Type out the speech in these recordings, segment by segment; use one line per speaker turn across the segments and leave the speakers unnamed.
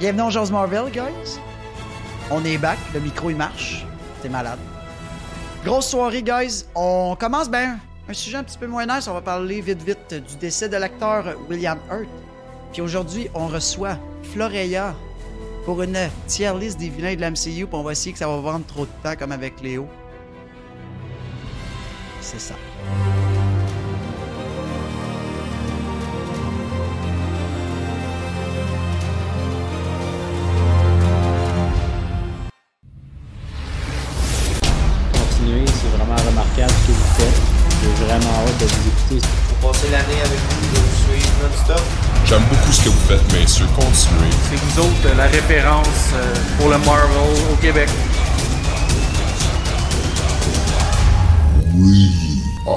Bienvenue en Jose Marvel, guys. On est back, le micro il marche. T'es malade. Grosse soirée, guys. On commence, ben, un sujet un petit peu moins nice. On va parler vite, vite du décès de l'acteur William Hurt. Puis aujourd'hui, on reçoit Floreya pour une tier liste des vilains de la MCU. Puis on va essayer que ça va vendre trop de temps, comme avec Léo. C'est ça.
continuer. C'est vraiment remarquable ce que vous faites. J'ai vraiment hâte de vous écouter.
Pour passer l'année avec vous, de vous suivre non-stop.
J'aime beaucoup ce que vous faites, messieurs. Continuez.
C'est vous autres euh, la référence euh, pour le Marvel au Québec.
Ah,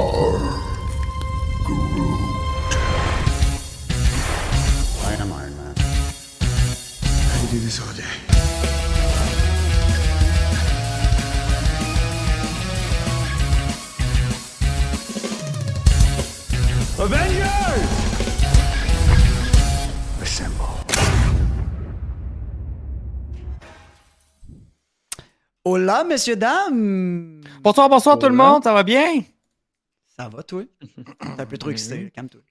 Hola, messieurs, dames!
Bonsoir, bonsoir tout le
Voilà.
monde, ça va bien?
Ça va, toi? T'es un peu trop excité, calme-toi.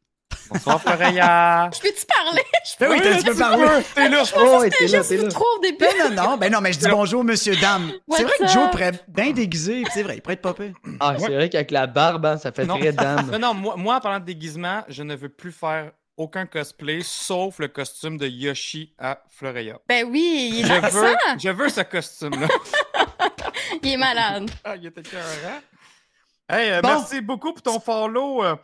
Bonsoir Floreya.
Je peux-tu parler?
Ben oui, t'as- tu peux parler.
T'es là.
Oh, ouais, t'es
Je
là,
juste
t'es là.
vous trouve des
Ben non, non, ben non, mais je dis bonjour, monsieur, dame. C'est
What's
vrai que Joe
up?
pourrait être bien déguisé, c'est vrai, il pourrait être popé.
Ah,
Ouais.
c'est vrai qu'avec la barbe, hein, ça fait
Non.
très dame.
Non, non, moi, moi, en parlant de déguisement, je ne veux plus faire aucun cosplay sauf le costume de Yoshi à Floreya.
Ben oui, il
Je
est malade.
veux,
Ah.
je veux ce costume-là.
Il est malade.
Ah, il était écœurant. Hey, euh,
Bon.
merci beaucoup pour ton follow. euh,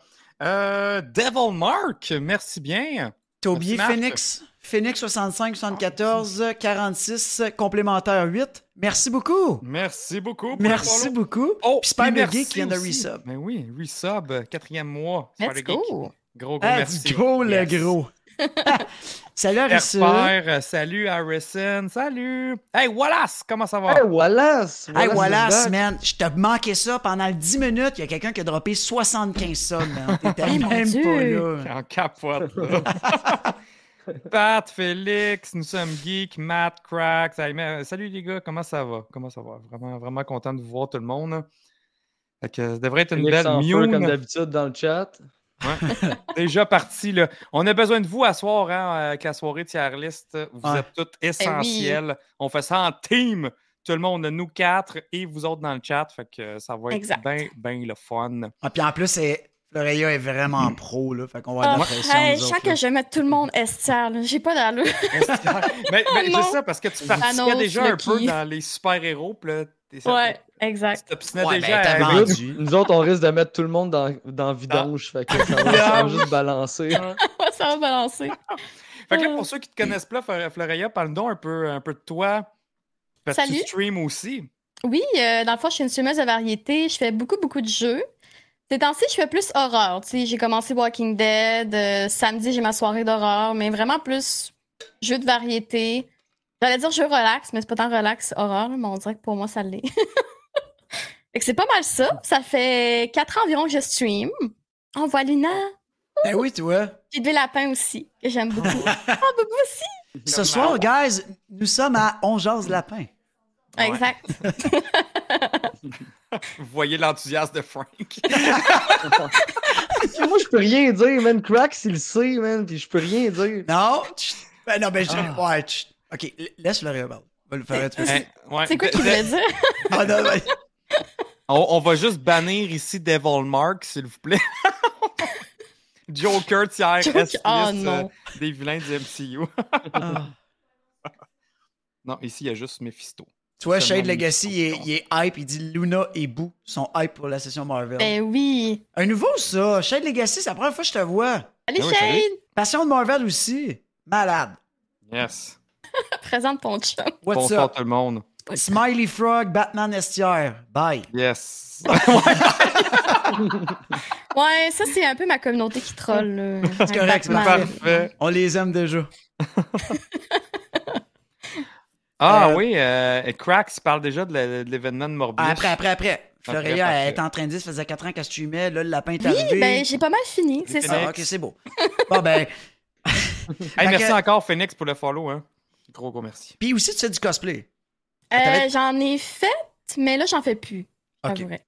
euh, Devil Mark, merci bien.
T'as oublié
Marc.
Phoenix. Phoenix 65, 74, 46, complémentaire 8. Merci beaucoup.
Merci beaucoup. Pour le
Merci
follow.
beaucoup.
Oh,
Puis Spider
puis merci
Geek qui vient de
aussi.
resub.
Ben oui, resub, euh, quatrième mois. Spider
Let's
Geek.
go.
Gros, gros
Ah,
Oh, merci.
du gros,
Yes.
le gros. Salut, Arissa.
Super, euh, salut Harrison, salut. Hey Wallace, comment ça va?
Hey, Wallace!
Hey,
Wallace
Wallace,
is back.
man, je te manquais ça pendant le 10 minutes. Il y a quelqu'un qui a droppé 75 sommes, man. T'étais
Hey,
même
mon
pas
Dieu.
là.
En capote. là. Pat, Félix, nous sommes geeks, Matt, Crack. Salut, mais- euh, salut les gars, comment ça va? Comment ça va? Vraiment, vraiment content de vous voir tout le monde. Fait que euh, ça devrait être une
Phoenix
belle
en feu, comme
mule.
d'habitude dans le chat.
Déjà parti là. On a besoin de vous à soir, hein, avec la soirée tier list. Vous
Ouais.
êtes toutes essentiels. On fait ça en team. Tout le monde, nous quatre et vous autres dans le chat. Fait que euh, ça va être
Exact.
bien, bien le fun.
Ah, puis en plus, c'est- Floreya est vraiment
Hmm.
pro, là. Fait qu'on va avoir de
Oh,
la pression.
hey,
nous
je
autres,
sens
là.
que je vais mettre tout le monde estière. là. J'ai pas d'allure.
mais mais
Ah, non.
je sais, parce que tu participais
Thanos,
déjà
Loki.
un peu dans les super-héros. puis là, t'es- ça-
Ouais, exact.
Tu t'obstinais
Ouais,
déjà
ben,
à-
t'as
à-
vendu.
Nous autres, on risque de mettre tout le monde dans, dans vidange. Fait que ça va, ça va juste balancer.
Ça va balancer.
Fait que là, pour ceux qui te connaissent pas, Flore- Floreya, parle-nous un peu, un peu de toi. Parce que tu
Salut.
stream aussi.
Oui, euh, dans le fond, je suis une fumeuse de variété. Je fais beaucoup, beaucoup de jeux. Ces temps-ci, je fais plus horreur. tu sais. J'ai commencé Walking Dead. euh, samedi, j'ai ma soirée d'horreur, mais vraiment plus jeux de variété. J'allais dire jeu relax, mais c'est pas tant relax, horreur, là, mais on dirait que pour moi, ça l'est. Fait que c'est pas mal ça. Ça fait quatre ans environ que je stream. On voit Lina.
Ben oui, toi.
J'ai des lapins aussi, que j'aime beaucoup. Ah, Boubou aussi.
Ce soir, guys, nous sommes à On jase lapin.
Ouais.
Exact.
Vous voyez l'enthousiasme de Frank.
Moi, je peux rien dire, man. Cracks, il le sait, man. Puis je peux rien dire.
Non? Chut. Ben non, ben je... Ouais, chut. OK, l- laisse Floreya parler. Va le faire un truc.
Hein, ouais.
C'est quoi
De-
qu'il voulait dire?
Ah non, ben-
on, on va juste bannir ici Devil Mark, s'il vous plaît. Joker tiers
Joker-
S
Ah,
list,
non.
euh, des vilains du MCU.
Ah.
Non, ici, il y a juste Mephisto.
Tu vois,
Seulement
Shade Legacy, il est,
Mephisto.
il est hype. Il dit Luna et Boo sont hype pour la session Marvel.
Ben oui.
Un nouveau, ça. Shade Legacy, c'est la première fois que je te vois.
Allez,
Ah oui, salut.
Shane,
Passion de Marvel aussi. Malade.
Yes.
présente ton chum.
What's
Bonsoir
up?
tout le monde.
Smiley Frog, Batman Estière. Bye.
Yes.
Ouais, ça, c'est un peu ma communauté qui troll. là.
C'est correct, c'est
Batman.
Parfait.
On les aime déjà.
Ah
Euh, Ah,
oui, euh, et Cracks parle déjà de la- de l'événement de Morbius.
Après, après, après. Floreya,
parfait.
elle est en train de dire, ça faisait 4 ans qu'elle streamait. Là, le lapin est
Oui,
arrivé.
ben j'ai pas mal fini, c'est
J'ai
ça.
Ah, ok, c'est beau. Bon, ben,
Hey,
Fait
merci
que-
encore Phoenix pour le follow. Hein. Gros, gros merci.
Puis aussi, tu fais du cosplay.
Euh,
t'avais-
j'en ai fait, mais là, j'en fais plus.
Ok.
j'avouerai.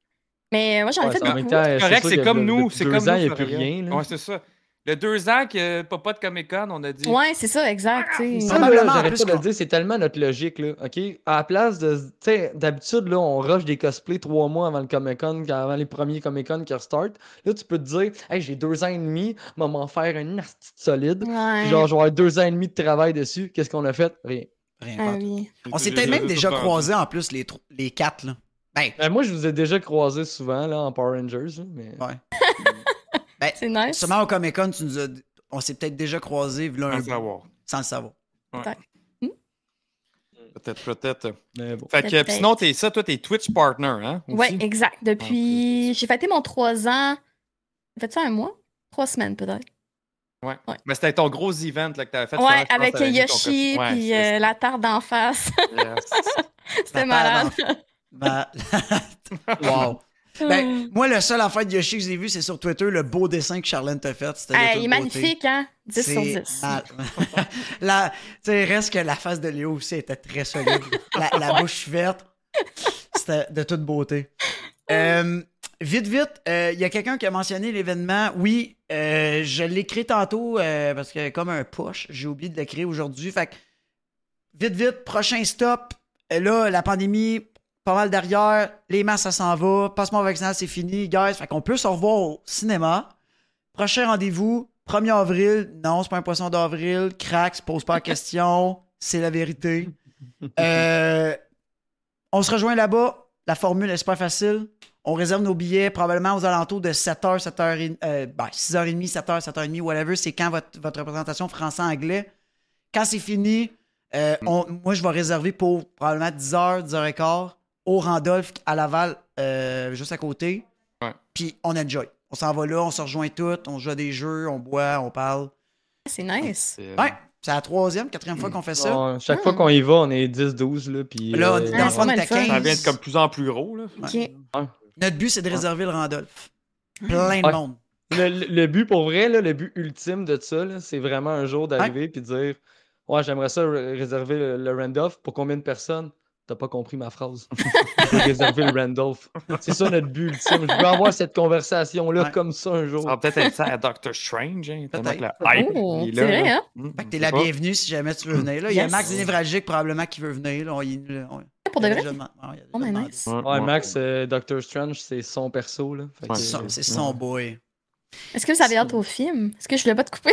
Mais euh, moi, j'en ai
Ouais,
fait
en même
beaucoup.
temps,
C'est
Euh, sûr
correct,
qu'il y
c'est
a-
comme
de-
nous.
depuis
C'est
deux
comme
ans,
nous,
il n'y a
ça
plus
revient.
rien. là.
Ouais, c'est ça. Le deux ans que Papa de Comic Con, on a dit.
Ouais, c'est ça, exact. tu sais.
Ça, là,
Probablement, en
j'arrête
plus
pas de le
qu'on-
dire, c'est tellement notre logique, là, OK? À la place de... Tu sais, d'habitude, là, on rush des cosplays trois mois avant le Comic-Con, avant les premiers Comic-Con qui restartent. Là, tu peux te dire, « Hey, j'ai deux ans et demi, m'en m'en faire une nasty de solide.
Ouais.
Puis Genre, je vais avoir deux ans et demi de travail dessus. Qu'est-ce qu'on a fait? Rien.
Rien. pas.
Ah oui.
On s'était même déjà croisés en plus, les, tro- les quatre. Là. Ben,
Ben, moi, je vous ai déjà croisé souvent, là, en Power Rangers, là, mais...
Ouais.
C'est nice.
sûrement au Comic Con, tu nous as. On s'est peut-être déjà croisés v'là un
Sans
bout,
savoir.
sans le savoir.
Peut-être, peut-être.
mais bon.
Fait que,
Peut-être.
pis sinon, t'es ça, toi, t'es Twitch partner, hein? aussi?
Ouais, exact. Depuis. J'ai fêté mon 3 ans. Fait ça un mois? Trois semaines peut-être.
Mais c'était ton gros event là, que t'avais fait.
ouais,
finalement, je pense
avec
que t'avais mis ton
Yoshi
costume. Ouais,
puis
c'est-
euh, la tarte d'en face.
yes.
La
C'était malade.
Ben, wow. Ben, moi, le seul affaire de Yoshi que j'ai vu, c'est sur Twitter, le beau dessin que Charlène t'a fait. C'était de
Hey,
toute
Ah, il est
beauté.
magnifique, hein? 10 sur
C'est
10.
mal. la, tu sais, reste que la face de Léo aussi était très solide. La, la bouche verte, c'était de toute beauté. Euh, vite, vite, euh, il y a quelqu'un qui a mentionné l'événement. Oui, euh, je l'ai créé tantôt euh, parce que comme un push, j'ai oublié de le créer aujourd'hui. Fait que, vite, vite, prochain stop. Euh, Là, la pandémie, pas mal derrière. Les masses, ça s'en va. Passement vaccinal, c'est fini, guys. Fait qu'on peut se revoir au cinéma. Prochain rendez-vous, 1er avril. Non, c'est pas un poisson d'avril. Crack, se pose pas la question. C'est la vérité. Euh, on se rejoint là-bas. La formule est super facile. On réserve nos billets probablement aux alentours de 7h, 7h, euh, ben, 6h30, 7h, 7h30, whatever. C'est quand votre, votre représentation français-anglais. Quand c'est fini, euh, on- moi, je vais réserver pour probablement 10h, 10h15 au Randolph à Laval, euh, juste à côté.
Ouais.
Puis on enjoy. On s'en va là, on se rejoint toutes, on joue à des jeux, on boit, on parle.
C'est nice.
C'est-
Ouais, c'est la troisième, quatrième
Hmm.
fois qu'on fait ça.
Oh,
Bon, chaque
Ah.
fois qu'on y va, on est 10-12, là, puis...
Là, on
euh,
est
Ah,
dans le
c'est
fun,
pas mal
t'as
fun.
Ça vient
15.
de comme plus en plus gros, là.
Ok.
Notre but, c'est de réserver le Randolph.
Hmm.
Plein de
Ouais.
monde.
Le, le- le but, pour vrai, là, le but ultime de ça, là, c'est vraiment un jour d'arriver puis dire Ouais, j'aimerais ça r- réserver le, le Randolph. Pour combien de personnes T'as pas compris ma phrase. Je veux réserver le Randolph. C'est ça notre but ultime. Je veux avoir cette conversation-là
Ouais.
comme ça un jour.
Ça va peut-être être ça à Doctor Strange, hein. tellement que la hype,
Oh,
il est
c'est
là,
vrai,
là.
hein?
Mm,
Fait que t'es
je
la
sais pas.
bienvenue si jamais tu veux venir. Là, il y a
Yes.
Max Névragique probablement qui veut venir. Là, on y- on-
Pour de
il a
vrai?
déjà demandé- ouais, il a déjà
Oh, mais
demandé.
nice.
Ouais, Max, euh, Doctor Strange, c'est son perso. Là. Fait que,
Ouais.
C'est son-
euh,
C'est son boy.
Est-ce que vous avez hâte au film? Est-ce que je voulais pas te couper?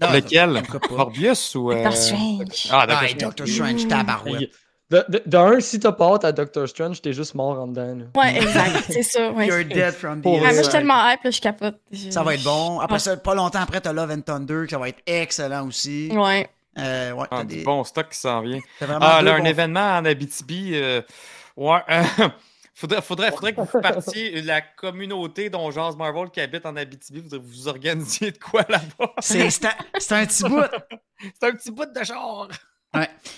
Non,
Lequel
on coupe pas.
Morbius ou. euh,
Doctor Strange.
Ah,
Ah, et
Doctor
Doctor Strange,
Hmm.
tabarouette.
il- De, de- de un, si t'as pas hâte à Doctor Strange, t'es juste mort en dedans. là.
Ouais, exact. c'est sûr. Ouais.
You're dead from the
Pour
Ah, moi, je suis
inside.
tellement hype, là, je capote. Je-
Ça va être bon. Après
Ouais.
ça, pas longtemps après, t'as Love and Thunder, que ça va être excellent aussi.
Ouais.
Euh, ouais,
Ah,
t'as
du
des...
bon stock qui s'en vient.
t'as vraiment
Ah,
deux
là, un
bons-
événement en Abitibi. euh, ouais. euh, faudrait, faudrait, faudrait que vous partiez, la communauté dont Jazz Marvel qui habite en Abitibi, faudrait que vous organisiez de quoi là-bas.
C'est c'est un c'est un petit bout.
C'est un petit bout de genre.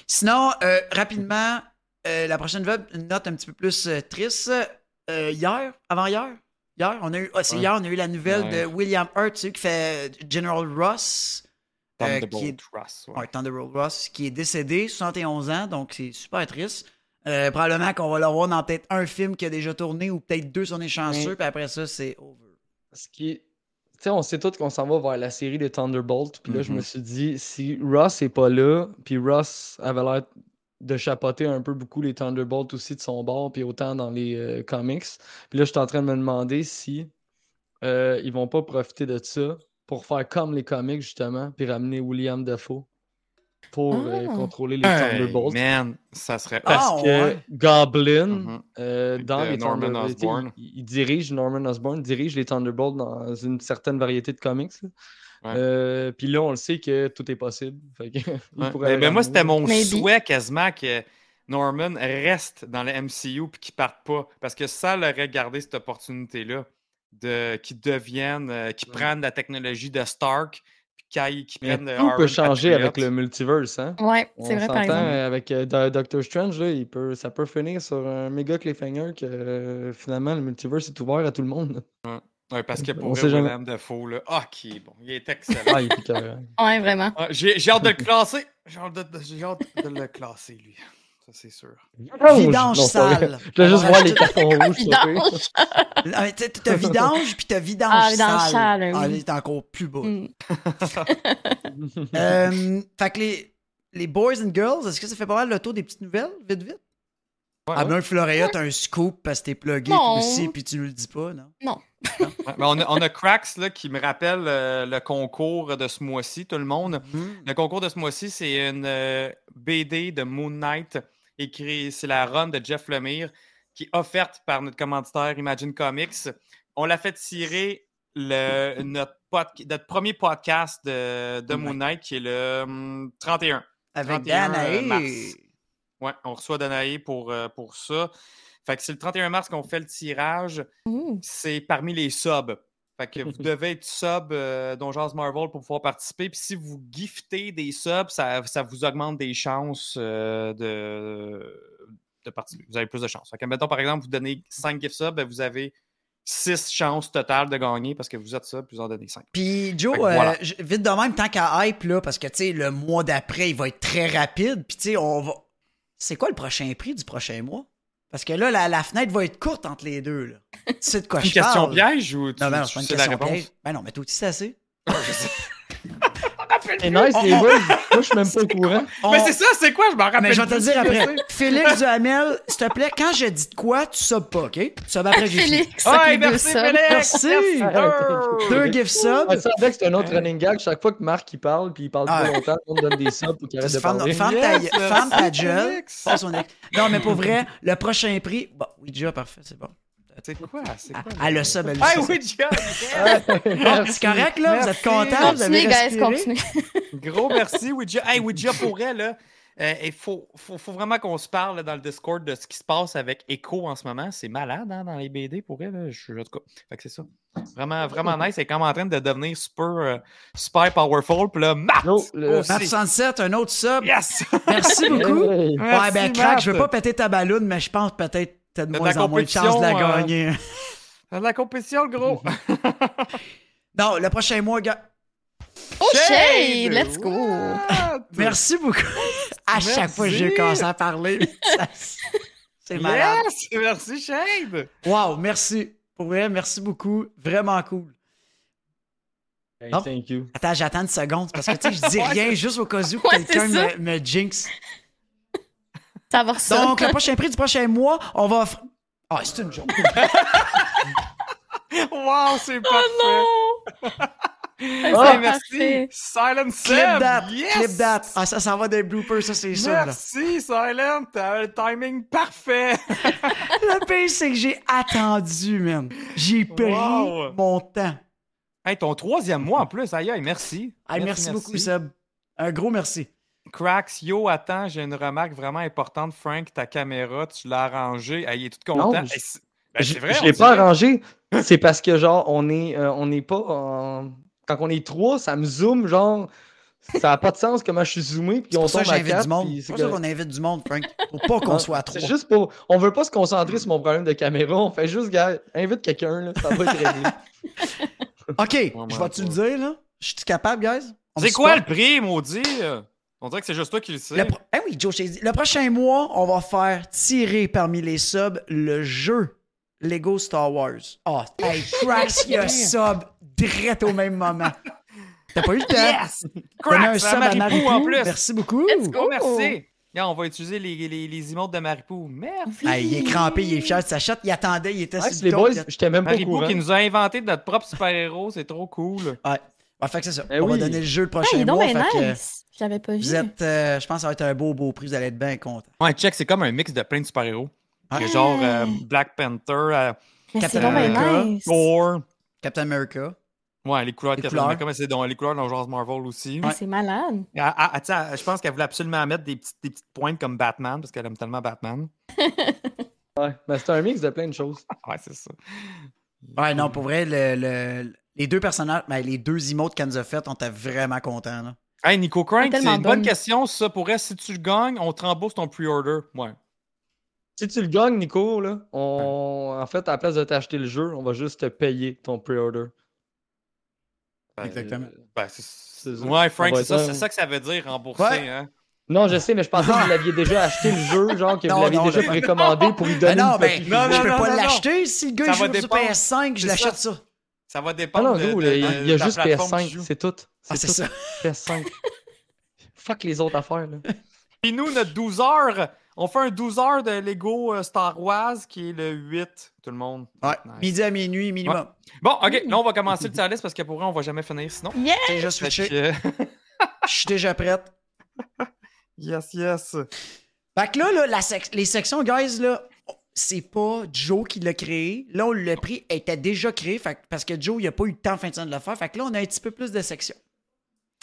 Sinon, euh, rapidement, euh, la prochaine web, une note un petit peu plus euh, triste. Euh, hier, avant-hier, hier, on a eu, ah, c'est
Ouais.
hier, on a eu la nouvelle
Ouais.
de William Hurt, celui qui fait euh, General Ross, Euh, qui est-
Trust, ouais.
ouais, Thunderbolt Ross, qui est décédé, 71 ans, donc c'est super triste. Euh, probablement qu'on va le revoir dans peut-être un film qui a déjà tourné ou peut-être deux si on est chanceux,
Ouais.
puis après ça, c'est over.
ce qui est- Tu sais, on sait tous qu'on s'en va vers la série des Thunderbolts. Puis là, je
Mhm.
me suis dit, si Ross est pas là, puis Ross avait l'air de chapoter un peu beaucoup les Thunderbolts aussi de son bord, puis autant dans les euh, comics. Puis là, je suis en train de me demander si euh, ils vont pas profiter de ça pour faire comme les comics, justement, puis ramener William Dafoe pour euh,
Ah.
contrôler les
Hey,
Thunderbolts.
man, ça serait.
Ah, hum.
Parce que
ouais.
Goblin,
Mhm.
euh,
Avec,
dans
euh,
les
Norman
Thunderbolts, tu sais,
Osborn.
il, il dirige Norman Osborn, dirige les Thunderbolts dans une certaine variété de comics. là.
Ouais.
Euh, Puis là, on le sait que tout est possible. Fait que, il
Ouais.
pourrait
Mais, mais
ramener-
moi, c'était mon
Maybe.
souhait quasiment que Norman reste dans le MCU puis qu'il parte pas. Parce que ça leur gardé cette opportunité-là de qu'ils deviennent, euh, qu'ils
Mm.
prennent la technologie de Stark puis qu'ils aillent- qu'ils
Mais
prennent le
tout peut
Iron
changer avec
Patriot.
le multiverse. Hein?
Ouais,
On
c'est vrai, par
s'entend,
exemple.
euh, Avec euh, Do- Doctor Strange, là, il peut, ça peut finir sur un méga cliffhanger que euh, finalement, le multiverse est ouvert à tout le monde.
Ouais, parce que pour
On
vrai,
sait jamais.
William Dafoe, là, ah, qui est bon, il est excellent.
Ah, il est plus carré.
Ouais, vraiment.
Ah, J'ai j'ai hâte de le classer. J'ai hâte de, j'ai hâte de le classer, lui. Ça, c'est sûr.
Vidange
Ah, Non, c'est pas vrai.
sale.
Je vais juste
On
voir les
rajoute-
cartons rouges. sauter.
Vidange.
Ah, mais t'as- T'as vidange, puis t'as vidange
Ah,
sale.
vidange sale, oui.
Ah, il est encore plus beau.
Mm.
Euh, fait que les, les boys and girls, est-ce que ça fait pas mal le tour des petites nouvelles, vite, vite?
Ouais,
ah,
ouais.
ben, Florea, t'as un scoop parce que t'es plugué
Non.
aussi, puis tu nous le dis pas, non?
Ouais, mais on, a, on a Cracks là, qui me rappelle euh, le concours de ce mois-ci, tout le monde. Le concours de ce mois-ci, c'est une euh, BD de Moon Knight. écrit- C'est la run de Jeff Lemire qui est offerte par notre commanditaire Imagine Comics. On l'a fait tirer le, notre, podca- notre premier podcast de, de Moon Knight qui est le hum, 31.
Avec
31
Danae.
mars. Ouais, on reçoit Danae pour, euh, pour ça. Fait que c'est le 31 mars qu'on fait le tirage.
Ouh.
C'est parmi les subs. Fait que vous devez être sub euh, Donjons Marvel pour pouvoir participer. Puis si vous giftez des subs, ça, ça vous augmente des chances euh, de, de participer. Vous avez plus de chances. Fait que, mettons, par exemple, vous donnez 5 gift subs, ben, vous avez 6 chances totales de gagner parce que vous êtes sub, puis vous en donnez 5.
Puis Joe,
Fait que voilà.
euh, je- vite de même, tant qu'à hype, là, parce que tu sais, le mois d'après, il va être très rapide. Puis tu sais, on va. C'est quoi le prochain prix du prochain mois? Parce que là, la, la fenêtre va être courte entre les deux. Là. Tu sais de quoi
Une
je parle?
question piège ou tu,
Ah, Non, non,
tu
c'est pas une
sais la
question
réponse?
piège. Ben non, mais toi aussi, c'est assez.
C'est nice, les boys. Moi, je suis même pas au courant.
On-
Mais c'est ça, c'est quoi? Je m'en rappelle
mais je vais te le
plus.
dire après. Félix Duhamel, s'il te plaît, quand je dis de quoi, tu subs pas, OK? Tu subs après que j'ai fini.
Félix,
Ouais,
avec les deux
Ah, merci,
subs.
Félix!
Merci! Deux gift
Ouais,
subs.
Ah, ça, Alex, c'est un autre running gag. Chaque fois que Marc il parle, puis il parle
Ah.
trop longtemps, on donne des subs pour qu'il arrête de
Ferme,
parler.
ferme ta,
Yes,
ferme ta
merci,
gueule.
Félix.
Passe au next. Non, mais pour vrai, le prochain prix. Bon, oui, déjà, parfait, c'est bon.
C'est quoi? C'est
Ah,
quoi?
Elle a sub, elle le
Ah
sub.
oui, John!
Ah, C'est correct, là? Vous êtes
Merci.
content? Vous avez
Continuez,
respiré?
guys, continuez.
Gros merci, Ouija. Hey, Ouija, pour vrai, là, il faut, faut, faut vraiment qu'on se parle là, dans le Discord de ce qui se passe avec Echo en ce moment. C'est malade hein, dans les BD, pour vrai. Là. Je suis en tout cas. Fait que c'est ça. Vraiment, vraiment nice. Elle est comme en train de devenir super, euh, super powerful. Puis là, Oh, Matt!
No, le-
aussi.
Map 67, un autre sub.
Yes!
Merci beaucoup. Ouais,
Hey.
Merci,
ben, crack, je veux pas
Matt.
péter ta balloune, mais je pense peut-être que t'as de
T'as de
moins
la
en moins de chances de la
compétition, euh,
gagner.
T'as de la compétition, le gros!
Non, le prochain mois, gars.
Oh, shade! Let's go!
What?
Merci beaucoup. À chaque
Merci.
fois que j'ai commencé à parler, ça- c'est malade.
Yes! Merci, Shade!
Wow, merci. Pour vrai, merci beaucoup. Vraiment cool.
Hey,
Non.
thank you.
Attends, j'attends une seconde parce que tu sais, je dis rien juste au cas où que
Ouais,
quelqu'un
c'est
me, me jinx.
Ça va ressortir.
Donc, le prochain prix du prochain mois, on va. offrir- Ah, c'est une joke.
Wow, c'est parfait!
Oh non!
Hey,
Ah,
merci!
parfait.
Silent
Clip
Seb!
date.
Yes!
Clip date. Ah, ça, ça va des bloopers, ça, c'est sûr. là.
Merci, Silent! T'as le timing parfait!
Le pire, c'est que j'ai attendu, man. J'ai pris
Wow.
mon temps.
Hey, ton troisième mois en plus, aïe, aïe, merci.
Hey, merci, beaucoup, Seb. Un gros merci.
Cracks, yo, attends, j'ai une remarque vraiment importante. Frank, ta caméra, tu l'as arrangée. Hey, il est tout content.
Non,
Hey,
je-
c'est ben,
Je-
c'est vrai.
je
on
l'ai pas
dirait.
arrangé. C'est parce que, genre, on est, euh, on n'est pas. en- Quand on est trois, ça me zoome, genre. Ça n'a pas de sens comment je suis zoomé, puis
C'est
on
pour ça
tombe
que
à
j'invite
quatre.
du monde.
puis
C'est
c'est
pour ça
que-
qu'on invite du monde, Frank. Pour pas qu'on
Non,
soit à trois.
C'est juste pour. On veut pas se concentrer sur mon problème de caméra. On fait juste, gars, invite quelqu'un, là, ça va être réglé.
OK, je
Oh
moi,
vais-tu le
ouais.
dire, là? Je suis capable, guys? On
C'est
me
quoi le
supporte?
prix, maudit? On dirait que c'est juste toi qui le sais.
Le pro- Ah oui, Joe, je t'ai dit. Le prochain mois, on va faire tirer parmi les subs le jeu Lego Star Wars. Ah, hey, Crax, il y a sub direct au même moment. T'as pas eu le temps?
Yes!
Donnez un
Cracks, à
sub à
Maripou en
Maripou.
plus.
Merci beaucoup.
Let's go.
Oh, merci. Regarde, on va utiliser les, les, les emotes de Maripou. Merci.
Hey, il est crampé, il est fier de sa chatte. Il attendait, il était
Max,
sur le
les
top,
boys,
il a-
j'étais même pas au
Maripou
courant.
qui nous a inventé notre propre super-héros, c'est trop cool.
Ouais, fait que c'est ça.
Eh
on va
oui.
donner le jeu le
Ah, il
prochain
est donc
mois.
bien
fait que, euh,
nice. Je l'avais pas vu.
Vous êtes, euh, je pense que ça va être un beau, beau prix. Vous allez être bien content.
Ouais, check, c'est comme un mix de plein de super-héros.
Ah.
Il y a Genre euh, Black Panther, euh,
Mais c'est
Captain
donc bien
America,
nice.
Thor.
Captain America.
Ouais, les couleurs de
Les
Captain
couleurs.
America, mais c'est dans les couleurs de Genre Marvel aussi.
Ah, C'est malade.
Ah, ah, ah, tu sais, ah, je pense qu'elle voulait absolument mettre des petites, des petites pointes comme Batman parce qu'elle aime tellement Batman.
Ouais, mais c'est un mix de plein de choses.
Ah, Ouais, c'est ça.
Ouais, non, pour vrai, le- le- les deux personnages, ben, les deux emotes qu'elle nous a faites, on était vraiment contents. là.
Hey, Nico Crank,
Elle est
c'est une
tellement
bonne
bonne.
question. Ça pourrait, si tu le gagnes, on te rembourse ton pre-order. Ouais.
Si tu le gagnes, Nico, là, on... en fait, à la place de t'acheter le jeu, on va juste te payer ton pre-order.
Ben,
Exactement.
euh, ben, c'est-
C'est ça.
ouais, Frank,
On va
c'est ça,
être-
c'est ça que ça veut dire rembourser.
Ouais.
hein.
Non, je sais, mais je pensais que vous l'aviez déjà acheté le jeu, genre que
Non,
vous l'aviez
non,
déjà
je-
précommandé pour lui
Ben
donner
non,
une
ben,
copie.
Non,
je
non,
peux
non,
pas
non,
l'acheter. Si le gars
Ça
il joue
va
sur
dépendre.
PS5, je
C'est
l'achète ça.
Ça va
Ah
dépendre
non,
de,
gros,
de-
là, il
de
il y a
la
juste
plateforme que tu
PS5,
joues.
c'est tout.
Ah,
C'est
c'est
tout
ça.
PS5. Fuck les autres affaires, là.
Puis nous, notre 12 heures, on fait un 12 heures de Lego euh, Star Wars qui est le 8, tout le monde.
Ouais,
Nice.
midi à minuit minimum.
Bon, OK, là, on va commencer le tier list parce que pour vrai, on va jamais finir sinon.
Yeah!
J'ai déjà switché.
Fait que, euh,
Je suis déjà prête.
yes, yes.
Fait que là, là, la sec- les sections, guys, là, c'est pas Joe qui l'a créé. Là, on l'a pris, elle était déjà créée fait que- parce que Joe, il a pas eu le temps en fin de semaine de le faire. Fait que là, on a un petit peu plus de sections.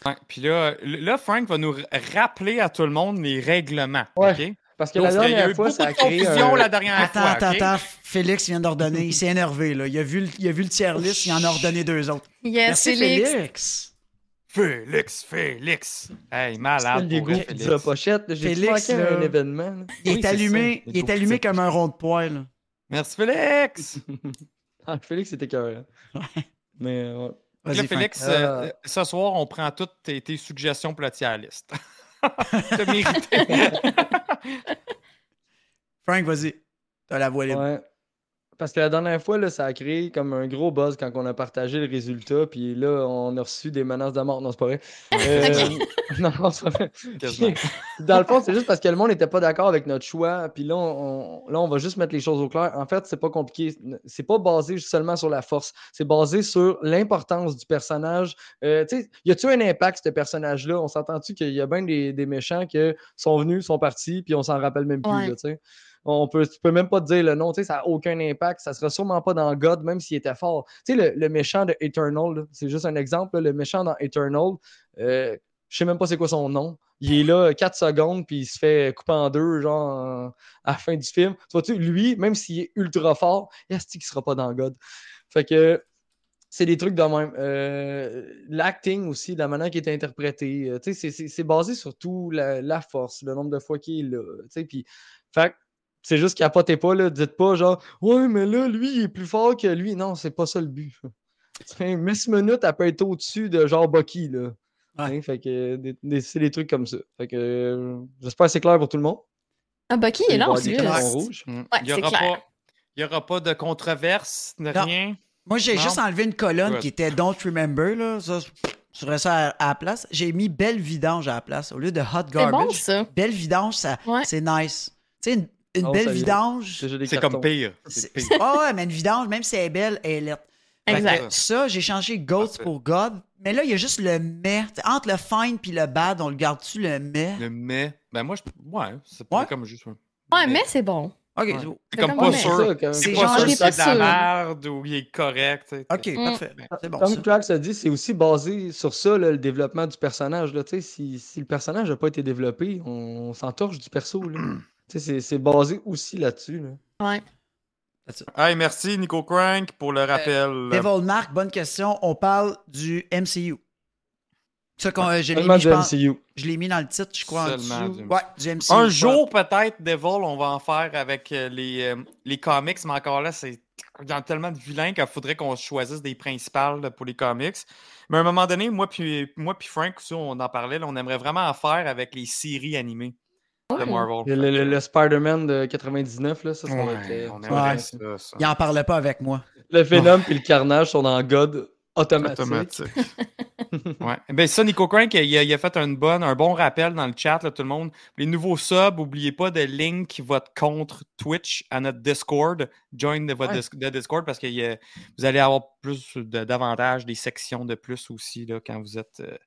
Ouais, puis là, euh, là, Frank va nous r- rappeler à tout le monde les règlements.
Ouais.
OK?
Parce que
Donc,
la
il y a eu
dernière
beaucoup
fois, ça a
de
créé
confusion
un...
la
Ah,
dernière
Attends,
fois.
attends,
OK?
attends. Félix vient d'ordonner. Il s'est énervé, là. Il a vu le, il a vu le tier list, il en a ordonné deux autres.
Yes,
Merci,
Euh, Félix.
Félix.
Félix, Félix. Hey,
C'est
malade.
le
pour vrai,
dégoût qui dit la
Félix.
pochette. J'ai
Félix,
manqué
là.
un événement. là.
Il
Oui,
est
c'est
allumé,
ça.
il est allumé comme un rond de poil.
Merci, Félix.
Ah, Félix, c'était cœur. hein. Mais euh, ouais.
Donc là,
Vas-y, Frank.
Félix, euh,
Euh.
ce soir, on prend toutes tes, tes suggestions pour la tier list. T'as mérité.
Frank, vas-y. T'as la voix libre.
Ouais. Parce que la dernière fois, là, ça a créé comme un gros buzz quand on a partagé le résultat. Puis là, on a reçu des menaces de mort. Non, c'est pas vrai. Euh, non, non, c'est pas vrai.
Quasiment.
Dans le fond, c'est juste parce que le monde n'était pas d'accord avec notre choix. Puis là on, on- là, on va juste mettre les choses au clair. En fait, c'est pas compliqué. C'est pas basé seulement sur la force. C'est basé sur l'importance du personnage. Euh, tu sais, y a-tu un impact, ce personnage-là? On s'entend-tu qu'il y a bien des, des méchants qui euh, sont venus, sont partis, puis on s'en rappelle même plus,
Ouais.
là, tu sais. On peut, tu peux même pas te dire le nom, tu sais, ça n'a aucun impact. Ça sera sûrement pas dans God, même s'il était fort. Tu sais, le, le méchant de Eternal, là, c'est juste un exemple, là, le méchant dans Eternal, euh, je sais même pas c'est quoi son nom. Il est là 4 secondes, puis il se fait couper en deux, genre, en- à la fin du film. Tu vois-tu, lui, même s'il est ultra fort, est-ce qu'il sera pas dans God? Fait que c'est des trucs de même. Euh, L'acting aussi, la manière qui est interprétée, euh, tu sais, c'est- c'est c'est basé sur tout la, la force, le nombre de fois qu'il est là. tu sais, Puis, fait que c'est juste capotez pas, là, dites pas genre, ouais, mais là, lui, il est plus fort que lui. Non, c'est pas ça le but. Tu sais, Miss Minute, elle peut être au-dessus de genre Bucky, là.
Ouais.
Hein, fait que euh, des- des- c'est des trucs comme ça. Fait que euh, j'espère que c'est clair pour tout le monde.
Ah, Bucky est là, on
Voir des
se
cartons
classe.
rouges.
Mm.
Ouais,
Il y
c'est
aura
clair.
pas- il y aura pas de controverse, de
Non.
rien.
Moi, j'ai
Non.
juste enlevé une colonne
Good.
qui était Don't Remember. Là. Ça, je je ferais ça à, à la place. J'ai mis Belle Vidange à la place au lieu de Hot
C'est bon,
Garbage.
ça.
belle Vidange, ça,
Ouais.
c'est nice. Tu sais, une, une
Ah,
belle
ça y est.
vidange.
Déjà des
C'est
cartons.
comme pire.
c'est-
C'est pire.
Ah ouais, mais une vidange, même si elle est belle, elle est laite. Fait que
Exact.
Ça, j'ai changé Ghost
Parfait.
pour God. Mais là, il y a juste le mais. Tu sais, Entre le fine puis le bad, on le garde-tu le mais?
Le mais. Ben moi, je... ouais, c'est pas
Ouais.
comme juste. un
Ouais, mais c'est bon.
OK,
Ouais.
so-
C'est comme
comme
pas
un mais.
C'est
sûr.
ça,
C'est
comme-
C'est
genre,
pas
je
sûr
l'ai
si
pas
c'est de la
sûr.
merde ou il est correct. tu sais.
OK,
Mm.
parfait. C'est bon,
Ah, Tom
ça.
Cruise a dit, c'est aussi basé sur ça, là, le développement du personnage. Là, Tu sais, si, si le personnage n'a pas été développé, on, on s'entorche du perso. là. Tu sais, c'est c'est basé aussi là-dessus. là.
Ouais.
Hey, merci Nico Crank pour le rappel.
Devil Mark, bonne question. On parle du MCU. Ça, qu'on- euh, je l'ai
Seulement
mis,
du
je pense-
MCU.
Je l'ai mis dans le titre, je crois. en
Seulement
dessous.
du-
Ouais, du MCU.
un
ouais.
jour, peut-être, Devil, on va en faire avec euh, les, euh, les comics, mais encore là, c'est il y a tellement de vilains qu'il faudrait qu'on choisisse des principales là, pour les comics. Mais à un moment donné, moi puis moi puis Frank, aussi, on en parlait, là, on aimerait vraiment en faire avec les séries animées de
Oh,
Marvel.
Le, le- le Spider-Man de 99, là, ça, ça va
Ouais,
être, euh,
on
ça
aimerait
va être, euh,
ça, ça.
Il en parlait pas avec moi.
Le Venom et le Carnage sont dans God automatique.
Automatique. ouais. Ben ça, Nico Crank, il a, il a fait une bonne, un bon rappel dans le chat, là, tout le monde. Les nouveaux subs, n'oubliez pas de link votre contre Twitch à notre Discord. Join de votre
Ouais.
dis- de Discord parce que il y a- vous allez avoir plus de- d'avantages, des sections de plus aussi là, quand vous êtes. euh,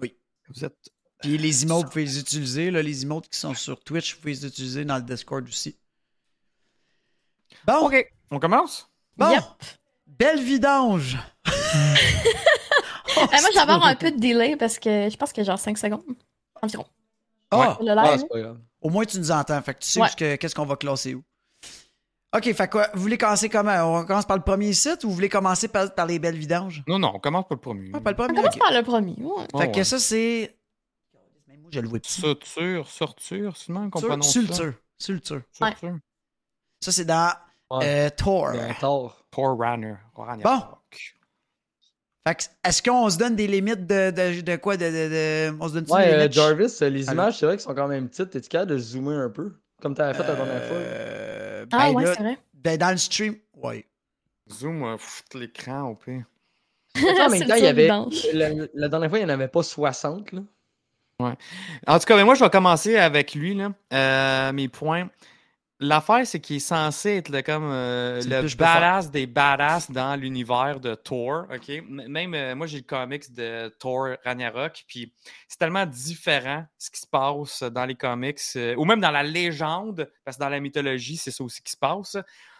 Oui.
Vous êtes.
Puis les emotes, vous pouvez les utiliser. Là, les emotes qui sont sur Twitch, vous pouvez les utiliser dans le Discord aussi. Bon,
OK. On commence?
bon.
Yep.
Belle vidange. Oh,
Ah, moi, je vais avoir un peu de delay parce que je pense que genre 5 secondes environ.
Ah,
pour Le
Ah,
live.
c'est pas grave.
au moins tu nous entends. Fait que tu sais
Ouais.
que- qu'est-ce qu'on va classer où. OK, fait quoi? Vous voulez commencer comment? On commence par le premier site ou vous voulez commencer par, par les belles vidanges?
Non, non, on commence pas le premier.
Hmm.
Ah, par le
On
premier.
commence
ok.
par le premier. ouais.
Ah,
Oh,
Fait que
ouais.
ça, c'est. Même moi, je le vois petit.
Suture, sorture, sûrement qu'on
Sur-
prononce ça.
Sulture. Sulture.
Ouais.
Suture.
Ça, c'est dans
Ouais,
euh, Tor.
c'est un tort.
Thor Runner. Ragnarok.
Fait que, est-ce qu'on se donne des limites de, de, de quoi de, de- de- On se donne
Ouais, euh,
des limites?
Jarvis, euh, les
Allô?
images, c'est vrai qu'elles sont quand même petites. T'es-tu capable de zoomer un peu? Comme t'avais fait la dernière fois.
Euh, ben
Ah, ouais,
là,
c'est vrai.
ben dans le stream, ouais.
Zoom, euh, pff, l'écran au pire.
en
C'est
même
le
temps, il y
saut
avait.
d'ange.
La, la dernière fois, il n'y en avait pas 60. Là.
En tout cas, ben moi, je vais commencer avec lui, là, euh, mes points. L'affaire, c'est qu'il est censé être le, comme, euh,
C'est le plus
le
je peux faire.
badass des badass dans l'univers de Thor. ok? M- Même, euh, moi, j'ai le comics de Thor Ragnarok, puis c'est tellement différent ce qui se passe dans les comics, euh, ou même dans la légende, parce que dans la mythologie, c'est ça aussi qui se passe.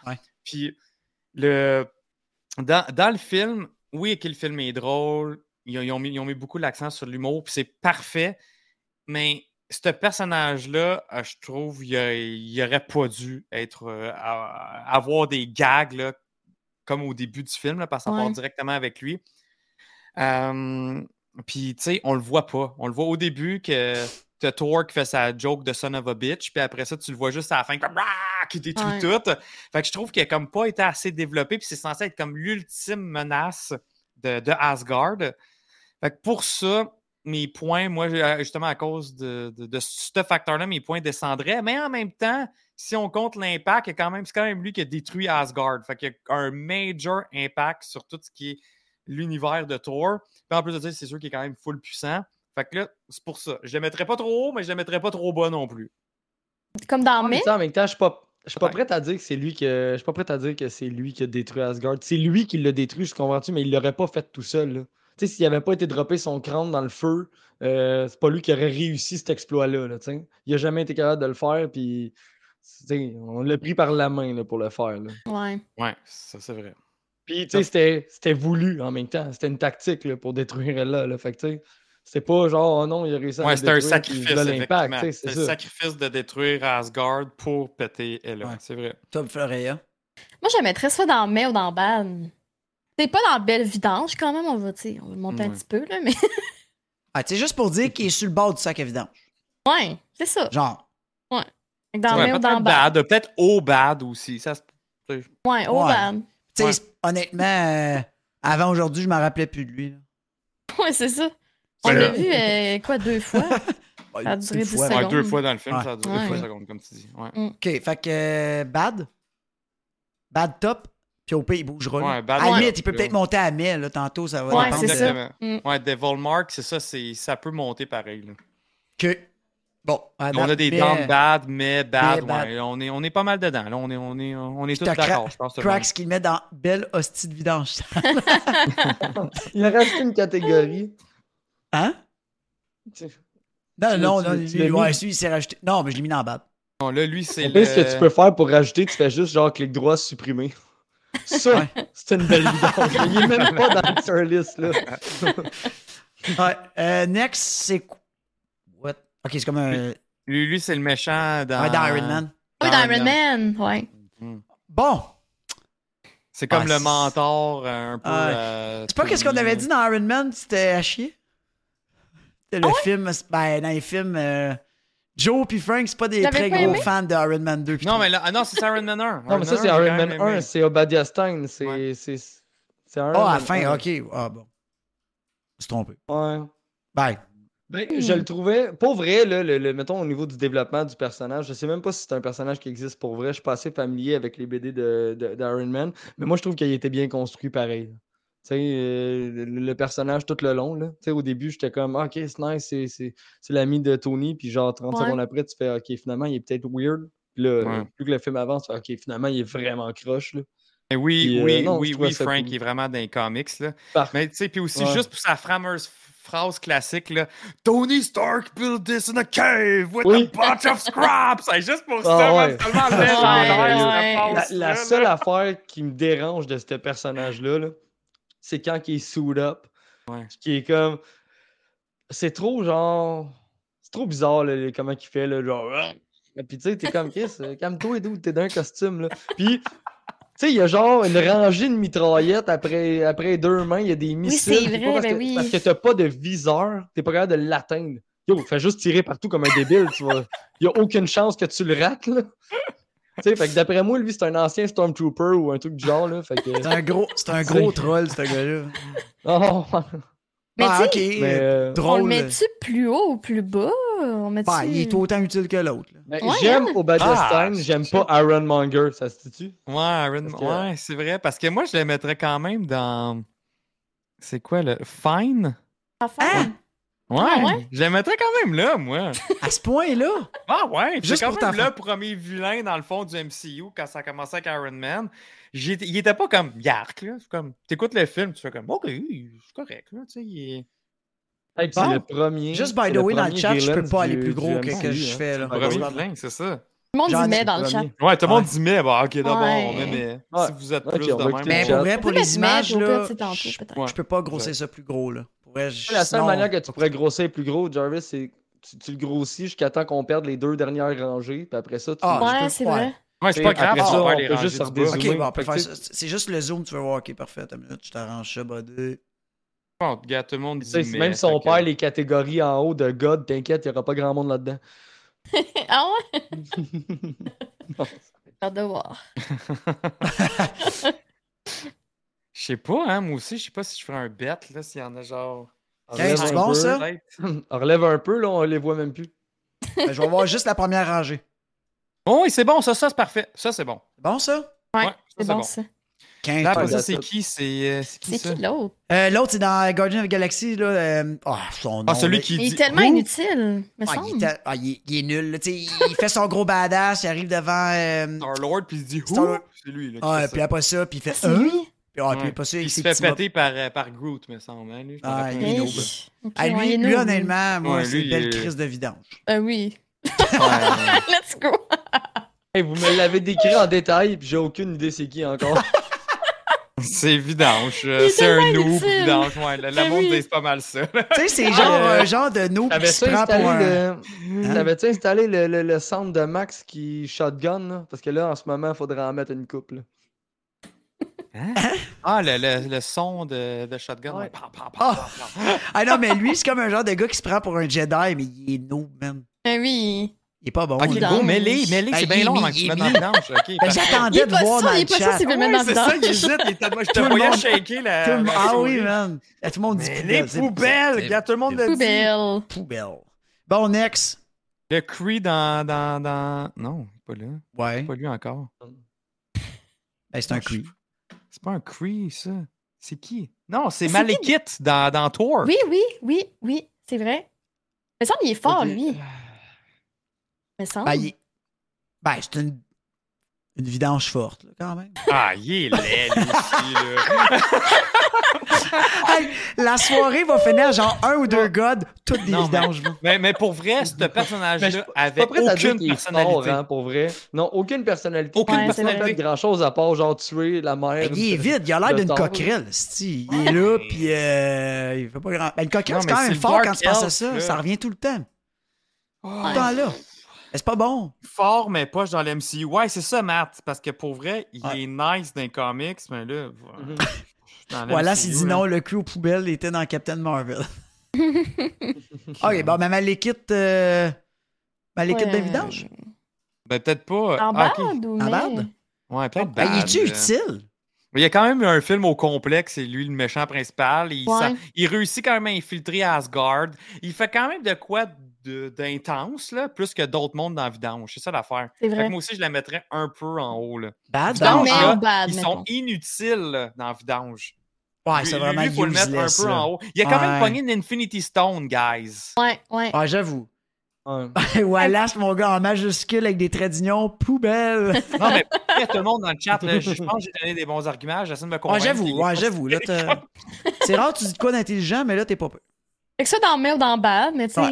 Ouais.
Puis, le... dans, dans le film, oui, que le film est drôle, ils ont, ils ont mis, ils ont mis beaucoup l'accent sur l'humour, puis c'est parfait, mais ce personnage-là, euh, je trouve, il, a- il aurait pas dû être, euh, à- avoir des gags là, comme au début du film, là, parce qu'on
Ouais.
part directement avec lui. Euh, puis, tu sais, on le voit pas. On le voit au début que t'as Thor qui fait sa joke de son of a bitch, puis après ça, tu le vois juste à la fin, comme, Ah qui détruit
Ouais.
tout. Fait que je trouve qu'il a comme pas été assez développé, puis c'est censé être comme l'ultime menace de, de Asgard. Fait que pour ça, mes points, moi, j'ai- euh, justement, à cause de, de- de ce facteur-là, mes points descendraient. Mais en même temps, si on compte l'impact, il y a quand même- c'est quand même lui qui a détruit Asgard. Fait qu'il y a un major impact sur tout ce qui est l'univers de Thor. Puis en plus de ça, c'est sûr qu'il est quand même full puissant. Fait que là, c'est pour ça. Je le mettrais pas trop haut, mais je le mettrais pas trop bas non plus.
Comme dans
En
Mai.
même temps, en même temps, je suis pas. Je suis pas
Ouais.
prêt à dire que c'est lui que. Je suis pas prêt à dire que c'est lui qui a détruit Asgard. C'est lui qui l'a détruit, je suis convaincu, mais il l'aurait pas fait tout seul. là. Tu sais, s'il avait pas été droppé son crâne dans le feu, euh, c'est pas lui qui aurait réussi cet exploit-là. là, tu sais. il a jamais été capable de le faire, puis tu sais, on l'a pris par la main là, pour le faire. là.
Ouais.
Ouais, ça c'est vrai.
Puis, tu sais, c'était- c'était voulu en même temps. C'était une tactique là, pour détruire Ella. Là. Fait que, tu sais, c'était pas genre, oh non, il a réussi à
Ouais,
le
c'était un
détruire, puis
sacrifice.
voilà l'impact.
effectivement.
tu sais,
C'est
C'est
le
ça.
sacrifice de détruire Asgard pour péter Ella.
Ouais.
C'est vrai.
Tom Florea.
Moi, je la mettrais soit dans Mai ou dans Ban. C'est pas dans Belle Vidange quand même, on va, tu sais, on va le monter un
Ouais.
petit peu, là, mais
Ah, tu sais, juste pour dire qu'il est sur le bord du sac à vidange.
ouais, c'est ça.
Genre.
Dans
Ouais,
Mai ou
peut-être
dans Ban.
bad, peut-être au bad aussi. Ça, se-
Ouais, au
Ouais.
Ban.
Tu sais,
Ouais.
c'est- honnêtement, euh, avant aujourd'hui, je m'en rappelais plus de lui. là.
Ouais, c'est ça. On
C'est
l'a
là.
vu, euh, quoi, deux fois?
Ouais,
Ça a
une
duré
petite
dix
fois.
Ouais,
secondes.
deux fois dans le film,
Ouais.
ça a duré
Ouais.
deux secondes, comme tu dis. Ouais,
OK, fait que euh, Bad. Bad top. Puis au pire, il bougera. là.
Ouais, Bad
à la
top,
limite, il peut
là.
peut-être monter à 1000, là, tantôt, ça va
Ouais,
dépendre
c'est
de-
ça.
exactement.
Mm.
Ouais, Devil Mark, c'est ça, c'est, ça peut monter pareil. là.
Que... Bon, à
on
date,
a des
Ah, mais, euh,
dents de bad, mais bad,
mais bad.
ouais, On, est, on est pas mal dedans. Là. On est, on est, on est tous
t'as cra-
d'accord, je pense. tout le monde.
Cracks qu'il met dans belle hostie de vidange.
Il a rajouté une catégorie.
Hein?
Tu-
Non,
Tu
non,
l'as-
non,
tu l'as- tu
lui,
l'as
ouais,
mis?
lui, il s'est rajouté. Non, mais je l'ai mis dans Bad.
Bon, là, lui, c'est
Au
le...
pire, ce que tu peux faire pour rajouter, tu fais juste genre clic droit supprimer. Ça, c'est une belle vidange. Il est même pas dans le tier list, là.
Ouais, euh, next, c'est quoi? What? Ok, c'est comme un. ouais,
Lui, lui, c'est le méchant dans...
dans Iron Man.
Oui,
Dans
dans Iron Man, ouais.
Bon,
C'est comme
Ah,
le
c'est- Ah,
mentor euh, un peu...
Ouais.
euh,
c'est pas qu'est-ce qu'on
Tony.
avait dit dans Iron Man, c'était à chier. C'était le film, c'est- ben, dans les films, euh, Joe puis Frank, c'est pas des
T'avais
très
pas
gros
aimé?
fans de Iron Man 2. puis
Non,
trois.
mais là, ah non, c'est Iron Man 1.
Non, mais ça, c'est
j'ai
Iron
quand
Man
même
1,
aimé.
c'est Obadiah Stane. C'est
Ouais.
c'est- c'est Iron
Ah, à
Man
la fin,
1.
ok. Ah, bon. Je suis trompé.
Ouais.
Bye.
Ben, je le trouvais, pour vrai, là, le, le- mettons au niveau du développement du personnage, je sais même pas si c'est un personnage qui existe pour vrai, je suis pas assez familier avec les BD de, de- d'Iron Man, mais moi je trouve qu'il était bien construit pareil. Tu sais, euh, le, le personnage tout le long, là. Tu sais, au début, j'étais comme, Ah, ok, c'est nice, c'est, c'est, c'est l'ami de Tony, puis genre 30
Ouais.
secondes après, tu fais, ok, finalement, il est peut-être weird. Puis là,
Ouais.
plus que le film avance, tu fais, ok, finalement, il est vraiment croche, là.
Mais oui,
Puis, euh,
oui,
non, je
oui,
trouvais
oui,
ça
Frank
cool.
est vraiment dans les comics. Là.
Par-
Mais tu sais, puis aussi
Ouais.
juste pour sa fameuse phrase classique, là, Tony Stark built this in a cave with
Oui.
a bunch of scraps. C'est juste pour
Ah
ça,
ouais.
man, c'est tellement
Ah,
légendaire,
ouais.
cette
La,
phrase-là,
la
là.
seule affaire qui me dérange de ce personnage-là, là, c'est quand il est suit up.
Ouais.
Qui est comme. C'est trop genre. C'est trop bizarre là, le- comment il fait, là, genre. Ah! Puis tu sais, t'es comme Chris, euh, calme-toi et d'où t'es d'un costume. Là. Puis. Tu sais, il y a genre une rangée de mitraillettes après, après deux mains, il y a des missiles.
c'est
pas
vrai,
parce,
ben
que,
oui.
parce que t'as pas de viseur, t'es pas capable de l'atteindre. Yo, fais juste tirer partout comme un débile, tu vois. Il y a aucune chance que tu le rates, là. Tu sais, fait que d'après moi, lui, c'est un ancien Stormtrooper ou un truc du genre, là. Fait que.
C'est un gros, c'est un gros troll, ce gars-là.
Oh,
Mais
ah,
tu
ok.
sais,
mais, euh,
on le
drôle.
met-tu plus haut ou plus bas? On met
Ben, il est autant utile que l'autre. là.
ben,
Ouais,
j'aime
hein?
Obadiah Stein,
Ah,
j'aime pas Aaron Monger, ça se tue
Ouais, Iron
Parce
Man-
que-
ouais, c'est vrai. Parce que moi, je le mettrais quand même dans. C'est quoi le. Fine? Ouais,
Ah ouais?
Je le mettrais quand même là, moi.
À ce point-là,
Ah ouais,
Juste
juste quand
pour
même
ta
le premier vilain dans le fond du MCU quand ça a commencé avec Iron Man. J'ai- Il était pas comme Yark, là. C'est comme. T'écoutes le film, tu fais comme OK, c'est correct, là. Tu sais, il est.
Hey, puis
Bon.
c'est le premier.
Juste by
c'est
the way, dans le
premier
chat, je peux
villain
pas aller
du-
plus gros
du
que- que
MCU,
je
hein.
fais, là.
C'est le
Premier
premier.
vilain, c'est ça.
Tout le monde
J'en
y
ai
met dans le chat.
Premier.
Ouais, tout le monde
Ouais.
dit mais. Bon, OK, d'abord,
Ouais.
on met, mais
Ouais.
si vous êtes
Ok,
plus
on
de
va
même.
écouter
mais
le
on-
pour
chat.
vrai,
On
pour
peut
les
mettre
images,
Mad au
là,
cas, c'est tantôt, peut-être.
Ouais.
je peux pas grosser ça plus gros, là. Pour vrai, je-
La seule
sinon-
manière que tu pourrais grossir plus gros, Jarvis, c'est tu, tu le grossis jusqu'à temps qu'on perde les deux dernières rangées, puis après ça, tu.
Ah, je peux-
Ouais, c'est vrai.
Ouais, c'est pas
Après
grave,
ça,
on va
on
les
peut
ranger
juste
du
se
bas.
redézoomer.
Ok, bon, on peut
Fait que
faire
tu-
ça. C'est juste le zoom, tu vas voir. Ok, parfait. Attends une minute, je t'arrange ça, buddy.
Bon, gars, tout le monde
Tu sais,
dit
si
mais.
même si on
fait que-
perd les catégories en haut de God, t'inquiète, il n'y aura pas grand monde là-dedans.
Ah ouais? J'ai hâte de voir.
Je sais pas, hein, moi aussi, je sais pas si je ferais un bet, là, s'il y en a genre.
Hey, c'est
un
bon,
peu.
ça?
Peut-être.
On relève un peu, là, on les voit même plus.
Ben, je vais voir juste la première rangée.
Bon, oui, c'est bon, ça, ça, c'est parfait. Ça, c'est bon.
C'est bon, ça?
Ouais,
Ouais, ça,
c'est bon, ça.
Là,
15.
après
Ouais,
ça,
that's
c'est
it.
qui C'est euh, c'est qui
C'est
ça
qui l'autre?
Euh, L'autre, c'est dans Guardian of the Galaxy. Là, euh, ah, son nom,
Ah, celui
là.
qui
Il,
dit.
est tellement
Ouh!
inutile,
Ah,
me
il,
semble.
est tel- ah, il est- il est nul. là, tu sais, il il fait son gros badass, il arrive devant. euh,
Star-Lord, puis il dit
Star-
Ouh! C'est lui, là. qui
ah,
fait ça.
puis après ça, puis il
Ah,
fait.
c'est
Hein?
lui?
Puis, ah, puis
Ouais.
après ça,
il se
s'est
fait péter par, euh, par Groot, me semble. Hein, lui, je me
Ah,
rappelle.
il est
Hey,
noble.
ok,
Ah,
ouais, il est
lui, lui,
noble.
honnêtement, moi,
Ouais,
c'est
lui,
une belle
il est-
crise de vidange.
Ah oui.
Ouais.
Let's go.
Hey, vous me l'avez décrit en détail, puis j'ai aucune idée c'est qui encore.
c'est vidange. euh,
Il est
C'est un
tellement
noob,
inutile.
vidange. Ouais, le, le
Mais
monde
oui.
dit c'est pas mal ça.
tu sais, c'est genre
euh,
un genre de noob qui se
T'avais-tu
prend pour un.
installé, le...
Hein?
t'avais-tu installé le, le- le centre de Max qui shotgun, là? Parce que là, en ce moment, il faudrait en mettre une couple.
Ah, le, le, le son de, de Shotgun.
Ouais.
ouais. Pam, pam, pam, pam, pam.
Ah non, mais lui, c'est comme un genre de gars qui se prend pour un Jedi, mais il est noob, man.
Ah oui.
Ah, Il est pas bon.
Ok,
là.
gros, mêlé, mêlé,
Ben,
c'est
il est
bien long
mis,
avant que tu
il
le
est
mettes dans le
mis.
vidange.
Ben,
Ok, parfait.
Il
J'attendais
est
de
pas
voir
sûr,
dans
il
le
est pas sûr
chat.
s'il veut le
Ouais,
mettre dans
c'est
le
ça,
temps.
il hésite. Il était- moi, je te
Tout le
voyais
monde-
shaker la.
Tout le monde-
la
Ah
souris.
oui, man. Là, tout le monde dit
Mais
poubelle.
les
c'est-
poubelles,
c'est-
regarde, tout le monde le dit.
Poubelle.
Poubelle. Bon, next.
Le Cree dans, dans, dans. Non, il est pas là.
Ouais.
C'est Pas lui encore.
Ben, c'est un cri.
C'est pas un Cree, ça. C'est qui? Non, c'est
C'est
Malekith dans, dans Thor.
Oui, oui, oui, oui, c'est vrai. Me semble il est fort, lui. Me semble.
Ben, il- ben, c'est une... une vidange forte, là, quand même.
Ah, il est laid, lui aussi, là.
Hey, la soirée va finir genre un ou deux gods, toutes des
Non, mais-
vidanges.
Mais, mais pour vrai, ce personnage-là
Pas
avait
prêt à dire
aucune
qu'il est fort,
personnalité.
hein, pour vrai. Non, aucune personnalité.
Aucune
Ouais, c'est
Il a pas fait
personnalité.
grand-chose à part, genre, tuer la mère.
Ben, il est vide, il a l'air
Le
d'une
Thor.
coquerelle, c'ti. Il est là, puis euh, il fait pas grand. Ben, une coquerelle,
Non,
c'est
mais
quand
c'est
même
le
fort
Dark
quand tu penses à
Elf,
ça.
là.
Ça revient tout le temps. Tout
Ouais.
le temps là. Mais C'est pas bon.
Oh, Fort, mais poche dans l'MCU. Ouais, c'est ça, Matt. Parce que pour vrai, il
Ouais.
est nice dans les comics, mais là.
Mhm.
dans
Voilà,
l'MCU,
c'est dit
là.
non, le cul aux poubelles était dans Captain Marvel. ok, bon, même à l'équipe euh, Malekith de
Ouais.
vidange.
Ben, peut-être pas.
En
Ah,
barde
ok.
ou
En
mais-
barde?
Ouais, peut-être
Ben, il
bad,
est-tu
là.
utile?
Mais Il y a quand même eu un film au complexe, c'est lui le méchant principal. Il,
Ouais.
s'en- il réussit quand même à infiltrer Asgard. Il fait quand même de quoi de- d'intense, là, plus que d'autres mondes dans Vidange. C'est ça l'affaire.
C'est
Fait que
vrai.
moi aussi, je la mettrais un peu en haut. Là.
Bad,
Vidange,
donc.
mais
là,
en bad,
Ils sont
mettons.
inutiles là, dans Vidange.
Ouais,
Lui-
c'est
lui,
vraiment
lui, faut le mettre un
useless,
peu
là.
en haut. Il a quand
Ouais.
même pogné une Infinity Stone, guys.
Ouais, ouais.
Ouais, Ah, j'avoue.
Ouais.
Wallace, mon gars, en majuscule avec des traits d'union, poubelle.
Non, mais après, tout le monde dans le chat, là, je je pense que j'ai donné des bons arguments. J'essaie de me
Ouais,
convaincre.
Ah, j'avoue,
qu'il est
ouais,
pas-
j'avoue. là, t'as- C'est rare, tu dis de quoi d'intelligent, mais là, t'es pas peu.
Fait que ça, dans mai ou dans bad, mais tu sais, moi,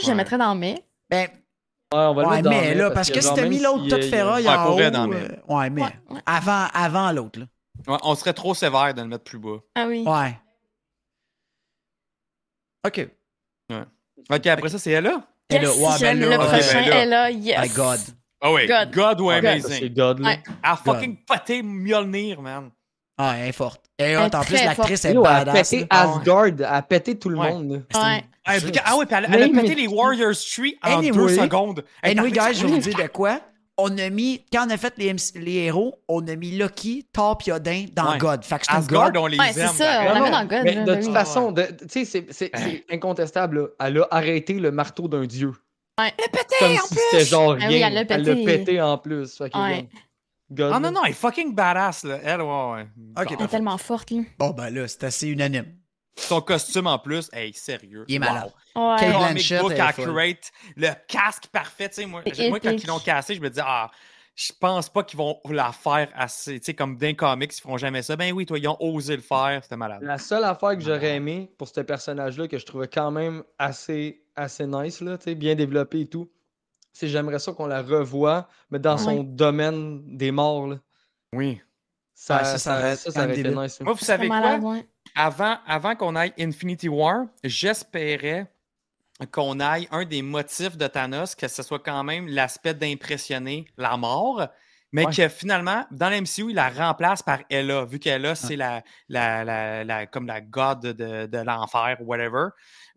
je le
Ouais.
mettrais dans mai.
Ben,
Ouais, on va le
ouais,
mettre dans
mais
le,
là, parce que si
genre,
t'as
même
mis l'autre
s'il,
toute
euh, il-
ferraille
Ouais,
en
pour
haut.
vrai, dans le-
euh, Ouais, mais.
Ouais, ouais.
Avant, avant l'autre, là.
Ouais, on serait trop sévère de le mettre plus bas.
Ah oui.
Ouais. OK.
Ok, après ça, c'est elle là?
Et
Yes,
là, ouais, ben
j'aime le
là,
ok,
prochain.
ben là.
Et là, yes.
My God.
Ah oui,
God.
God, ou
Ouais, ça,
Amazing.
C'est God, là.
Ouais.
À fucking pété Mjolnir, man.
Ah, elle est forte. Et
Elle
en
est
plus,
très
l'actrice est
Yo, elle a
badass.
pété
là.
Asgard, elle a pété tout le
Ouais.
monde. là.
Ouais.
Ah,
C'est-
puis- ah oui, puis elle, elle a
Mais-
pété les Warriors 3 en
Anyway.
deux secondes.
Anyway,
Hey,
guys, je vais vous dire de quoi. on a mis, quand on a fait les, MC les héros, on a mis Loki, Thor pis Odin dans
Ouais.
God. Fait que c'est un
Asgard,
God.
on les
Ouais,
aime.
c'est ça,
par
Ah, on la
exemple.
met dans God.
Mais
là,
de
ben
toute
oui.
façon, de- tu sais, c'est- c'est c'est incontestable. là. Elle a arrêté le marteau d'un dieu.
Ouais.
Comme si c'était genre
Ah
rien.
oui, elle l'a
elle l'a
pété.
pété en plus. Fait que,
Ouais.
comme, God, là.
Ah non, non, elle est fucking badass, là. Elle, ouais, ouais.
Ok,
Genre,
Elle est tellement forte, là.
Bon, ben là, c'est assez unanime.
Son costume en plus, hey, sérieux.
Il est
Wow.
malade.
Ouais.
Kate
Comic
Blanchett,
book
elle est folle.
accurate, le casque parfait, tu sais, moi,
C'est
moi, quand
épique.
ils l'ont cassé, je me dis, ah, je pense pas qu'ils vont la faire assez, tu sais, comme d'un comics, ils feront jamais ça. Ben oui, toi, ils ont osé le faire, c'était malade.
La seule affaire que
Ah.
j'aurais aimé pour ce personnage-là, que je trouvais quand même assez, assez nice, là, tu sais, bien développé et tout, c'est j'aimerais ça qu'on la revoie, mais dans son domaine des morts. là.
Oui.
Ça,
Ouais, ça, ça
ça, ça,
reste
ça,
quand même
aurait été
débile.
nice.
Moi, vous savez
Vraiment
quoi?
malade, ouais.
Avant, avant qu'on aille Infinity War, j'espérais qu'on aille un des motifs de Thanos, que ce soit quand même l'aspect d'impressionner la mort, mais
Ouais.
que finalement, dans la MCU, il la remplace par Ella, vu
Ah.
qu'Ella, c'est la, la, la, la- comme la god de, de l'enfer ou whatever,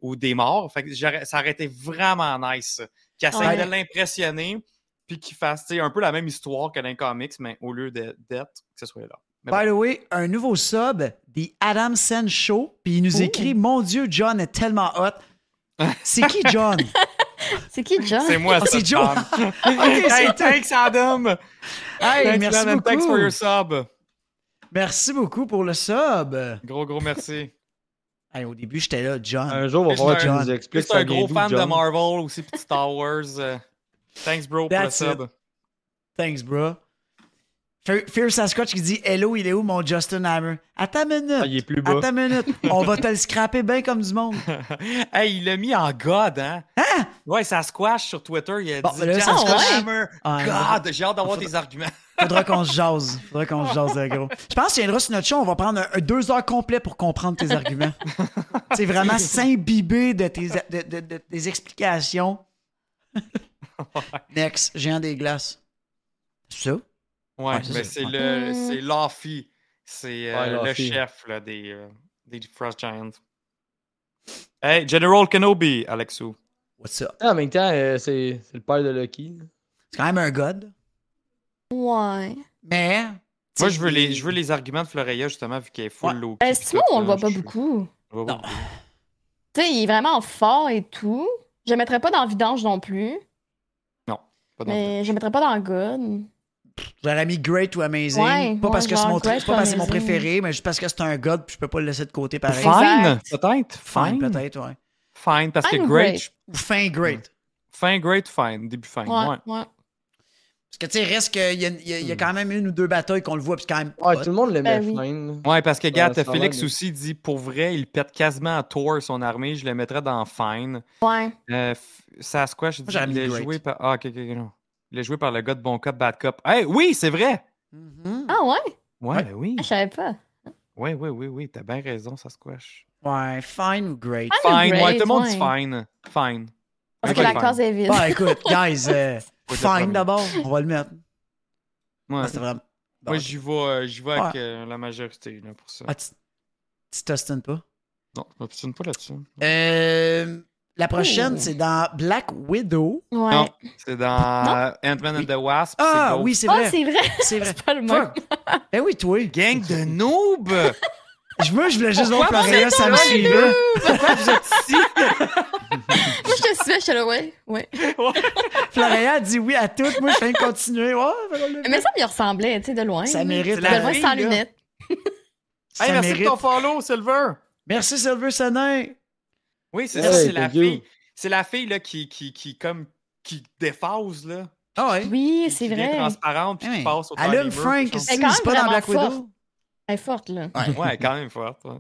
ou des morts. Fait que j'aurais- ça aurait été vraiment nice qu'elle essaye
Ouais.
de l'impressionner, puis qu'il fasse tu sais, un peu la même histoire que dans les comics, mais au lieu de- d'être, que ce soit là. Mais
By the way, un nouveau sub, The Adam Sen Show, puis il nous écrit Mon Dieu, John est tellement hot. C'est qui John
C'est qui, John?
C'est moi,
Ah,
ça,
c'est Joe.
Tom.
Ok, c'est
hey,
tout.
thanks, Adam.
Hey,
Thanks,
merci
man, and Thanks for your
beaucoup.
sub.
Merci beaucoup pour le sub.
Gros, gros merci.
Hey, au début, j'étais là, John.
Un jour, on va
Juste
voir que tu
un-
nous
Plus
expliques.
un gros fan de Marvel aussi, puis de Star Wars. euh, thanks, bro, pour le
That's it.
sub.
Thanks, bro. Fe- Fierce Sasquatch qui dit Hello, il est où mon Justin Hammer Attends une minute.
Ah, il est plus bas.
Attends une minute. On va te le scraper bien comme du monde.
hey, il l'a mis en God, hein?
Hein?
Ouais, ça squash sur Twitter. Il a
Bon,
dit
ben là, ça
John
squash.
Hammer,
Ah,
God, j'ai hâte d'avoir tes arguments.
Faudra qu'on se jase. Faudra qu'on se jase, le gros. Je pense qu'il viendra sur notre show. On va prendre un- un deux heures complet pour comprendre tes arguments. C'est vraiment s'imbiber de tes, de- de- de tes explications. Next, géant des glaces. C'est ça?
Ouais,
Ouais, c'est
mais
Ah, ça.
c'est
Ouais.
le,
Mm.
c'est Laffy. C'est euh,
Ouais,
le
Laffy.
chef là, des, euh, des Frost Giants. Hey, General Kenobi, Alexou.
What's up?
En même temps, euh, c'est c'est le père de Lucky.
C'est quand même un god.
Ouais.
Mais. tu sais,
Moi, je veux, les, je veux les arguments de Floreya, justement, vu qu'elle est full
Ouais.
low.
Ben, Simon, on le voit pas beaucoup.
Non.
Tu sais, il est vraiment fort et tout. Je le mettrais pas dans Vidange non plus, mais je le mettrais pas dans God.
J'aurais mis Great ou Amazing.
Ouais,
pas parce
ouais,
que c'est
genre
mon,
Great
c'est pas parce que c'est
ou
mon
Amazing.
préféré, mais juste parce que c'est un god puis je peux pas le laisser de côté pareil.
Fin,
Fine,
Exact.
peut-être. Fine,
Fine, peut-être, ouais.
Fine, parce
Fine
que
ou
great.
great?
je-
Ou fin Great.
Fine, great, fine. Début fine.
Ouais,
Ouais.
ouais.
Parce que, tu sais, reste qu'il y, a- il y a- il y a quand même une ou deux batailles qu'on le voit, puis c'est quand même.
Ouais,
hot.
tout le monde l'aimait
Ben oui.
fine.
Ouais, parce que, regarde,
ça va,
Félix
mais-
aussi dit pour vrai, il pète quasiment à Thor son armée, je le mettrais dans Fine.
Ouais.
Euh, f- Sasquatch,
Moi, j'aurais
dit,
mis
il est
Great.
joué par. Ah, ok, ok, ok, non. Il est joué par le gars de Bon Cop, Bad Cop. Hey, oui, c'est vrai!
Mhm.
Ah ouais?
Ouais,
Ouais.
ben oui.
Je savais pas.
Ouais, oui, oui, oui, t'as bien raison, Sasquatch.
Ouais, fine ou great.
Ah,
Fine,
great,
ouais, tout le monde dit
ouais.
fine. Fine.
Parce
Ok,
que la
fine.
case est vide.
Bah écoute, guys, euh,
Faut être le
fine
premier.
d'abord, on va le mettre.
Ouais.
Ah, c'est vraiment. Bon,
Moi, j'y vais, euh, j'y vais
Ouais.
avec euh, la majorité là, pour ça.
ah, tu tu t'ostines pas.
Non, je m'obstine pas là-dessus.
Euh, la prochaine,
Ouh.
c'est dans Black Widow.
Ouais.
Non, c'est dans Ant-Man and the Wasp. c'est
Ah
l'autre.
oui, c'est
Ah,
vrai.
c'est vrai,
c'est vrai.
c'est pas le même.
Fuck. Ben oui, toi.
Gang de noobs!
Je veux, je voulais juste voir
Pourquoi
Floria, ça me
c'est
suivait.
Pourquoi vous êtes ici?
Moi, je te suivais, je suis là, ouais, ouais.
Floria a dit oui à tout. Moi, je viens de continuer. Ouais, fait qu'on l'a vu.
Mais ça me ressemblait, tu sais, de loin.
Ça
là.
mérite.
De
la
loin,
fille,
sans
là.
lunettes.
Ça
Hey, merci
mérite.
pour ton follow, Silver!
Merci, Silver Sonin.
Oui, c'est
Hey,
ça, c'est la
thank you.
fille. C'est la fille là, qui, qui, qui, comme, qui déphase, là.
Ah ouais.
Oui,
qui-
c'est
qui devient
vrai.
transparente, puis
Ouais.
qui passe au travers
Eh Allume
des murs,
Frank,
quelque chose.
si, c'est
Elle est quand même
pas dans
vraiment
Black
forte.
Widow.
Elle est forte, là.
Ouais, elle est quand même forte. ouais.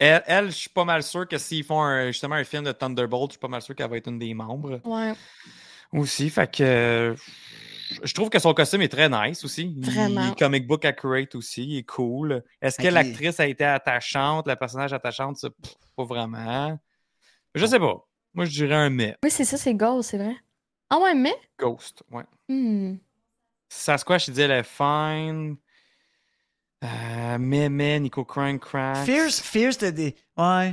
Elle, elle, je suis pas mal sûr que s'ils font un- justement un film de Thunderbolt, je suis pas mal sûr qu'elle va être une des membres
Ouais.
aussi. Fait que euh, je trouve que son costume est très nice aussi. Il- Il
Vraiment.
est comic book accurate aussi, il est cool. Est-ce que
Ok.
l'actrice a été attachante, le personnage attachante, ça, pff, pas vraiment. Je sais pas. Moi, je dirais un mais.
Oui, c'est ça, c'est Ghost, c'est vrai. Ah ouais, mais?
Ghost, ouais.
Hmm.
Sasquatch, il dit elle est fine. Euh, mais, mais, Nico Crank, Crank.
Fierce, Fierce, t'as des. Ouais.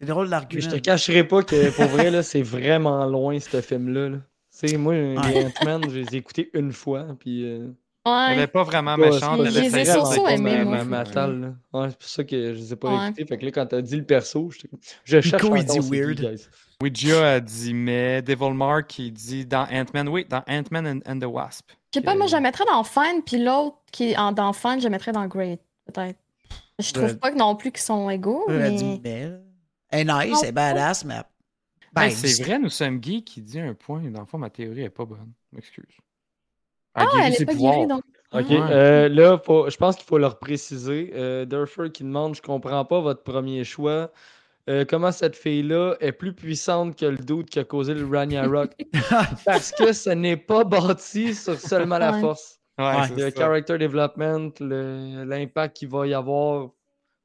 C'est drôle
Puis je
l'argument.
te cacherai pas que pour vrai, là, c'est vraiment loin ce film-là. là. Tu sais, moi, les Ant-Man, je les ai écoutés une fois, puis... euh,
Elle
Ouais.
n'est pas
Ah,
vraiment
Ouais,
méchante.
c'est
elle
Je les ai
essayait de euh,
surtout
répondre à
aimés,
la
moi.
ma,
maman.
là. Ouais, c'est pour ça que je les ai pas
Ouais.
écoutés. Fait que là, quand t'as dit le perso, j'étais comme, je cherche
Nico, il dit
encore c'est qui,
weird.
guys.
Ouija a dit, mais Devil Mark, il dit dans Ant-Man, oui, dans Ant-Man and, and the Wasp.
Je sais pas, moi, je la mettrais dans Fan, puis l'autre qui est en, dans Fan, je la mettrais dans Great, peut-être. Je trouve
Ouais.
pas que non plus qu'ils sont égaux,
Elle
mais...
dit belle. Elle est nice, elle est badass, mais. Ben,
Hey, c'est vrai, nous sommes Guy qui dit un point. Dans le fond, ma théorie est pas bonne. M'excuse.
Ah,
guérit
elle
ses
est pas
pouvoirs.
guérie, donc.
Ok,
Ouais.
euh, là, faut- je pense qu'il faut leur préciser. Euh, Durfer qui demande Je comprends pas votre premier choix. Euh, comment cette fille-là est plus puissante que le doute qui a causé le Ragnarok Parce que ce n'est pas bâti sur seulement la
Ouais.
force.
Ouais,
c'est
Le
ça.
character development, le- l'impact qu'il va y avoir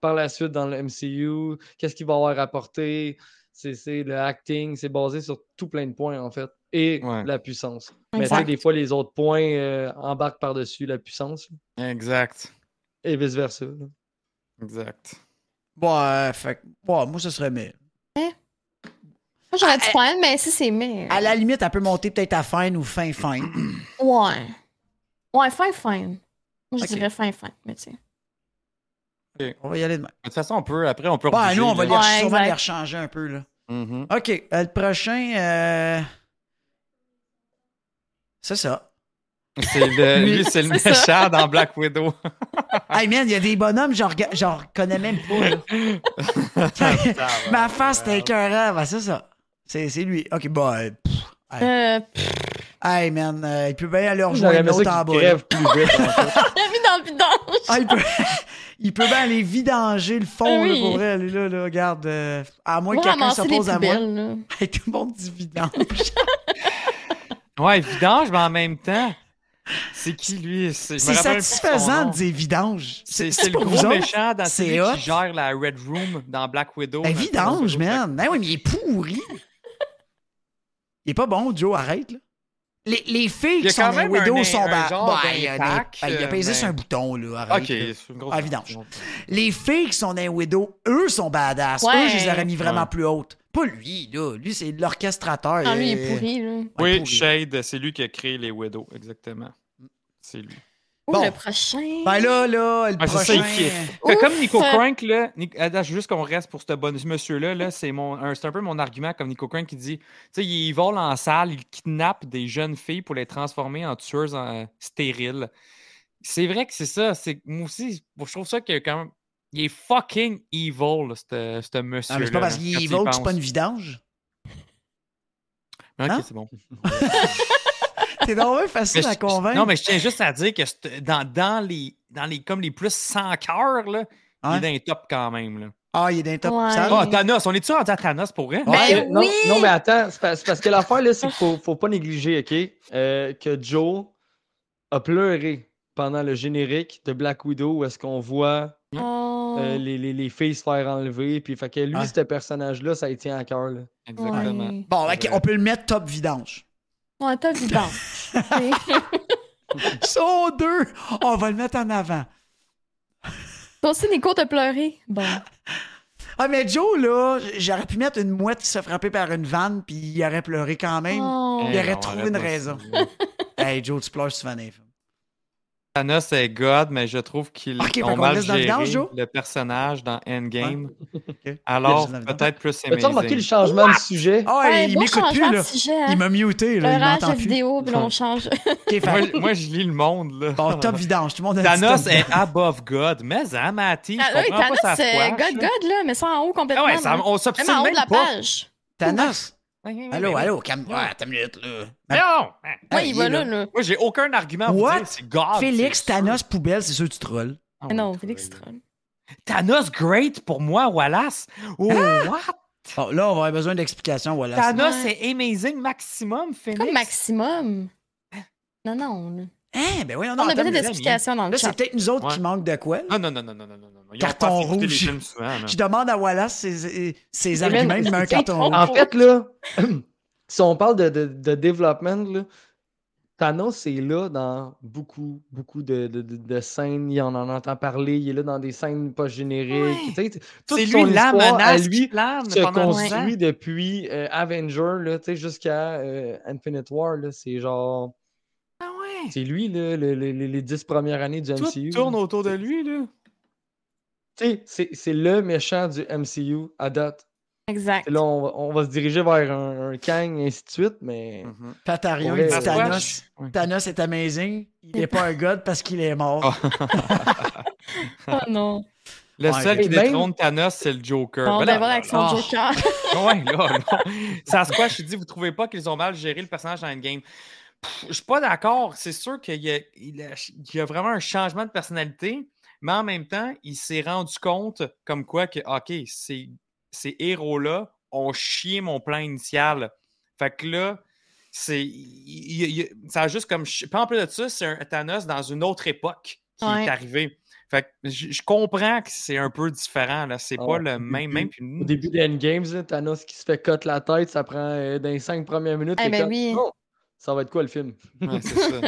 par la suite dans le MCU, qu'est-ce qu'il va avoir apporté, c'est c'est le acting, c'est basé sur tout plein de points en fait, et
Ouais.
la puissance. Mais tu sais,
Exact.
des fois, les autres points euh, embarquent par-dessus la puissance
Exact.
et vice-versa. là.
Exact.
Ouais, fait que- ouais, moi, ce serait mieux.
Moi, j'aurais dit Fan, mais si c'est mais...
À la limite, elle peut monter peut-être à fin ou fin fin.
Ouais. Ouais, Fan, Fan. Moi, je
Ok.
dirais Fan, Fan, mais tu sais.
On va y aller demain.
De toute façon, on peut, après, on peut.
Bah,
rebouger,
nous, on va
là.
les,
Ouais,
sûrement
exact.
les rechanger un peu, là.
Mhm.
OK, euh, le prochain, euh, c'est ça.
C'est le- lui, c'est le
C'est
méchant dans Black Widow. Ah.
Hey, man, il y a des bonhommes, j'en rega- j'en reconnais même pas, là. Ma face, c'était écœurant. Ben, c'est ça. C'est c'est lui. OK, bon. euh, pff, hey.
Euh,
Hey, man, euh, il peut bien aller rejoindre
J'aurais aimé ça
l'autre
qu'ils
en bas. là.
crèvent plus vite. en fait.
j'aurais mis dans le bidon.
Ah, il peut... il peut bien aller vidanger le fond, là,
Oui.
pour vrai. Lui, Là, là, regarde. euh, À moins
Moi,
que quelqu'un
ramasser les
s'oppose à moi.
poubelles, là.
Hey, tout le monde dit vidange.
Ouais, vidange, mais en même temps, c'est qui lui? C'est je
C'est
me rappelle plus de son
satisfaisant
nom.
de dire vidange.
C'est c'est le
pour
gros
vous autres.
méchant dans
C'est
celui
hot.
qui gère la Red Room dans Black Widow.
Ben,
dans
vidange,
Black Widow.
man. Ben oui, mais il est pourri. Il est pas bon, Joe, arrête, là. Les, les filles
Il y a
qui sont
quand
dans
même un
Widow
in-
sont
un
ba-
genre
bah, il, a des-
d'impact,
ben, il a
euh,
pesé
mais-
sur un bouton, là, arrête.
Ok,
là.
c'est une grosse.
Ah, vidange. Les filles qui sont dans Widow, eux, sont badass. Eux,
Ouais.
je les aurais mis vraiment
Ouais.
plus hautes. Pas lui, là. Lui, c'est l'orchestrateur.
Ah, lui, il
euh,
est pourri, là.
ouais,
Oui,
pourri.
Shade, c'est lui qui a créé les Widows, exactement. C'est lui.
Ouh,
Bon.
le prochain.
Ben là, là, le
Ah, c'est ça,
prochain... euh,
il kiffe.
Ouf.
comme Nico Crank, là, Nic- attends, juste qu'on reste pour ce bon monsieur-là, là, c'est mon- un, c'est un peu mon argument comme Nico Crank qui dit, tu sais, il vole en salle, il kidnappe des jeunes filles pour les transformer en tueuses en- stériles. C'est vrai que c'est ça, c'est moi aussi, je trouve ça qu'il est quand même, il est fucking evil, là, ce ce
Non,
monsieur-là.
mais c'est pas parce qu'il
là,
est
quand tu y
evil que c'est pas
penses.
une vidange.
Ok,
hein?
c'est bon.
T'es donc bien facile
Mais
à
je- je- Non,
convaincre.
mais je tiens juste à dire que c'est- dans, dans les, dans les, comme les plus sans cœur, là, il
Ouais.
est dans les top quand même, là.
Ah, il est d'un top.
Ouais.
ça.
Ah, Thanos, on est-tu rendu à Thanos pour vrai?
Ben
Ouais, non,
oui!
non, mais attends, c'est parce, c'est parce que l'affaire, là, c'est qu'il faut, faut pas négliger, OK? euh, que Joe a pleuré pendant le générique de Black Widow où est-ce qu'on voit
Oh.
euh, les, les, les filles se faire enlever. Puis, fait que lui,
Ouais.
ce personnage-là, ça y tient à cœur. là.
Ben Exactement.
Ouais.
Bon, ok, on peut le mettre top vidange.
Ouais, t'as du bon.
sont deux. On va le mettre en avant.
Toi aussi, Nico, t'as pleuré. Bon.
Ah, mais Joe, là, j'aurais pu mettre une mouette qui se frappait par une vanne, puis il aurait pleuré quand même.
Oh.
Il
Eh,
aurait
non,
trouvé
arrête
une
pas ça.
raison. Hey, Joe, tu pleures souvent dans les films.
Thanos est God, mais je trouve qu'il
Ah, Ok, fait
ont
qu'on
mal
laisse dans le
géré
vidange, Joe?
le personnage dans Endgame.
Ok.
Alors,
Il laisse dans le
peut-être plus
As-tu remarqué le
Amazing.
changement de sujet?
Ah,
Ouais,
il
beau
m'écoute plus,
changement de
là.
sujet, hein.
Il m'a muté, là. Il
Pleurage de
m'entend plus.
vidéo, puis là, on change.
Ok, fait-
Moi, je- moi, je lis le monde, là.
Bon, top vidange. Tout le monde a dit
Thanos hein.
top
est above God, mais à Matty,
Ah, oui,
je comprends pas
Thanos,
sa
euh,
squash,
God
là.
God, là, mais ça en haut
Ah
complètement.
ouais, ça-
là.
on
même
s'obstine
en haut de
même
la
pas.
page.
Thanos. Allô,
Mais
allô, calme. Ouais, t'as une minute, là.
Mais non! hein.
Ah,
Moi, il va
est
là, là.
Moi, j'ai aucun argument à vous
What?
dire, c'est God.
Félix,
c'est sûr.
Thanos, poubelle, c'est sûr que tu trolles.
Ah,
Ah Non,
oui,
Félix
toi,
Troll.
Thanos great pour moi, Wallace. Oh, what?
Bon, là, on va avoir besoin d'explications, voilà. c'est-
Thanos
Ouais.
est amazing maximum, Phoenix.
Comme maximum. Non, non. là.
Hein, ben oui, non, non,
On a
attends,
besoin
mais-
d'explications dans le
Là,
chat.
c'est peut-être nous autres
Ouais. Ah.
qui manquent de quoi, là.
Non, non, non, non, non, non, non. non. Ils ont
Carton
pas assez écouté
rouge.
Les films souvent, là.
Je demande à Wallace ses, ses
Mais man,
arguments, il met un
c'est-
carton rouge.
En fait, là, si on parle de, de, de développement, là, Thanos est là dans beaucoup, beaucoup de, de- de- de scènes. Il en, en entend parler. Il est là dans des scènes pas génériques. Tu sais, t- toute
C'est
son
lui la
histoire à
menace qui
lui
plane
se
pendant dix ans.
construit depuis euh, Avenger là, tu sais, jusqu'à euh, Infinite War. là. C'est genre.
Ah ouais.
C'est lui, là, le- le- les, les dix premières années du
Tout
MCU.
tourne
là.
autour de lui, là.
Tu sais, C'est c'est le méchant du MCU à date.
Exact.
Et là, on va, on va se diriger vers un, un Kang, et ainsi de suite, mais.
Patarion,
Ouais,
il dit
euh,
Thanos.
ouais.
Thanos est amazing. Il n'est pas un god parce qu'il est mort.
Ah.
Oh non.
Le
Ouais.
seul
Et
qui
même-
détrône Thanos, c'est le
Euh,
Joker.
on
Ben
va
là,
voir avec son
Ah.
oh.
Joker.
Ouais, là, non. Sasquatch, il dit Vous trouvez pas qu'ils ont mal géré le personnage dans Endgame Pff, Je suis pas d'accord. C'est sûr qu'il y a, il a- il y a vraiment un changement de personnalité, mais en même temps, il s'est rendu compte comme quoi que, OK, ces, ces héros-là ont chié mon plan initial. Fait que là, c'est, il- il- il- ça a juste comme. chi- Puis en plus de ça, c'est un Thanos dans une autre époque qui
Ouais.
est arrivé. Fait que je je comprends que c'est un peu différent. Là. C'est
Ah
pas
ouais,
le
au
même. même puis-
Au début des Endgames, là, Thanos qui se fait cote la tête, ça prend euh, dans les cinq premières minutes.
Eh
t'es
ben
comme,
oui.
Oh, ça va être quoi le film?
Ouais, c'est ça.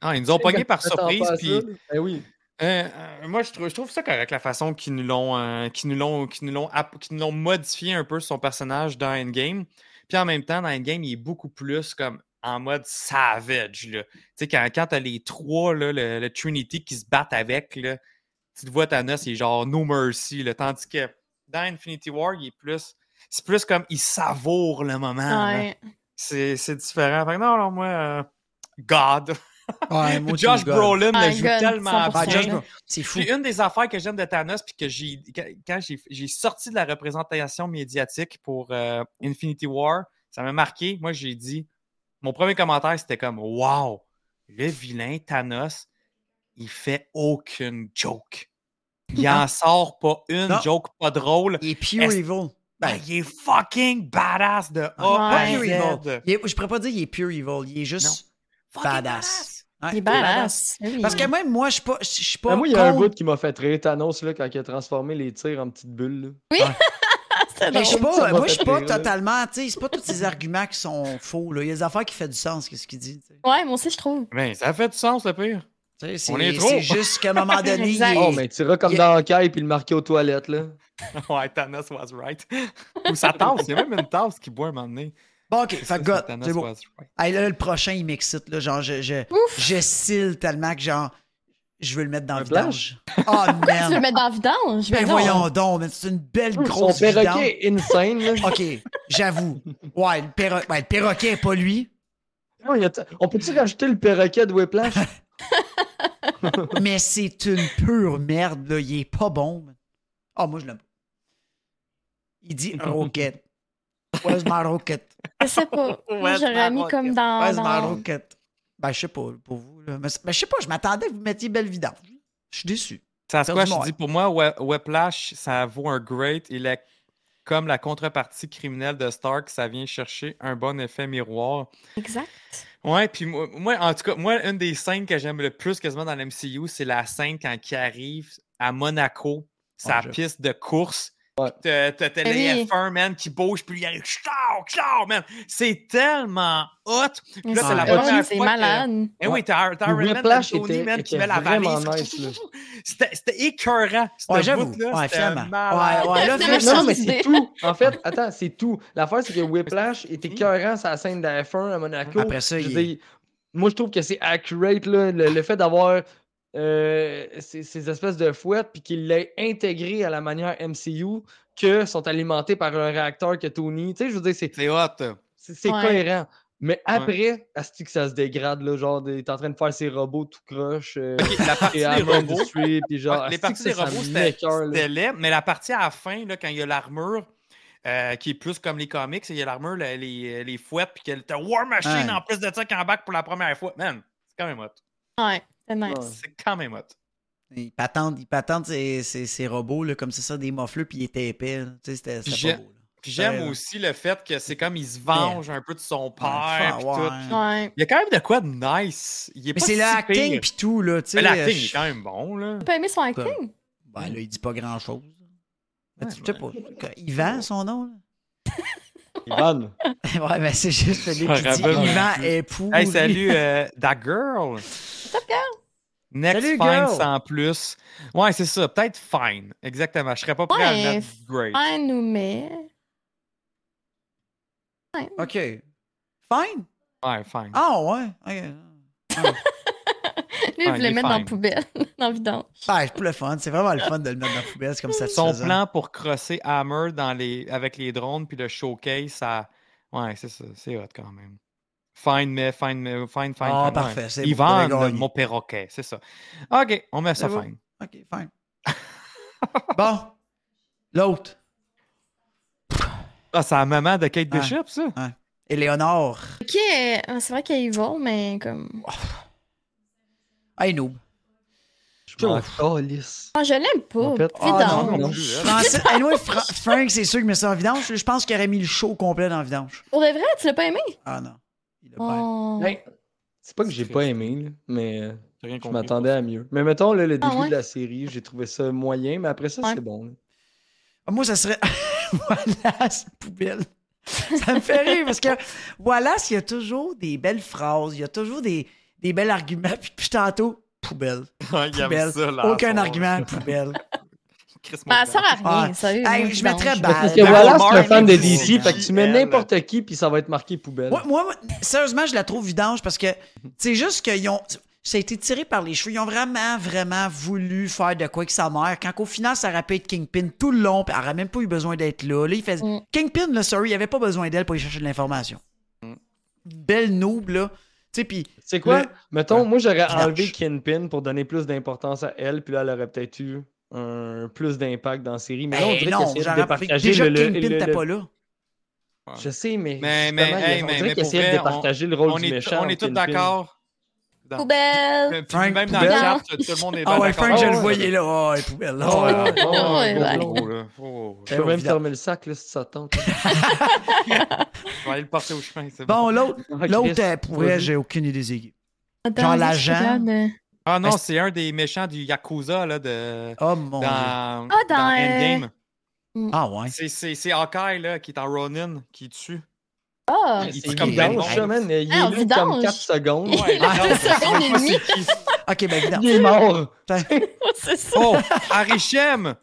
Ah, ils nous ont pognés par
T'attends pas
surprise.
à ça,
puis,
là. Ben oui.
euh, euh, moi, je trouve, je trouve ça correct, la façon qu'ils nous l'ont euh, qu'ils nous l'ont- qu'ils nous l'ont app- qu'ils nous l'ont modifié un peu son personnage dans Endgame. Puis en même temps, dans Endgame, il est beaucoup plus comme en mode savage. là. Tu sais, quand, quand t'as les trois, là, le, le Trinity qui se battent avec, là, tu te vois Thanos, il est genre no mercy. là. Tandis que dans Infinity War, il est plus. C'est plus comme il savoure le moment. là.
Ouais.
C'est c'est différent. Fait que non, non, moi, euh, God.
Ouais, moi, tu
Ah. Josh
me godes.
Brolin
Ah,
le joue
God,
tellement
100%.
Ah, Josh
bien.
Brolin, C'est fou.
Puis euh, une des affaires que j'aime de Thanos, puis que j'ai que- quand j'ai- j'ai sorti de la représentation médiatique pour euh, Infinity War, ça m'a marqué. Moi, j'ai dit, mon premier commentaire, c'était comme, wow, le vilain Thanos, il fait aucune joke. Il en sort pas une
Non.
joke pas drôle.
Il est pure
Est-ce-
evil.
Ben,
Ben,
il est fucking badass de
pas
A
Ouais.
pure
à Z.
evil. Il est- je pourrais pas dire il est pure evil. Il est juste.
Fucking
Badass. ouais,
Il est badass. Oui.
Parce que même moi, je suis pas. Je suis pas.
Ben moi, il y a un
contre-
bout qui m'a fait rire, Thanos, là, quand il a transformé les tirs en petites bulles. là.
C'était
Mais je suis
drôle.
pas,
Ça m'a
moi, je suis
fait
pas
rire, là.
totalement. Tu sais, c'est pas tous ces arguments qui sont faux. Là. Il y a des affaires qui font du sens, qu'est-ce qu'il dit. tu sais.
Ouais, moi aussi, je trouve.
Ben, ça fait du sens, le pire.
Tu sais, c'est-
On est trop.
C'est juste qu'à un moment donné. il
Exact.
est-
Oh, mais tu iras comme
il-
dans Hawkeye puis le marquer aux toilettes. là.
Ouais, Thanos was right. Ou sa tasse. Il y a même une tasse qui boit un moment donné.
Bon, ok,
Ça,
fait
c'est
que God,
Thanos
c'est bon.
was right.
Hey, là, le prochain, il m'excite. Là, genre, je, je,
Ouf.
je cille tellement que genre, je veux le mettre dans
Un
le vidange. Oh,
Tu veux le
man.
mettre dans la vidange?
Ben
Mais non.
voyons donc, mais c'est une belle
Son
grosse vidange.
perroquet insane. là.
Ok, j'avoue. Ouais, le, perro- ouais, le perroquet, pas lui.
Non, il y a t- On peut-tu rajouter le perroquet de Whiplash?
Mais c'est une pure merde, là. Il est pas bon. Ah, moi, je l'aime pas. Il dit rocket. Where's my rocket?
Je sais pas. Moi,
Ouais,
j'aurais
c'est
mis
marrant,
comme
ok.
dans.
Where's my
dans-
rocket? Ben, je sais pas, pour vous, là. Mais, mais je sais pas, je m'attendais que vous mettiez belle vidange. Je suis déçu.
Sasquatch
Perdu mon
dit pour moi, Wh- Whiplash, ça vaut un great. Il est comme la contrepartie criminelle de Stark, ça vient chercher un bon effet miroir.
Exact.
Ouais, puis moi, moi, en tout cas, moi, une des scènes que j'aime le plus quasiment dans l'MCU, c'est la scène quand il arrive à Monaco, sa
Ah, je-
piste de course.
Ouais.
puis T'as t'as- t'as
Eh
les
oui.
F1, man, qui bouge, puis il arrive, ch'tard, ch'tard, man. C'est tellement hot. Puis là, c'est la
Ouais,
première
C'est
fois que-
malade.
Eh oui, t'as t'as Iron
Le
Man, t'as
Whiplash
Tony,
était-
man, qui
était
met la
vraiment
valise.
nice, là.
C'était c'était écœurant. Cette
Ouais, j'avoue.
bout-là,
Ouais,
c'était
finalement.
malade.
Ouais, ouais, là,
C'est
Phil,
la
ça-
Non, non, mais
idée.
c'est tout. En fait, attends, c'est tout. L'affaire, c'est que Whiplash était cohérent sur la scène de la F1 à Monaco.
Après ça,
Je
il
veux
est-
dire, moi, je trouve que c'est accurate, là, le, le fait d'avoir euh, ces, ces espèces de fouettes, puis qu'il l'ait intégré à la manière MCU, que sont alimentés par un réacteur que Tony. Tu sais, je veux dire, c'est,
C'est hot.
c'est, c'est
Ouais.
cohérent. Mais après, asti que ça se dégrade, là, genre, des- t'es en train de faire ses robots tout croche. euh,
La partie
et
des
Hammond
robots.
Street, puis genre,
Ah,
Ouais, les
asti que
parties
ça,
des
ça
robots, c'était
m'écoeure, là.
c'était laid, mais la partie à la fin, là, quand il y a l'armure, euh, qui est plus comme les comics, il y a l'armure, le- les, euh, les fouettes, puis que t'as War Machine
Ouais.
en plus de ça qui embarque pour la première fois. Man, c'est quand même hot.
Ouais, c'est nice.
Ouais.
C'est quand même hot.
Il patente, il patente ses, ses- ses robots, là, comme c'est ça, des mofleux, puis il était épais. là. Tu sais, c'était c'était
J'ai-
pas beau. là.
Puis j'aime
Ouais, Ben, là.
aussi le fait que c'est comme il se venge un peu de son
Ouais,
père. puis
ouais.
tout.
Ouais.
Il y a quand même de quoi de nice. Il est
Mais
pas
c'est
si
l'acting
pire.
pis tout, là, tu sais.
Mais l'acting
euh,
est quand même bon, là.
T'as pas aimé son acting?
Ben là, il dit pas grand-chose. Ben, tu sais pas. Yvan, son nom, là.
Ivan,
ouais, mais c'est juste Philippe
Je
qui
me
dit
rappelle,
Yvan est pourri.
Hey, salut, euh, That Girl.
Top girl.
Next
Salut,
Fine
girl.
sans plus. Ouais, c'est ça. Peut-être Fine. Exactement. Je serais pas prêt à
Ouais,
mettre Great.
Un nous met.
OK. Fine?
Ouais, Fine.
Ah, ouais. ok.
Lui, il
Ah, il
voulait
est
mettre dans la
fine.
poubelle, dans le vidange.
Ouais, Ben, c'est pour le fun. C'est vraiment le fun de le mettre dans la poubelle. C'est comme ça.
Son plan pour crosser Hammer dans les, avec les drones puis le showcase, ça. Ouais, c'est ça. C'est hot quand même. Fine, mais, fine, mais, fine, fine.
Ah,
fine,
parfait,
ouais.
c'est bon,
Yvan,
t'avais gagné.
mon perroquet, c'est ça. OK, on met ça
C'est bon.
fine.
OK, fine. bon. L'autre.
Ah, c'est la maman de Kate
Ouais.
Bishop, ça.
Ah, Éléonore.
Ok, euh, c'est vrai qu'il y va, mais comme.
Hey, noob.
je m'en calisse.
Ah, je l'aime
En
pas.
fait-
Ah,
Vidange.
non,
non.
Francis- hey, Eh, moi, Fra- Frank, c'est sûr que met ça en vidange. Je pense qu'il aurait mis le show complet dans la vidange.
Pour de vrai, tu l'as pas aimé?
Ah non. Il l'a pas aimé.
Oh.
Ben, c'est pas que j'ai
C'est
pas aimé, là, mais euh,
J'ai rien
je
compris.
m'attendais à mieux. Mais mettons, là, le
Ah,
début
ouais.
de la série, j'ai trouvé ça moyen, mais après ça,
Ouais.
c'est bon. là.
Ah, Moi, ça serait Wallace poubelle. Ça me fait rire parce que Wallace, il y a toujours des belles phrases, il y a toujours des, des bels arguments. Puis depuis tantôt, poubelle,
Il aime
poubelle.
ça, là,
Aucun
son-
argument, poubelle.
Chris
Ben, ça sert à rien,
Ah.
sérieux.
Hey,
moi,
je
vidange.
mettrais
Mais Parce que
Ben,
voilà,
Walmart,
c'est le fan de
c'est
DC,
JL.
fait que tu mets n'importe qui, puis ça va être marqué poubelle.
Moi, moi, sérieusement, je la trouve vidange parce que c'est juste qu'ils ont. Ça a été tiré par les cheveux. Ils ont vraiment, vraiment voulu faire de quoi avec sa mère. Quand au final, ça aurait pu être Kingpin tout le long, puis elle n'aurait même pas eu besoin d'être là. Là, il fait.
Mm.
Kingpin, là, sorry, il n'avait pas besoin d'elle pour aller chercher de l'information. Belle noob, là. Tu sais, puis.
Tu sais Mm. quoi?
Le-
Mettons, moi, j'aurais
Snatch.
enlevé Kinpin pour donner plus d'importance à elle, puis là, elle aurait peut-être eu un plus d'impact dans la série. Mais là, on
Eh
dirait
non,
qu'elle essaie
j'aurais-
de partager
déjà
le, le-
Kingpin
le-
n'était
le-
pas là.
Je sais, mais.
Mais-
justement,
mais,
il y a-
hey,
on
mais-
dirait
mais
qu'elle
pour
essaie
vrai,
de partager le rôle
On
du
est,
méchant.
on est tous
Kingpin.
d'accord.
Poubelle.
Puis
Frank
même dans
Poubelle.
le chat, tout tout le monde est
Ah
bien
ouais,
d'accord.
Frank, je
Ah
le
ouais.
voyais là. Oh, elle est poubelle. là.
Ah ouais,
Oh,
ah ouais, gros
Ouais, ouais.
gros.
gros, là. Oh, oh.
Je peux
Oh,
même
évidemment.
fermer le sac, là, si ça tente.
Je vais aller le porter au chemin, c'est bon.
Bon, l'autre, l'autre,
Ah, Chris,
euh, pour vrai,
vas-y.
j'ai aucune idée. c'est qui.
Attends,
Genre
je
l'agent.
regarde, euh,
Ah non,
Ben,
c'est un des méchants du Yakuza, là, de...
Oh mon dieu.
Dans,
Ah, dans,
dans
euh,
Endgame.
Ah ouais.
C'est- C'est c'est Hawkeye, là, qui est en Ronin, qui tue.
Ah!
Il
Il
tue
est
comme
comme
plein
dans
de
le
monde.
chemin, il est
Ah, on
là comme
vidange.
4 secondes.
Ouais,
Ah,
non, je sais
seconde
pas
et demie.
c'est qui.
Ok, ben,
Il
vidange.
est mort.
C'est ça.
Oh, Harishem!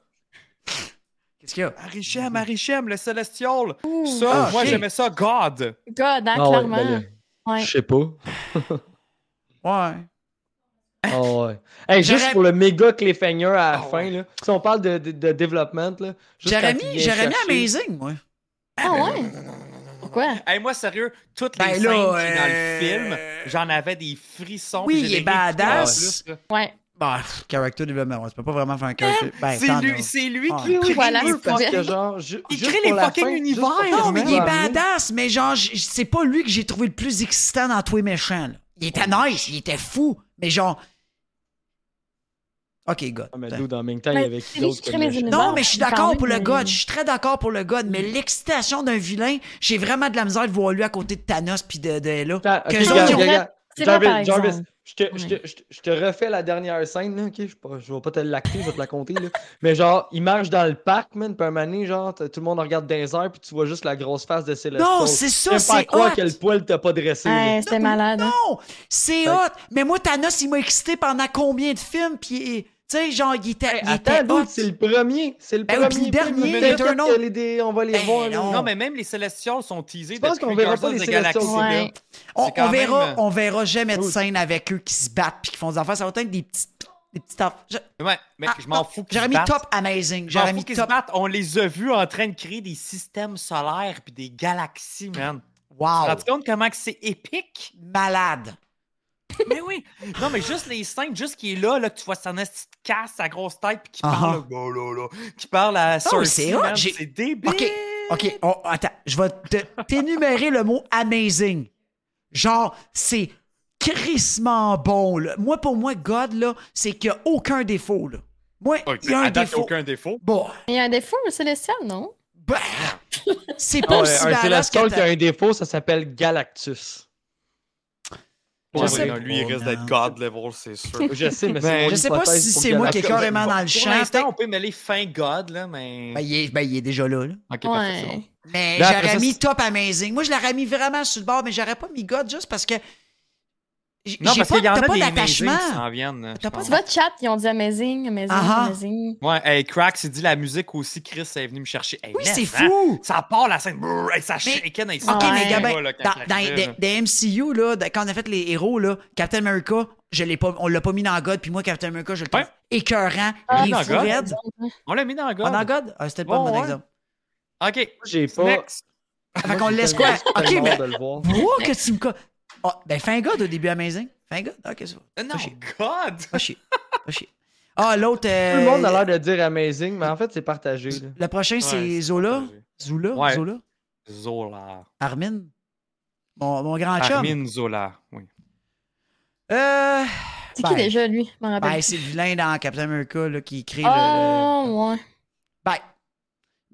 Qu'est-ce qu'il y a?
Harishem, Harishem, le Celestial!
Ouh.
Ça,
Ah,
moi,
ok.
j'aimais ça, God!
God, hein,
Ah ouais,
clairement.
ben là,
Ouais.
Je sais pas.
Ouais.
Ah ouais. Hey, juste
J'aurais-
pour le méga cliffhanger à la
Ah
fin,
ouais.
là. Si on parle de, de, de développement, là. juste
J'aurais
quand il
mis,
vient
j'aurais mis
chercher-
Amazing, moi.
Ah ouais? Pourquoi?
Hey, moi, sérieux, toutes
Ben
les
là,
scènes qui,
euh,
dans le film, j'en avais des frissons.
Oui,
puis j'ai
il est
des rires
badass.
qui en plus, là.
Ouais.
Bah, pff, character development, ouais, tu peux pas vraiment faire un character. Ben,
C'est
t'en
lui,
as.
c'est lui
Ah.
qui crée
Voilà,
les
c'est
fucking-
Parce que, genre, ju-
Il
juste
crée
pour
les
la
fucking
fin, juste pour
univers.
la
Non, mais il est
fin,
badass, mais genre, j- c'est pas lui que j'ai trouvé le plus excitant dans tous les méchants, là. Il était nice, il était fou, mais genre. Ok, God.
Ah, mais dude, en même temps, il
Ouais,
y avait
c'est
qui
lui
d'autre
qui crée
comme
les
méchant?
univers.
Non, mais je suis
Quand
d'accord
même,
pour le
mais-
God. Je suis très d'accord pour le God, mais l'excitation d'un vilain, j'ai vraiment de la misère de voir lui à côté de Thanos puis de, de Hela.
Attends,
Que
ok,
les
gars,
autres,
gars,
ils ont-
gars,
C'est vrai, par
Jarvis,
exemple.
Jarvis, je te, je, te, je te- je te refais la dernière scène, là, ok? Je, sais pas, je vais pas te l'acter, je vais te la compter, là. Mais genre, il marche dans le parc, man, puis un moment donné, genre, t- tout le monde regarde dans les airs, puis tu vois juste la grosse face de Céleste.
Non, c'est ça,
Je pas
c'est
croire
hot.
que le poil t'a pas dressé, là.
Ouais, c'était malade. hein.
Non, c'est
Ouais.
hot. Mais moi, Thanos, il m'a excité pendant combien de films, puis tu sais, genre, il était, il était
Attends,
hot.
dude, c'est le premier. C'est le
Ben oui,
premier.
puis le dernier,
Peut-être
il y en a un
qu'il y a les dé- On va les
Ben
voir. là.
non.
Non, mais même les Celestials sont teasés
Je pense
depuis
qu'on verra
Guardians
pas les
of the Galaxy,
Celestials,
là.
Ouais.
On,
C'est quand
on verra,
même-
on verra jamais de
Cool.
scène avec eux qui se battent puis qui font des affaires. Ça va être des petites, des petites affaires. Je-
Ouais, mais
Ah,
je m'en
non,
fous qu'ils
J'aurais
se
mis
battent.
top amazing.
Je m'en
J'aurais
fous
mis
qu'ils se
top.
battent. On les a vus en train de créer des systèmes solaires puis des galaxies, man. Tu te
Wow,
rends compte comment que c'est épique?
malade.
Mais oui! Non, mais juste les cinq, juste qui est là, là, que tu vois sa petite casse, sa grosse tête, puis qui
Ah ah.
parle, là, là, là, là, qui parle à Cersei,
c'est hot,
man,
j'ai-
c'est débile!
Ok, ok. on- attends, je vais te- t'énumérer le mot amazing. Genre, c'est crissement bon. là. Moi, pour moi, God là, c'est qu'il n'y a aucun défaut là. Moi, il y a un défaut.
défaut.
Bon,
Il y a un défaut, le célestial, non?
bah, c'est
Ah
pas
ouais,
aussi
un
badass que
Célestial qui a
t'as-
un défaut, ça s'appelle Galactus.
Je
Ouais, Ah,
sais
non,
pas.
lui, il risque
Non.
d'être God level, c'est sûr.
Je sais, mais c'est
Ben,
Je sais pas si c'est moi qui est
la-
carrément dans le
Pour
champ.
l'instant, on peut mêler fin God, là, mais.
Ben, il est, ben, il est déjà là. là.
Ok, parfait, c'est
Ouais.
bon.
Mais
Là, après
j'aurais
ça,
mis
c'est-
top amazing. Moi, je l'aurais mis vraiment sur le bord, mais j'aurais pas mis God juste parce que. j-
Non,
j'ai
parce
pas-
qu'il y en
t'as
a
pas
des amazing
d'attachement.
qui s'en viennent.
T'as
je
pas
pense.
Tu vois, chat, ils ont dit amazing, amazing,
Ah ah.
amazing.
Ouais, hey, Crack, il dit la musique aussi, Chris est venu me chercher. Hey,
Oui,
man,
c'est
hein,
fou!
Ça part la scène, brrr, hey, ça
Mais-
shaken, hey,
Ok,
Ouais.
mais Gabin,
Là, quand
dans,
il
dans
arrivait,
les-
là.
des MCU, là, de- quand on a fait les héros, là, Captain America, je l'ai pas, on l'a pas mis dans God, puis moi, Captain America, je le trouve
Ouais.
écœurant.
Ah,
il est
dans
fou
God.
raide.
On l'a mis dans
On est dans
God.
God? Ah, C'était pas
Ouais, Ah,
un bon
ouais.
exemple.
Ok,
J'ai pas.
next.
Fait qu'on le laisse quoi? Ok, mais. Euh,
De le voir.
Moi, que tu me. co- Ah, ben, fin God au début, amazing. Fin God? Ok, c'est bon.
Euh, Non,
Pas chier.
God!
Pas chier. Pas chier. Ah, l'autre.
Tout le monde a l'air de dire amazing, mais en fait, c'est partagé. là.
Le prochain, c'est Zola. Zola?
Ouais.
Zola?
Zola.
Armin? Mon, mon grand Ah, chum?
Armin Zola, oui.
Euh,
C'est
Ben.
qui déjà, lui? Je m'en rappelle.
ben, c'est le vilain dans Captain America là, qui crée le. le-
oh, ouais.
Ben, je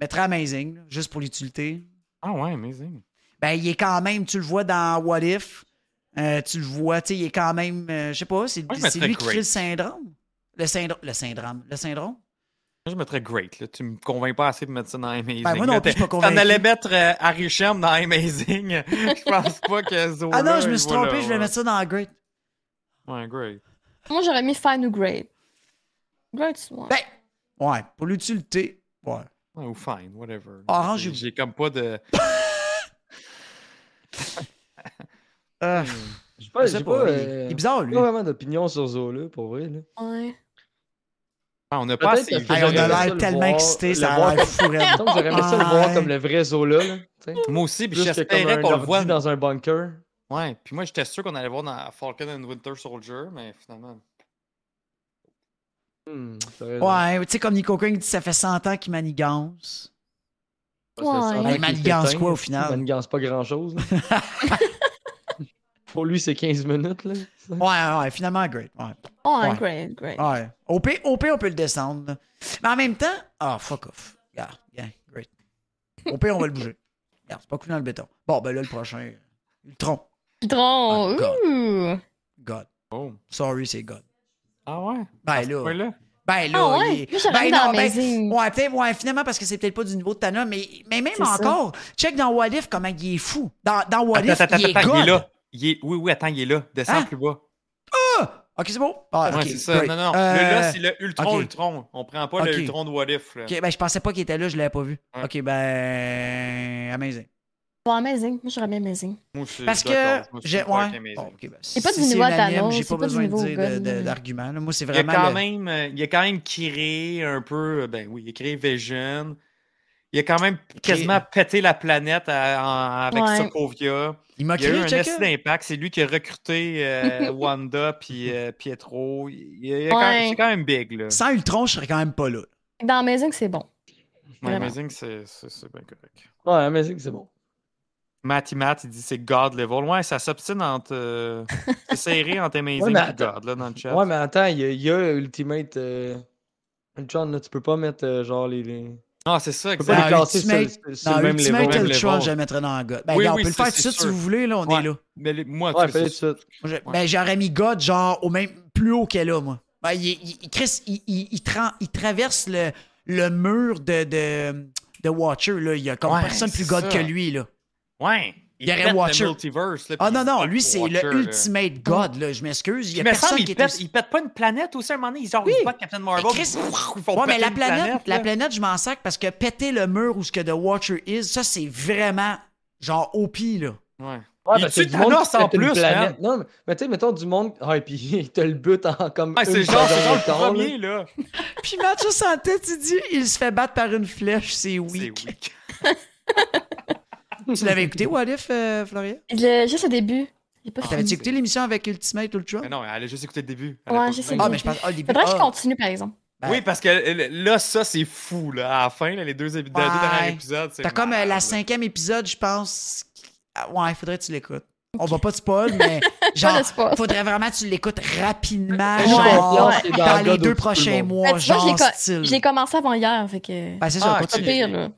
mettrais Amazing, là, juste pour l'utilité.
Ah ouais, amazing.
Ben, il est quand même, tu le vois dans What If. euh, tu le vois, tu sais, il est quand même, euh, je sais pas, c'est
Moi, je
c'est
mettrais
lui qui crée le
Great.
syndrome. Le syndrome. Le syndrome. Le syndrome.
Moi, je mettrais Great. Là. Tu me convaincs pas assez de mettre ça dans Amazing.
Ben, moi non
là.
plus, je suis pas
T'en allais
convaincu.
mettre euh, Harry Shem dans Amazing. je pense pas que Zola.
Ah non, je me suis
voilà,
trompé, je voulais
ouais.
mettre ça dans Great.
Ouais, Great.
Moi, j'aurais mis Fine ou Great. Great, ouais.
Ben, ouais, pour l'utilité. Ouais.
Ouais, ou Fine, whatever.
Orange ou-
J'ai- J'ai comme pas de.
Euh,
Je sais pas, euh,
je sais pas, il- il est bizarre, lui.
Pas vraiment d'opinion sur Zola, pour vrai. Là.
ouais.
Ah, on n'a pas
Peut-être
assez.
parce que
Hey, on
j'aurais
a
aimé ça
l'air
le
tellement
voir-
excités, ça
le
a
voir
l'air
comme-
fou raide.
Donc, j'aurais aimé ça le
Ouais.
voir comme le vrai Zola. Là, tu sais.
Moi aussi, puis
Plus que
j'espérais
comme
qu'on
un
le voit.
ordi dans un bunker.
Ouais, puis moi, j'étais sûr qu'on allait voir dans Falcon and Winter Soldier, mais finalement.
Hmm, t'as raison.
Ouais, tu sais, comme Nico King dit, ça fait 100 ans qu'il manigance.
Ça, c'est ça,
Ouais.
un
Ben,
mec
il
qui
manigance
s'éteint,
quoi, au
là,
final?
Il manigance pas grand-chose. là. Pour lui, c'est 15 minutes. Là.
Ouais, ouais, finalement, Great. Ouais.
Ouais,
Ouais. Ah.
Great, Great.
Ouais. Au pire, au pire, on peut le descendre. là. Mais en même temps, ah, fuck off. Regarde, yeah, great. Au pire, on va le bouger. Regarde, c'est pas cool dans le béton. Bon, ben là, le prochain. Ultron. Oh,
Pitron,
God.
ouh.
God.
Oh.
Sorry, c'est God.
Ah ouais?
Ben
Ouais,
là.
là.
Ben là.
Ah ouais?
il est-
Moi, j'aurais
ben
mis dans
ben-
Amazing.
ouais, peut-être, ouais, finalement, parce que c'est peut-être pas du niveau de Tana, mais, mais même
C'est ça.
encore, check dans What If comment il est fou. Dans, dans What If,
Attends, attends,
il est
attends, il est
God.
là. Il est- Oui, oui, attends, il est là. Descends
Hein?
plus bas.
Ok, c'est bon? Ah,
Ouais,
ok,
c'est ça.
great.
Non, non. Le
Euh,
là, c'est le Ultron,
ok.
Ultron. On prend pas
Ok.
le Ultron de What If. là.
ok, ben, je pensais pas qu'il était là, je l'avais pas vu.
Ouais.
Ok, ben. Amazing.
Bon, Amazing. Moi, j'aurais mis Amazing.
Moi, je suis
Parce que.
d'accord. Moi, je suis
j'ai-
d'accord
ouais.
avec Amazing.
Bon, ok, ben,
C'est pas du
si
niveau à
unanime,
Thanos,
J'ai
c'est
pas
pas du
besoin de
niveau
dire de-
God,
de-
là.
d'argument. là. Moi, c'est
Il a,
vraiment.
quand
le-
même, euh, il a quand même créé un peu, euh, ben oui, il a créé Vision. Il a quand même quasiment pété la planète à- en- avec
Ouais.
Sokovia.
Il m'a
Il y a eu
crié,
un
Ah, check
essai d'impact. C'est lui qui a recruté euh, Wanda puis euh, Pietro. Il- il a quand-
Ouais.
C'est quand même big, là.
Sans Ultron, je serais quand même pas là.
Dans Amazing, c'est bon.
Ouais,
Vraiment.
Amazing, c'est c'est- c'est bien correct.
Ouais, amazing, c'est bon.
Matty Matt, il dit c'est God level. Ouais, ça s'obstine entre. euh, c'est serré entre Amazing
Ouais, mais
et
attends.
God, là, dans le chat.
Ouais, mais attends, il y, a- il y a Ultimate. euh, John, là, tu peux pas mettre euh, genre les. les-
Ah, c'est ça,
Tu peux pas
exact.
les classer sur-
Ultimate-
sur, sur
Dans
le même
Ultimate
level.
level.
Ultron, je le mettrais dans God. Ben,
Oui,
regarde, on
oui,
peut le
ça,
faire tout de
c'est
suite si
sûr.
vous voulez, là, on
Ouais.
est là. Moi,
Mais les- moi,
Ouais,
tu
fais
sais,
tout de suite.
je- Ben, j'aurais mis God, genre, au même, plus haut qu'elle là, moi. Ben, il, il- il- Chris, il, il- il tra- il traverse le, le mur de, de, de Watcher, là. Il y a comme
Ouais,
personne plus
c'est
God
ça.
que lui, là.
Ouais.
Il y aurait
pète le
Watcher.
multiverse, là,
Ah
puis
non,
il
non,
fuck
lui, c'est
Watcher,
le
là.
Ultimate God, là. Je m'excuse. Il y
Il
a
me semble
personne qui
qu'il
est
pète,
aussi...
il pète pas une planète aussi à un moment donné. Genre,
Oui.
ils battent Captain Marvel.
Mais Chris,
ils font
ouais, mais
péter
la
une
planète, la
là.
planète, je m'en sacre parce que péter le mur où ce que The Watcher is, ça, c'est vraiment genre OP, là.
Ouais.
Ouais,
Il
parce que
tue
du monde
Thanos
qui
en
pète une
plus,
planète. Non, mais, mais tu sais, mettons du monde. Ah, et puis il te le but en comme.
Ouais,
une
c'est genre, c'est
seconde
genre le
tard, là.
premier, là.
Puis Mathieu sentait, tu dis, il se fait battre par une flèche, c'est
C'est
oui.
weak.
Tu l'avais écouté, What If, euh, Florian?
Le- juste au début. J'ai pas
Ah,
T'avais-tu
c'est-
écouté l'émission avec Ultimate Ultron?
Mais non, elle a juste écouté le début. Elle a
Ouais,
pas
je
vu.
sais.
Ah, mais je pense. Ah, le début.
Faudrait que je
ah.
continue, par exemple.
Ben-
Oui, parce que euh, là, ça, c'est fou, là. À la fin, là, les deux, épi- les deux derniers épisodes, c'est.
T'as comme euh, la
malade, là.
cinquième épisode, je pense. Ah, Ouais, faudrait que tu l'écoutes. On va pas te spoil, mais
Pas
genre,
de spoil.
faudrait vraiment que tu l'écoutes rapidement,
Ouais,
genre,
ouais.
dans,
Dans God
les
au-dessus de tout
deux
le
Ah,
prochains
monde.
mois,
Ben, tu vois, je l'ai
genre
co-
style.
Je l'ai commencé avant hier, fait que.
Ben, c'est ça,
Ah,
pas
C'est
ok.
de-
pire, là.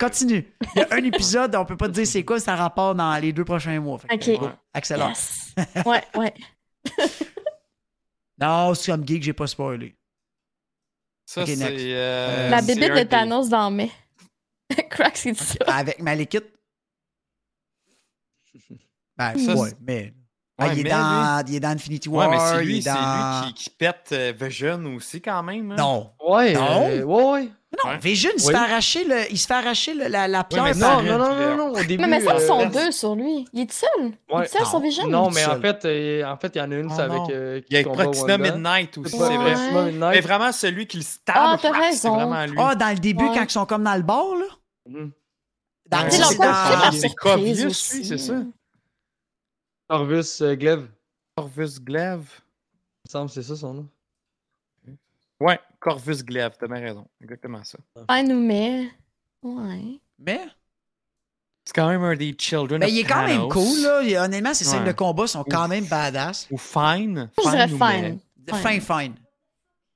Continue. Il y a un épisode, on peut pas te dire c'est quoi, ça rapport dans les deux prochains mois. Fait que,
Ok.
go, Accélère.
Yes. Ouais, ouais.
Non, c'est comme geek, j'ai pas spoilé.
Ça,
Ok, next.
c'est. euh,
La
c'est
bébête
un
de
des-
Thanos dans mai. Crack, c'est dit ça.
Avec Malikit. Ben,
Ça,
ouais,
c'est-
mais.
Ouais,
Ah, il, est
mais
dans, il est dans Infinity
Ouais,
War.
mais c'est
il
lui,
est
c'est
dans...
lui qui, qui pète euh, Vision aussi, quand même. hein.
Non.
Ouais,
Non.
euh, ouais, ouais.
Non,
Ouais.
Vision, il se
Oui.
fait arracher, le, il se fait arracher le- la, la pierre.
mais
par-
Non, non,
Sarah,
non,
tu verras.
non, non, au début.
Non, mais ça, ils
euh,
sont
la-
deux sur lui. Il est tout seul. Il
Ouais.
est tout seul
Non.
sur Vision.
Non,
tout
mais en
seul.
fait, euh, en fait, il y en a une,
Oh
c'est avec.
non.
euh, qui
Il y a
combat
Proxima
Wanda.
Midnight aussi,
Ouais,
c'est vrai.
Ouais.
Proxima Midnight.
Mais vraiment, celui qui le stab,
Ah, t'as
frappe, c'est
raison.
vraiment lui.
Ah, dans le début,
Ouais.
quand ils sont comme dans le bar, là.
Mhm.
Dans
Ouais.
Ils l'ont
c'est
pas
dans-
pris par
c'est
surprise
Corvus,
aussi.
lui, c'est ça.
Corvus euh, Glaive, il
Corvus Glaive.
me semble, c'est ça son nom.
Ouais, Corvus Glaive, t'as bien raison. Exactement ça.
Ah, nous, mais. Ouais.
Mais,
C'est quand même un des Children
mais
of
il est quand même
Thanos.
cool, là. Il- Honnêtement, ces scènes
Ouais.
de combat sont quand
Ouf.
même badass.
Ou Fine.
Je dirais
ou
fine. Ouais.
Fin, fine.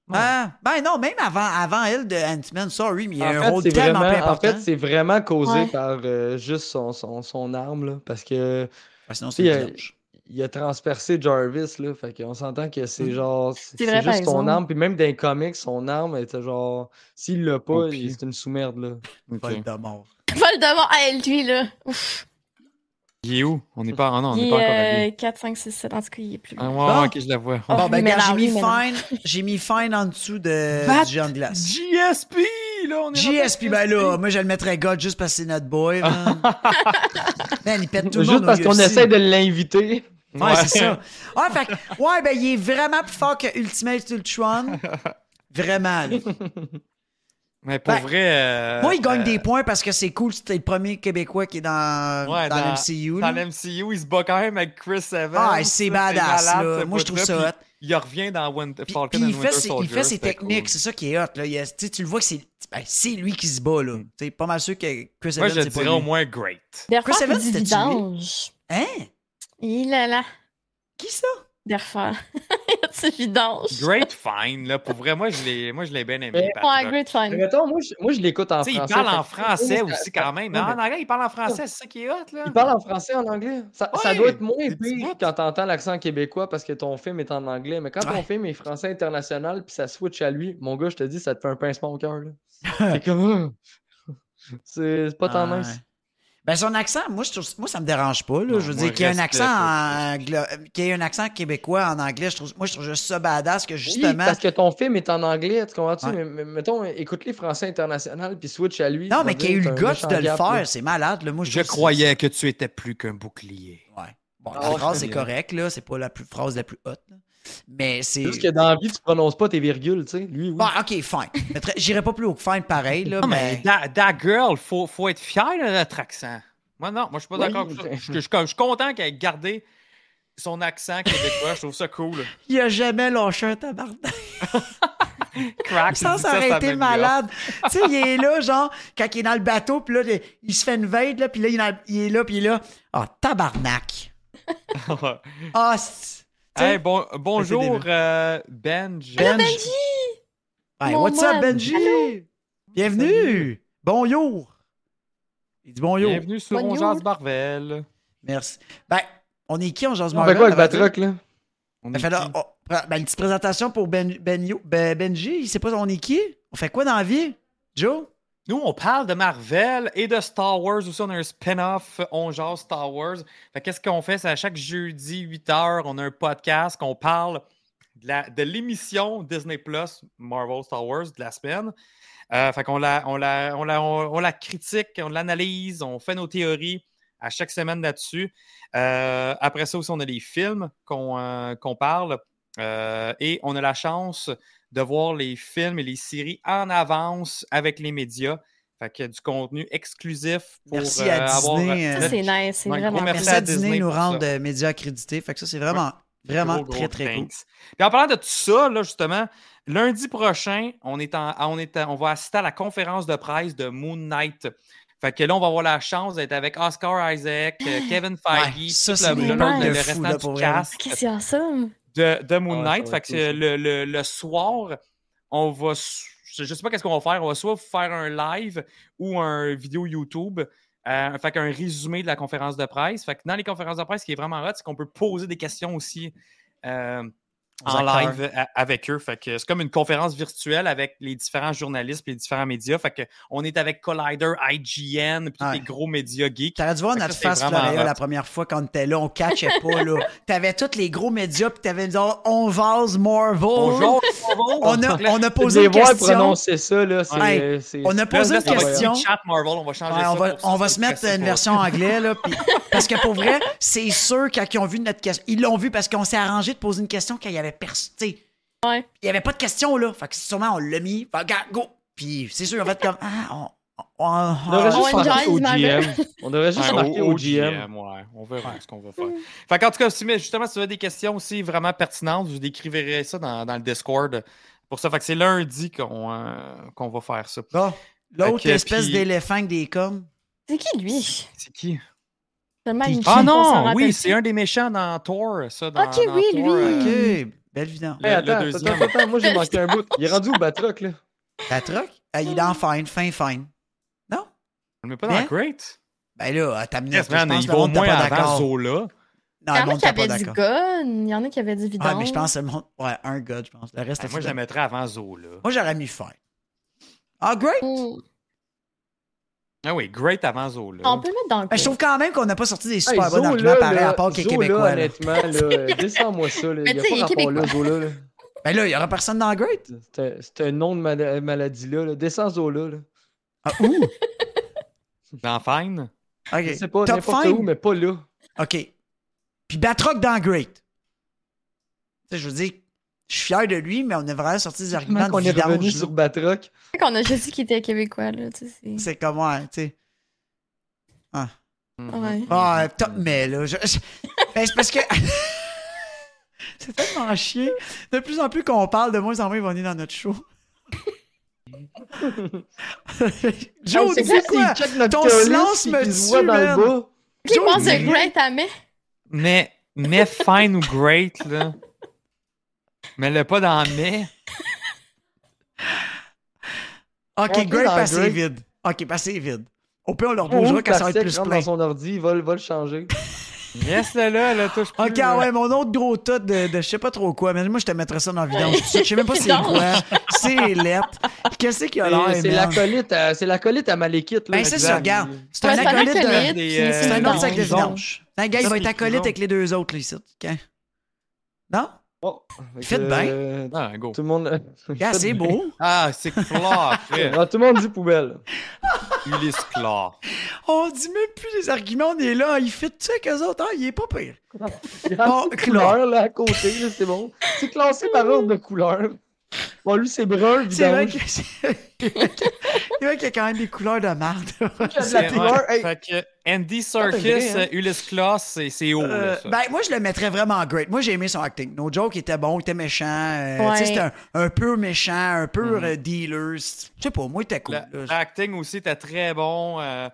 Ouais.
Ah, ben non, même avant, avant elle de Ant-Man, sorry, mais il y a un
En
rôle
fait, c'est
tellement plus
vraiment, en
important.
fait, c'est vraiment causé
Ouais.
par euh, juste son, son, son arme, là, parce que
Ah, sinon,
il y
c'est
a-
une cloche.
il a transpercé Jarvis, là, fait qu'on s'entend que
Mm.
c'est genre, c'est
C'est
c'est
vrai,
juste
par
son
exemple.
arme, puis même dans les comics, son arme elle était genre, s'il l'a pas,
Au
il-
pied.
c'est une sous-merde, là.
Mine. Ok.
Vol de mort.
Voldemort, hey, lui, là. Ouf.
Il est où? On n'est pas, ah non, on
il
n'est pas encore à
est
lui.
euh, 4, 5, 6, 7. En tout cas, il est plus.
Ah,
là.
ouais,
Bon.
ouais, ok, je la vois.
Ah,
Bon, ben,
mais
regarde, j'ai
non,
mis
mais non.
fine, j'ai mis fine en dessous de
Bat-
du géant de glace.
GSP, là, on est
JSP, ben là, moi je le mettrais God juste parce que c'est notre boy. Man, Man, il pète tout le monde.
Juste parce
au
qu'on
UFC.
essaie de l'inviter.
Ouais, c'est ça. Ouais, fait que- ouais, ben il est vraiment plus fort que Ultimate Ultron. Vraiment. là.
Mais pour
Ben,
vrai. euh,
Moi, il gagne
euh,
des points parce que c'est cool. C'était le premier Québécois qui est dans,
Ouais,
dans,
dans-
l'MCU.
Dans l'MCU, il se bat quand même avec Chris Evans.
Ah, c'est badass, là.
ce
Moi, je trouve
bout-là,
ça
puis
hot.
Il revient dans Win-
Puis,
Falcon
puis
and
il, fait
Winter
ses, il
Soldier.
fait ses
c'était
techniques,
cool.
c'est ça qui est hot. Là. Il y a- tu sais, tu le vois que c'est ben, c'est lui qui se bat.
Mm.
là. C'est pas mal sûr que Chris
Moi,
Evans,
je
c'est pas
dirais au
lui.
moins great.
Chris
Derford,
Evans,
il
c'était
dit
tué.
vidange.
Hein?
Il est là.
Qui ça?
Derford. Il a dit vidange.
Great fine, là. Pour vrai, moi, je l'ai, moi, je l'ai bien aimé.
Ouais,
Patrick.
Ouais, great
Mais
fun.
mettons, moi, je, moi, je l'écoute en
Tu sais,
français.
il parle
fait
en
que-
français
ça-
aussi,
ça-
quand même.
ouais,
Non,
mais-
en anglais, il parle en français, c'est ça qui est hot, là.
Il parle en français, en anglais. Ça, ça
Ouais,
doit être moins
des petits
pire
bouts.
quand t'entends l'accent québécois parce que ton film est en anglais. Mais quand
Ouais.
ton film est français international puis ça switch à lui, mon gars, je te dis, ça te fait un pincement au cœur. là. C'est comme. Ah. C'est c'est pas tant
Ah,
mince.
ouais. Ben, son accent, moi, je trouve, moi, ça me dérange pas. Là.
Non,
je veux
moi,
dire, qu'il y, a un
respect
accent
pour-
en anglo- qu'il y ait un accent québécois en anglais, je trouve, moi, je trouve juste ça badass que
Oui,
justement.
parce que ton film est en anglais, tu comprends-tu?
Ouais.
Mais, mais mettons, écoute les français international puis switch à lui.
non,
tu
mais
vas
qu'il y ait
dire,
eu le
t'as un
gosse
méchant
de le
gap, là.
faire, c'est malade. Là. Moi,
Je
trouve que
croyais que tu étais plus qu'un bouclier.
c'est- Ouais. Bon,
Ah
la
ouais.
phrase c'est correcte, là. C'est pas la plus, phrase la plus haute. là. Mais c'est.
Juste que dans la vie, tu prononces pas tes virgules, tu sais. Lui, oui.
Bon, ok, fine. Mais très- J'irai pas plus haut que fine pareil, là.
Non, mais
mais...
da, da girl, faut, faut être fier de notre accent. Moi, non, moi, je suis pas
Oui.
d'accord. avec ça. Je, je- je- je suis content qu'elle ait gardé son accent québécois. je trouve ça cool.
Il a jamais lâché un tabarnak.
Crack,
sans
ça, ça
s'arrêter
m'énerve.
malade. tu sais, il est là, genre, quand il est dans le bateau, puis là, il se fait une veille, là, puis là, il est dans- il est là, puis il est là. Ah, tabarnak. Ah, c'est- tu sais-
hey, bon, bonjour,
débile.
euh, Benj.
Benji! Ouais,
Mon
what's up,
man.
Benji? Bienvenue! Bonjour! Il dit bonjour.
Bienvenue sur
Bonjour.
Ongeance Barvel.
Merci. Ben, on est qui, on jase
On fait
Marvel,
quoi avec
à vrai
Batroc, là?
On
dire?
est
Fait là,
qui?
on- ben, une petite présentation pour ben, Benio- Ben- Benji. Il sait pas on est qui? On fait quoi dans la vie? Joe?
Nous, on parle de Marvel et de Star Wars. Aussi, on a un spin-off, on jase Star Wars. Fait que Qu'est-ce qu'on fait? C'est à chaque jeudi, 8h, on a un podcast qu'on parle de la- de l'émission Disney Plus Marvel Star Wars de la semaine. Euh, fait qu'on la, on la, on la, on, on la critique, on l'analyse, on fait nos théories à chaque semaine là-dessus. Euh, après ça aussi, on a les films qu'on euh, qu'on parle. Euh, et on a la chance de voir les films et les séries en avance avec les médias. Fait que du contenu exclusif pour
Merci à
avoir-
Disney, euh,
Ça, c'est nice. C'est
Ouais, gros
vraiment
merci
Merci
à
à Disney
Disney
nous
pour ça.
rendre euh, médias accrédités. Fait que ça, c'est vraiment, vraiment
Gros, gros
très, très cool.
thanks. Puis en parlant de tout ça, là, justement, lundi prochain, on, est en- on, est en- on va assister à la conférence de presse de Moon Knight. Fait que là, on va avoir la chance d'être avec Oscar Isaac, euh, Kevin Feige,
Ouais, ça,
tout
c'est
le,
des
le-
nerds
le
de
fou,
restant
là,
du
pour vrai.
cast
Qu'est-ce que c'est awesome?
Ah
de, de Moon
Ouais, ça
Knight.
va
Fait
être
que c'est
cool,
le, le- le soir, on va. s- Je je sais pas qu'est-ce qu'on va faire. On va soit faire un live ou un vidéo YouTube. Euh, fait qu'un résumé de la conférence de presse. Fait que dans les conférences de presse, ce qui est vraiment hot, c'est qu'on peut poser des questions aussi euh,
Aux
en
acteurs.
live a- avec eux. Fait que c'est comme une conférence virtuelle avec les différents journalistes et les différents médias. Fait que on est avec Collider, IGN, puis tous
Ouais.
les gros médias geeks.
T'aurais dû voir
Fait que
notre
ça, c'est
face,
vraiment
Floréa,
hot.
la première fois quand t'étais là, on catchait pas, là. T'avais tous les gros médias, puis t'avais, genre, on vase Marvel.
Bonjour, bonjour.
On a, on a posé
les
une
voir
question.
prononcer ça, là, c'est.
Ouais.
euh, c'est-
On a posé
Là,
une
ça va être
question.
Chat Marvel, on va changer
Ouais,
ça
on va,
pour-
on va se mettre une
pour-
version anglaise, là. puis- parce que pour vrai, c'est sûr, quand ils ont vu notre question, ils l'ont vu parce qu'on s'est arrangé de poser une question quand il y avait personne.
Ouais.
Il y avait pas de question, là. Fait que sûrement, on l'a mis. Fait que, regarde, go! Puis c'est sûr, on va être comme, ah, on. on- on-
On devrait juste
Oh,
marquer
Enjoy,
OGM. On devrait juste
Ouais,
marquer
au- au
OGM.
GM, ouais. On verra ce qu'on va faire. Fait qu'en tout cas, si, mais justement, si vous avez des questions aussi vraiment pertinentes, vous décriverez ça dans, dans le Discord. Pour ça, fait que c'est lundi qu'on euh, qu'on va faire ça.
Bon, l'autre
Fait que,
espèce
puis-
d'éléphant avec des cornes.
C'est qui lui?
C'est qui?
Tellement
Qui-
une
Ah
fille, on s'en
non!
rappelle
Oui,
plus.
c'est un des méchants dans Thor, ça. Dans,
Ok,
dans
oui,
Thor,
lui.
euh,
OK,
Hmm.
belle vidange.
Hey, attends,
Le
attends,
deuxième.
attends, moi j'ai manqué un bout. Il est rendu au Batroc, là.
La truc? Ah, il est en fine, fin, fine. Non?
On le met pas dans la
Hein?
Great.
Ben là, à ta minute,
Yes,
je
man,
pense
ils
que le
vont au
monde
moins
t'a pas
avant
d'accord.
Zola.
Non,
Il
le
y en a
monde
qui
t'a pas
avaient du
d'accord.
gun, il y en a qui avaient du vidon.
Ouais, mais je pense que le monde. Ouais, un gars, je pense. Le reste,
Ben, Moi, je
c'est-
la mettrais avant Zola.
Moi, j'aurais mis fine. Ah, great!
Hmm.
Ah oui, Great avant Zola.
On peut le mettre dans le
Ben, je trouve quand même qu'on n'a pas sorti des super
Hey,
bons
Zola,
arguments pareils,
là,
à part que les
Zola,
Québécois. Là.
honnêtement, là, euh, descends-moi ça. Là.
Mais
Il n'y a
tu sais,
pas
il est
rapport là, Zola. Là.
Ben là, il n'y aura personne dans Great.
C'est un- C'est un nom de mala- maladie-là. Là. Descends Zola. Là.
Ah, ouh!
Dans Fine.
Je
OK.
sais pas
Top
n'importe
five.
où, mais pas là.
OK. Puis Batroc dans Great. Tu sais, je veux dire, je suis fier de lui, mais on a vraiment sorti des arguments
on
de
est revenu
vidange.
sur
là.
Batroc.
qu'on a juste dit qu'il était québécois, là, tu sais. c'est-
C'est comme, ouais, tu sais.
Ouais.
Ah, top, mais là, je- je- ben, c'est parce que. c'est tellement chier. De plus en plus qu'on parle, de moins en moins ils vont venir dans notre show.
Hey,
Joe,
c'est
dis
quoi,
quoi?
s'il check notre
Ton
playlist
silence
et
me
qu'il se voit
tue,
dans
man.
le bas?
Qui
Joe,
pense
dis-
de Great à mai?
Mais, mais Fine ou Great, là. Mais le pas dans Mais.
Ok,
On est
great,
dans
parce que c'est
great.
vide. Ok, parce que c'est vide. Au pire, on leur bougera quand ça va être
Parsec
plus
rentre
plein.
dans son ordi, il va, le- va le changer.
Yes, là, là, là, touche plus.
Ok,
là.
ah ouais, mon autre gros tas de, de je sais pas trop quoi, mais moi je te mettrais ça dans la vidange. tout de suite. Je sais même pas c'est
Vidange.
quoi. C'est lettre. Qu'est-ce qu'il y a là,
Et Euh, C'est
Ah, man?
l'acolyte à- c'est l'acolyte à Malékite. là.
Ben, c'est
Exact.
ça, regarde. C'est
Ouais,
un
c'est un
acolyte de.
acolyte,
des,
puis
euh,
c'est
C'est un
une
autre sac de
vidange.
vidange. Un gars, il
Ça,
va
c'est
être acolyte
vidange.
avec les deux autres, là, ici. OK? Non?
Oh, fait
Faites
que,
bien.
euh,
Ah, go.
Tout le monde.
Regarde, c'est beau.
Ah, c'est clair, frère.
Ah, Tout le monde dit poubelle.
Ulysse Claw.
On dit même plus les arguments, on est là. Il fit tu avec eux autres, hein? Il est pas pire. Oh, Bon, Claude.
Ah, couleur là, à côté, là, c'est bon. C'est classé par ordre de couleur. Bon, lui, c'est brun,
C'est vrai
évidemment.
que- c'est vrai qu'il y a quand même des couleurs de marde.
de la couleur. hey,
Fait que Andy
Ah, c'est
Serkis,
vrai, hein.
euh, Ulysse Claw, c'est c'est haut,
Euh,
là, ça.
ben, moi, je le mettrais vraiment great. Moi, j'ai aimé son acting. No joke, il était bon, il était méchant. euh, tu sais,
Ouais.
C'était un, un peu méchant, un peu euh, dealer. C'est- Je sais pas, moi, il était cool.
Mm-hmm. La-
là.
L'acting aussi était très bon. euh,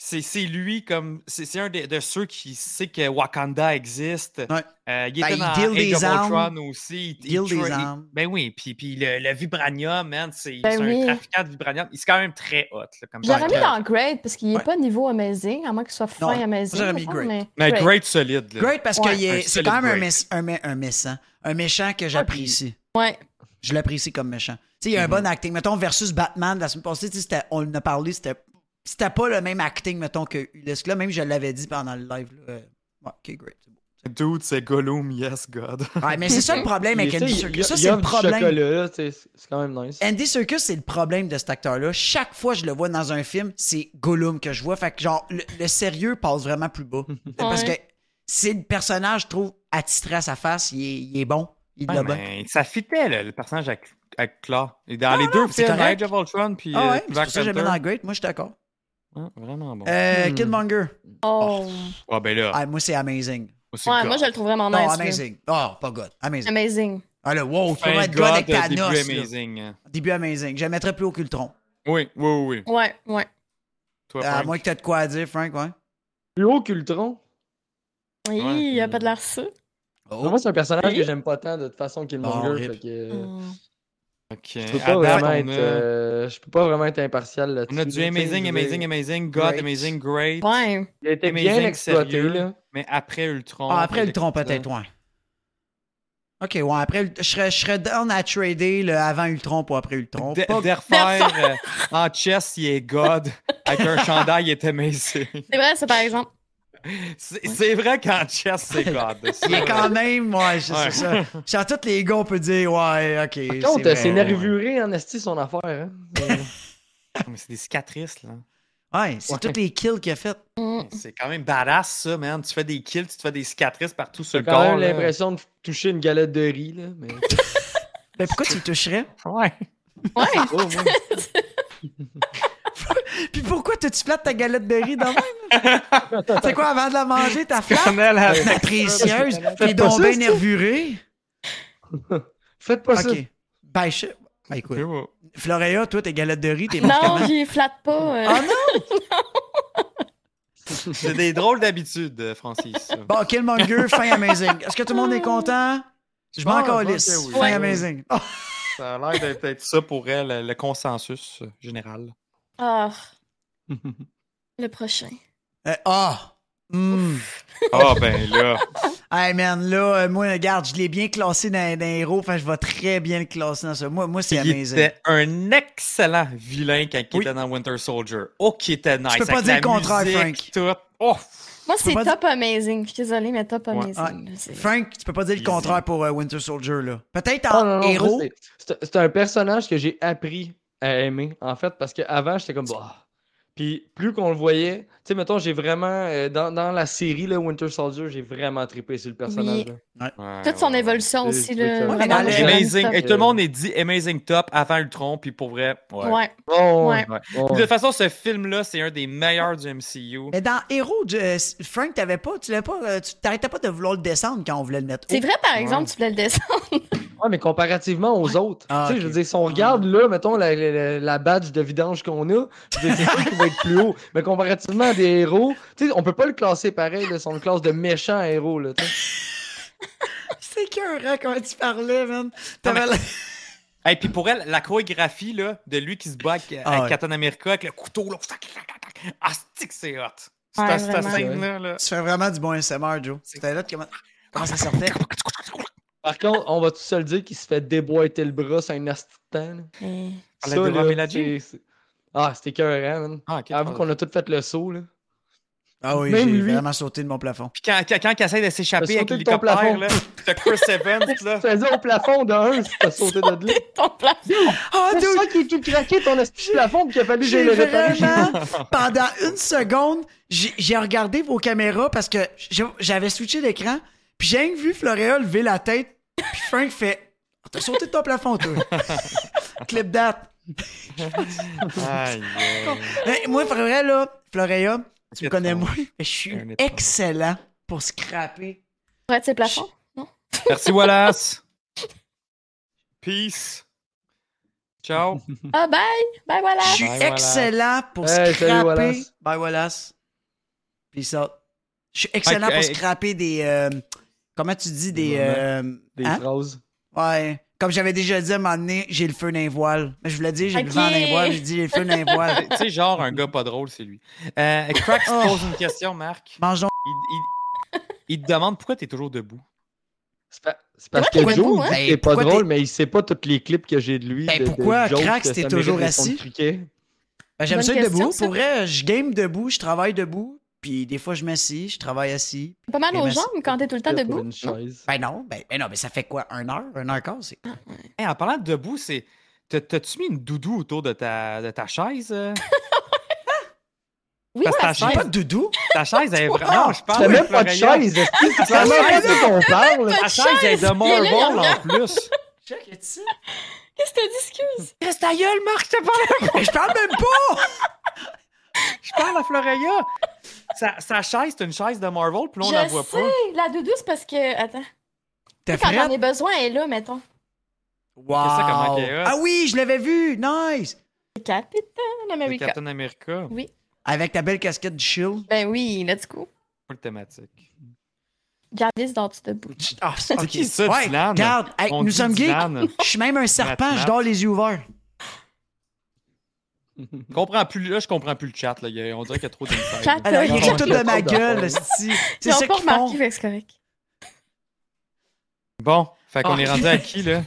c'est c'est lui comme. C'est c'est un des- de, ceux qui sait que Wakanda existe.
Ouais.
Euh, il
Ben,
était
il
dans
deal
Age
des
of
armes.
Ultron aussi. Il,
Deal
il tra-
des
il-
armes.
Ben oui, puis, puis le, le Vibranium, man, c'est c'est
Ben oui.
un trafiquant de Vibranium. Il est quand même très hot. là, comme
J'aurais
acteur.
mis dans Great parce qu'il n'est
Ouais.
pas niveau amazing, à moins qu'il soit fin
Non,
amazing.
j'aurais mis
mettons,
Great.
Mais Great solide. là.
Great parce
Ouais.
que il est-
Un
c'est
solide
quand même un,
great.
mess- un, mé- un méchant. Un méchant que j'apprécie.
Ouais.
Je l'apprécie comme méchant. Tu sais, il y
Mm-hmm.
a un bon acting. Mettons, versus Batman, la semaine passée, tu sais, c'était- on en a parlé, c'était c'était pas le même acting, mettons, que Ulysse. Là, même je l'avais dit pendant le live. là, euh, ouais, ok, great. c'est bon.
Dude, c'est Gollum, yes, God.
Ouais, mais c'est ça le problème avec
tu sais,
Andy
il- il-
Serkis. Ça,
il
c'est le
offre du
problème.
chocolat, là, tu sais, c'est c'est quand même nice.
Andy Serkis, c'est le problème de cet acteur-là. Chaque fois que je le vois dans un film, c'est Gollum que je vois. Fait que, genre, le, le sérieux passe vraiment plus bas. Parce que
Ouais.
si le personnage, je trouve, attitré à sa face, il est, il est bon.
Ben,
Il est
Ouais,
bon.
mais Ben, ça fitait le, le personnage avec, avec Claw. Et dans les deux
c'est
films,
correct.
Age of Ultron puis
Ah
euh,
ouais, c'est
Black
pour ça que j'aime bien
Panther.
dans Great. Moi, je suis d'accord.
Ouais, Vraiment bon.
Euh,
Hmm.
Killmonger.
Oh.
Ah ben là,
Ah, moi, c'est amazing.
c'est
Ouais,
God.
moi, je le trouve vraiment
Non,
nice. là.
amazing. Oh, pas God. Amazing.
Amazing.
Ah, le wow, tu peux
Fin
être God
God,
avec
euh, début
Thanos. là.
amazing. hein.
Début amazing. Je le mettrais plus haut que le tronc.
Oui, oui, oui, oui.
Ouais, ouais.
Toi,
À
Frank.
moins que t'aies Euh, de quoi à dire, Frank, ouais.
Plus haut qu'Ultron.
Oui,
Ouais.
il a pas de l'air ça.
Oh.
Ah, Moi, c'est un personnage
Oui.
que j'aime pas tant de toute façon qu'il
Bon,
Monger.
rip.
fait que, euh,
Hmm.
Ok,
Je peux
à
pas
date,
vraiment
Ah, ben, on
être,
a-
euh, je peux pas vraiment être impartial là-dessus.
On a du
là, tu sais,
Amazing,
je veux
Amazing,
dire,
Amazing, God,
Great.
Amazing, Great.
Ouais.
Il a été bien
Amazing,
exploité,
sérieux.
là.
Mais après Ultron.
Ah, après
c'est
le tronc, peut-être, ouais. Ok, ouais, après, le- je serais, je serais down à trader le avant Ultron pour après Ultron.
De-
Pas-
Derfer, euh, en chess, il est God. Avec un chandail, il est amazing.
C'est vrai, ça, par exemple.
C'est c'est vrai qu'en chess, c'est God.
Il est
C'est
quand même, ouais, c'est c'est
Ouais.
ça. Genre, tous les gars, on peut dire, ouais, ok.
Par contre,
vrai,
c'est
ouais.
nervuré en esti son affaire. hein. Euh,
Mais c'est des cicatrices, là.
Ouais, c'est
Ouais.
toutes les kills qu'il a fait.
Mm.
C'est quand même badass, ça, man. Tu fais des kills, tu te fais des cicatrices partout sur
J'ai
le
quand
corps.
même
là.
l'impression de toucher une galette de riz, là. Mais...
Mais Ben, pourquoi tu le toucherais?
Ouais.
Ouais.
Oh, moi,
Puis pourquoi t'as-tu plate ta galette de riz dans le même? c'est quoi, avant de la manger, ta flamme?
Colonel, la...
Ta précieuse, t'es
Faites pas
donc
ça,
bien
c'est-
nervuré.
Faites pas ça.
Ok. Ben, je... ben, écoute, Floréa, toi, tes galettes de riz, t'es morte
Non,
comment?
j'y flatte pas. euh.
Ah non!
C'est des drôles d'habitudes, euh, Francis. ça.
Bon, Killmonger, fin amazing. Est-ce que tout le
Mm.
monde est content? Je m'en
Ah, je pense
calisse.
que oui.
Fin
Ouais.
amazing. Ah,
Ça a l'air d'être être ça pour elle, le consensus euh, général.
Ah, le prochain.
Euh, ah. Hmm.
Ah, ben là.
Hey man, là, euh, moi, regarde, je l'ai bien classé dans, dans les héros, enfin, je vais très bien le classer dans ça. Moi, moi c'est
Il
amazing.
était un excellent vilain quand il
Oui.
était dans Winter Soldier. Oh, qui était nice.
peux pas
avec
dire le
la
contraire,
musique, Tout. Oh,
Moi,
peux
c'est
pas Ah.
top amazing. Je suis désolée, mais top amazing. là, c'est-
Frank, tu peux pas dire le
Easy.
contraire pour euh, Winter Soldier, là. Peut-être
Ah,
en
non, non, moi,
héros.
c'est- C'est c'est un personnage que j'ai appris à aimer, en fait, parce qu'avant, j'étais comme. Bah. Puis plus qu'on le voyait, tu sais, mettons, j'ai vraiment. euh, dans, dans la série là, Winter Soldier, j'ai vraiment trippé sur le personnage. là.
Toute son évolution
Ouais,
aussi,
ouais.
là.
Ouais,
mais
vraiment,
dans le-
je l'aime
Amazing.
top.
Et tout le monde est dit Amazing Top avant Ultron, puis pour vrai. Ouais.
Ouais.
Bon,
Ouais.
bon.
De toute façon, ce film-là, c'est un des meilleurs du MCU.
Mais dans héros, je- euh, Frank, t'avais pas, tu l'avais pas, euh, tu t'arrêtais pas de vouloir le descendre quand on voulait le mettre. Oh,
C'est
haut.
vrai, par exemple, tu voulais le dessin.
Ouais, mais comparativement aux autres.
Ah,
tu sais, je
ok.
veux dire, si on regarde là, mettons, la, la- la- la badge de vidange qu'on a, je veux dire, c'est sûr qu'il va être plus haut. Mais comparativement à des héros, tu sais, on peut pas le classer pareil, là, si on le classe de méchant héros, là, tu sais.
C'est qu'un quand tu parlais, man. T'avais la-
Et puis pour elle, la chorégraphie là, de lui qui se bat avec,
Ah
avec
ouais.
Captain America avec le couteau. Là. tac, tac, tac, tac. Ah, stick, c'est hot. C'est
Ouais,
à- c'est à
vraiment.
cette scène-là. là.
Tu fais vraiment du bon SMR, Joe. C'était là de comment... comment ça sortait.
Par contre, on va tout se le dire qu'il se fait déboîter le bras, c'est un astitan. là.
Mais-
Parlait de Rob Eladier?
c'est- c'est- Ah, c'était écœurant, man.
Ah, ok, tu
Avoue
parles-
qu'on a tous fait le saut, là.
Ah oui,
Même
j'ai
lui.
vraiment sauté de mon plafond.
Puis quand, quand, quand il essaie de s'échapper
T'as
avec
sauté de ton
l'hélicoptère,
plafond.
là, t'as Chris Evans, là.
Tu faisais au plafond de un si t'as sauté de là.
Ton plan.
Ah,
C'est
dude,
ça qui est tout craqué, ton esti de plafond, puis qu'il a fallu que je
j'ai
Ben, le rétablir.
vraiment, pendant une seconde, j'ai j'ai regardé vos caméras parce que j'ai- j'avais switché d'écran, puis j'ai rien que vu Floréa lever la tête, puis Frank fait « T'as sauté de ton plafond, toi! » Clip date.
Aïe, aïe.
Mais moi, pour vrai, là, Floréa, tu me
Étrange.
connais moins, mais je suis
Un étrange.
excellent pour scraper.
Pour être ses plafonds.
Merci Wallace. Peace. Ciao.
Ah, bye. Bye, voilà.
Je suis
Bye, Wallace.
excellent pour
Hey, salut,
scraper.
Wallace.
Bye Wallace. Peace out. Je suis excellent
Hey,
pour
hey.
scraper des. euh, comment tu dis des.
Des
euh,
Des
hein?
phrases.
Ouais. Comme j'avais déjà dit à un moment donné, j'ai le feu dans les voiles. Mais je voulais dire, j'ai le
Ok.
vent dans les voiles, j'ai dit, j'ai le feu dans les voiles.
tu sais, genre un gars pas drôle, c'est lui. Euh, Crack
Oh.
se pose une question, Marc.
Mange donc.
Il, il- il te demande pourquoi t'es toujours debout.
C'est pa- c'est parce que
pourquoi
Joe,
t'es debout,
dit
hein?
qu'il est pas
Pourquoi
drôle, mais il sait pas tous les clips que j'ai de lui.
Ben,
de- de
pourquoi,
jokes
Crax,
que
t'es
ça
toujours
mérite son
assis?
criquet.
Ben, J'aime
Bonne
ça être
question,
debout.
ça.
Pour vrai, je game debout, je travaille debout. Puis des fois, je m'assis, je travaille assis.
Pas mal
Eh
aux
ben, c'est-
jambes quand t'es tout le temps
Il y a pas
debout.
une chaise.
Ben non, ben, ben non, mais ça fait quoi? Un heure? Un heure quart, c'est.
Hey, en parlant de debout, c'est. t'as- T'as-tu mis une doudou autour de ta, de ta chaise? euh?
Oui,
Parce que
ouais,
t'as
J'ai
Ouais.
pas de doudou?
Ta chaise, elle est vraiment.
Ah,
Je
Tu
parle
n'as
avec
même pas de
Florian.
chaise, est-ce que c'est
Ta
vraiment pas
chaise,
ça qu'on parle?
ta chaise, elle est de
Il est là, il
Marvel en plus.
Check, y a-t-il ça?
Qu'est-ce que t'as dit, excuse?
Reste ta gueule, Marc, je te parle.
Mais je parle même pas!
Je parle à Floreya. Sa, sa chaise, c'est une chaise de Marvel, puis là, on
Je
la voit pas.
sais, la doudou, c'est parce que. Attends.
T'es
Quand
frette?
j'en ai besoin, elle est là, mettons.
Wow.
ça, comment qu'elle est hot.
Ah oui, je l'avais vu. Nice.
Capitaine
Le
America.
Captain America.
Avec ta belle casquette du shield.
Ben oui, let's go.
Full thématique.
Jarvis dans tout debout.
Ah, c'est
Ok.
qui ça,
Ouais,
Dylan?
Regarde, hey,
On
Ben, nous
dit
sommes geeks.
Dylan.
Je suis même un serpent, je dors les yeux ouverts.
Je comprends plus, là, je comprends plus le chat. Là. Il y a- On dirait qu'il y a trop d'inside.
Chat,
Alors,
Ils
il
ont
rit tout de ma
pas
gueule,
d'affaires.
c'ti. C'est
Ils ont
ça
pas
qu'ils font.
remarqué, fait que c'est correct.
Bon, fait qu'on
Ah.
est rendu à qui, là?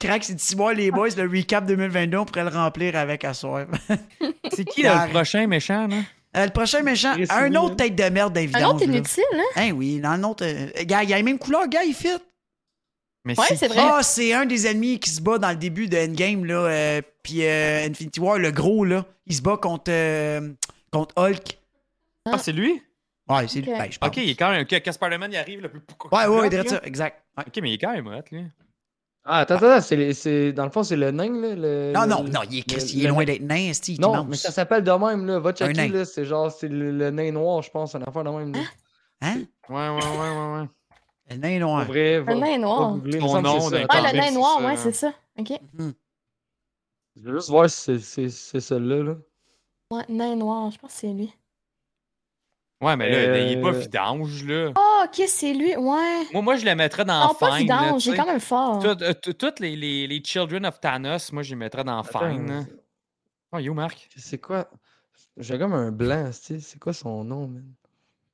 Crac, c'est d'ici moi, les boys, le recap 2022, on pourrait le remplir avec à soir.
C'est qui, là, le prochain méchant, là?
Euh, le prochain méchant,
Chris
un
Lee,
autre
hein.
là.
tête de merde
Un
d'évidence.
autre inutile, hein?
Hein, oui, dans un autre. euh, gars, il a les mêmes couleurs, gars, il fit.
Mais
Ouais, c'est
qui?
vrai.
Ah, c'est un des ennemis qui se bat dans le début de Endgame, là. euh, Puis euh, Infinity War, le gros, là. Il se bat contre, euh, contre Hulk.
Ah, c'est lui?
Ouais, c'est lui.
Ok.
Ben, je pense.
Ok, il est quand même. ok, Quand Spider-Man il arrive, le plus.
Ouais, ouais, il
là.
dirait ça, exact. Ouais.
Ok, mais il est quand même hot, lui.
Ah, attends, attends, c'est les- c'est- dans le fond, c'est le nain, là.
Euh,
le-
Non, non,
le-
non, il est, Chris,
le-
il est
le-
loin d'être nain, c'ti, il est
Non,
immense.
mais ça s'appelle de même, là. Va checker,
nain.
là. C'est genre, c'est le, le nain noir, je pense, un affaire de même. Là.
Hein?
Ouais, ouais, ouais, ouais. ouais.
Le nain est
Pour
noir.
vrai, va,
Le nain
va
noir.
googler, il me
Son
semble que
nom
c'est ça.
d'un
Ouais,
Attends,
le nain
c'est
noir,
ça.
ouais, c'est ça. Ok.
Je veux juste voir si c'est- c'est c'est celui-là, là.
Ouais, nain noir, je pense que c'est lui.
Ouais, mais là, il est pas
Euh.
vidange, là.
Ah, ok, c'est lui, ouais.
Moi, moi, je le mettrais dans
Non, pas
Fine. là,
vidange,
tu sais.
j'ai quand même fort.
Tout- euh, tout- Toutes les, les, les Children of Thanos, moi, je les mettrais dans Fine. là.
Attends,
Oh, you, Marc.
C'est quoi? J'ai comme un blanc, c'est c'est quoi son nom, man?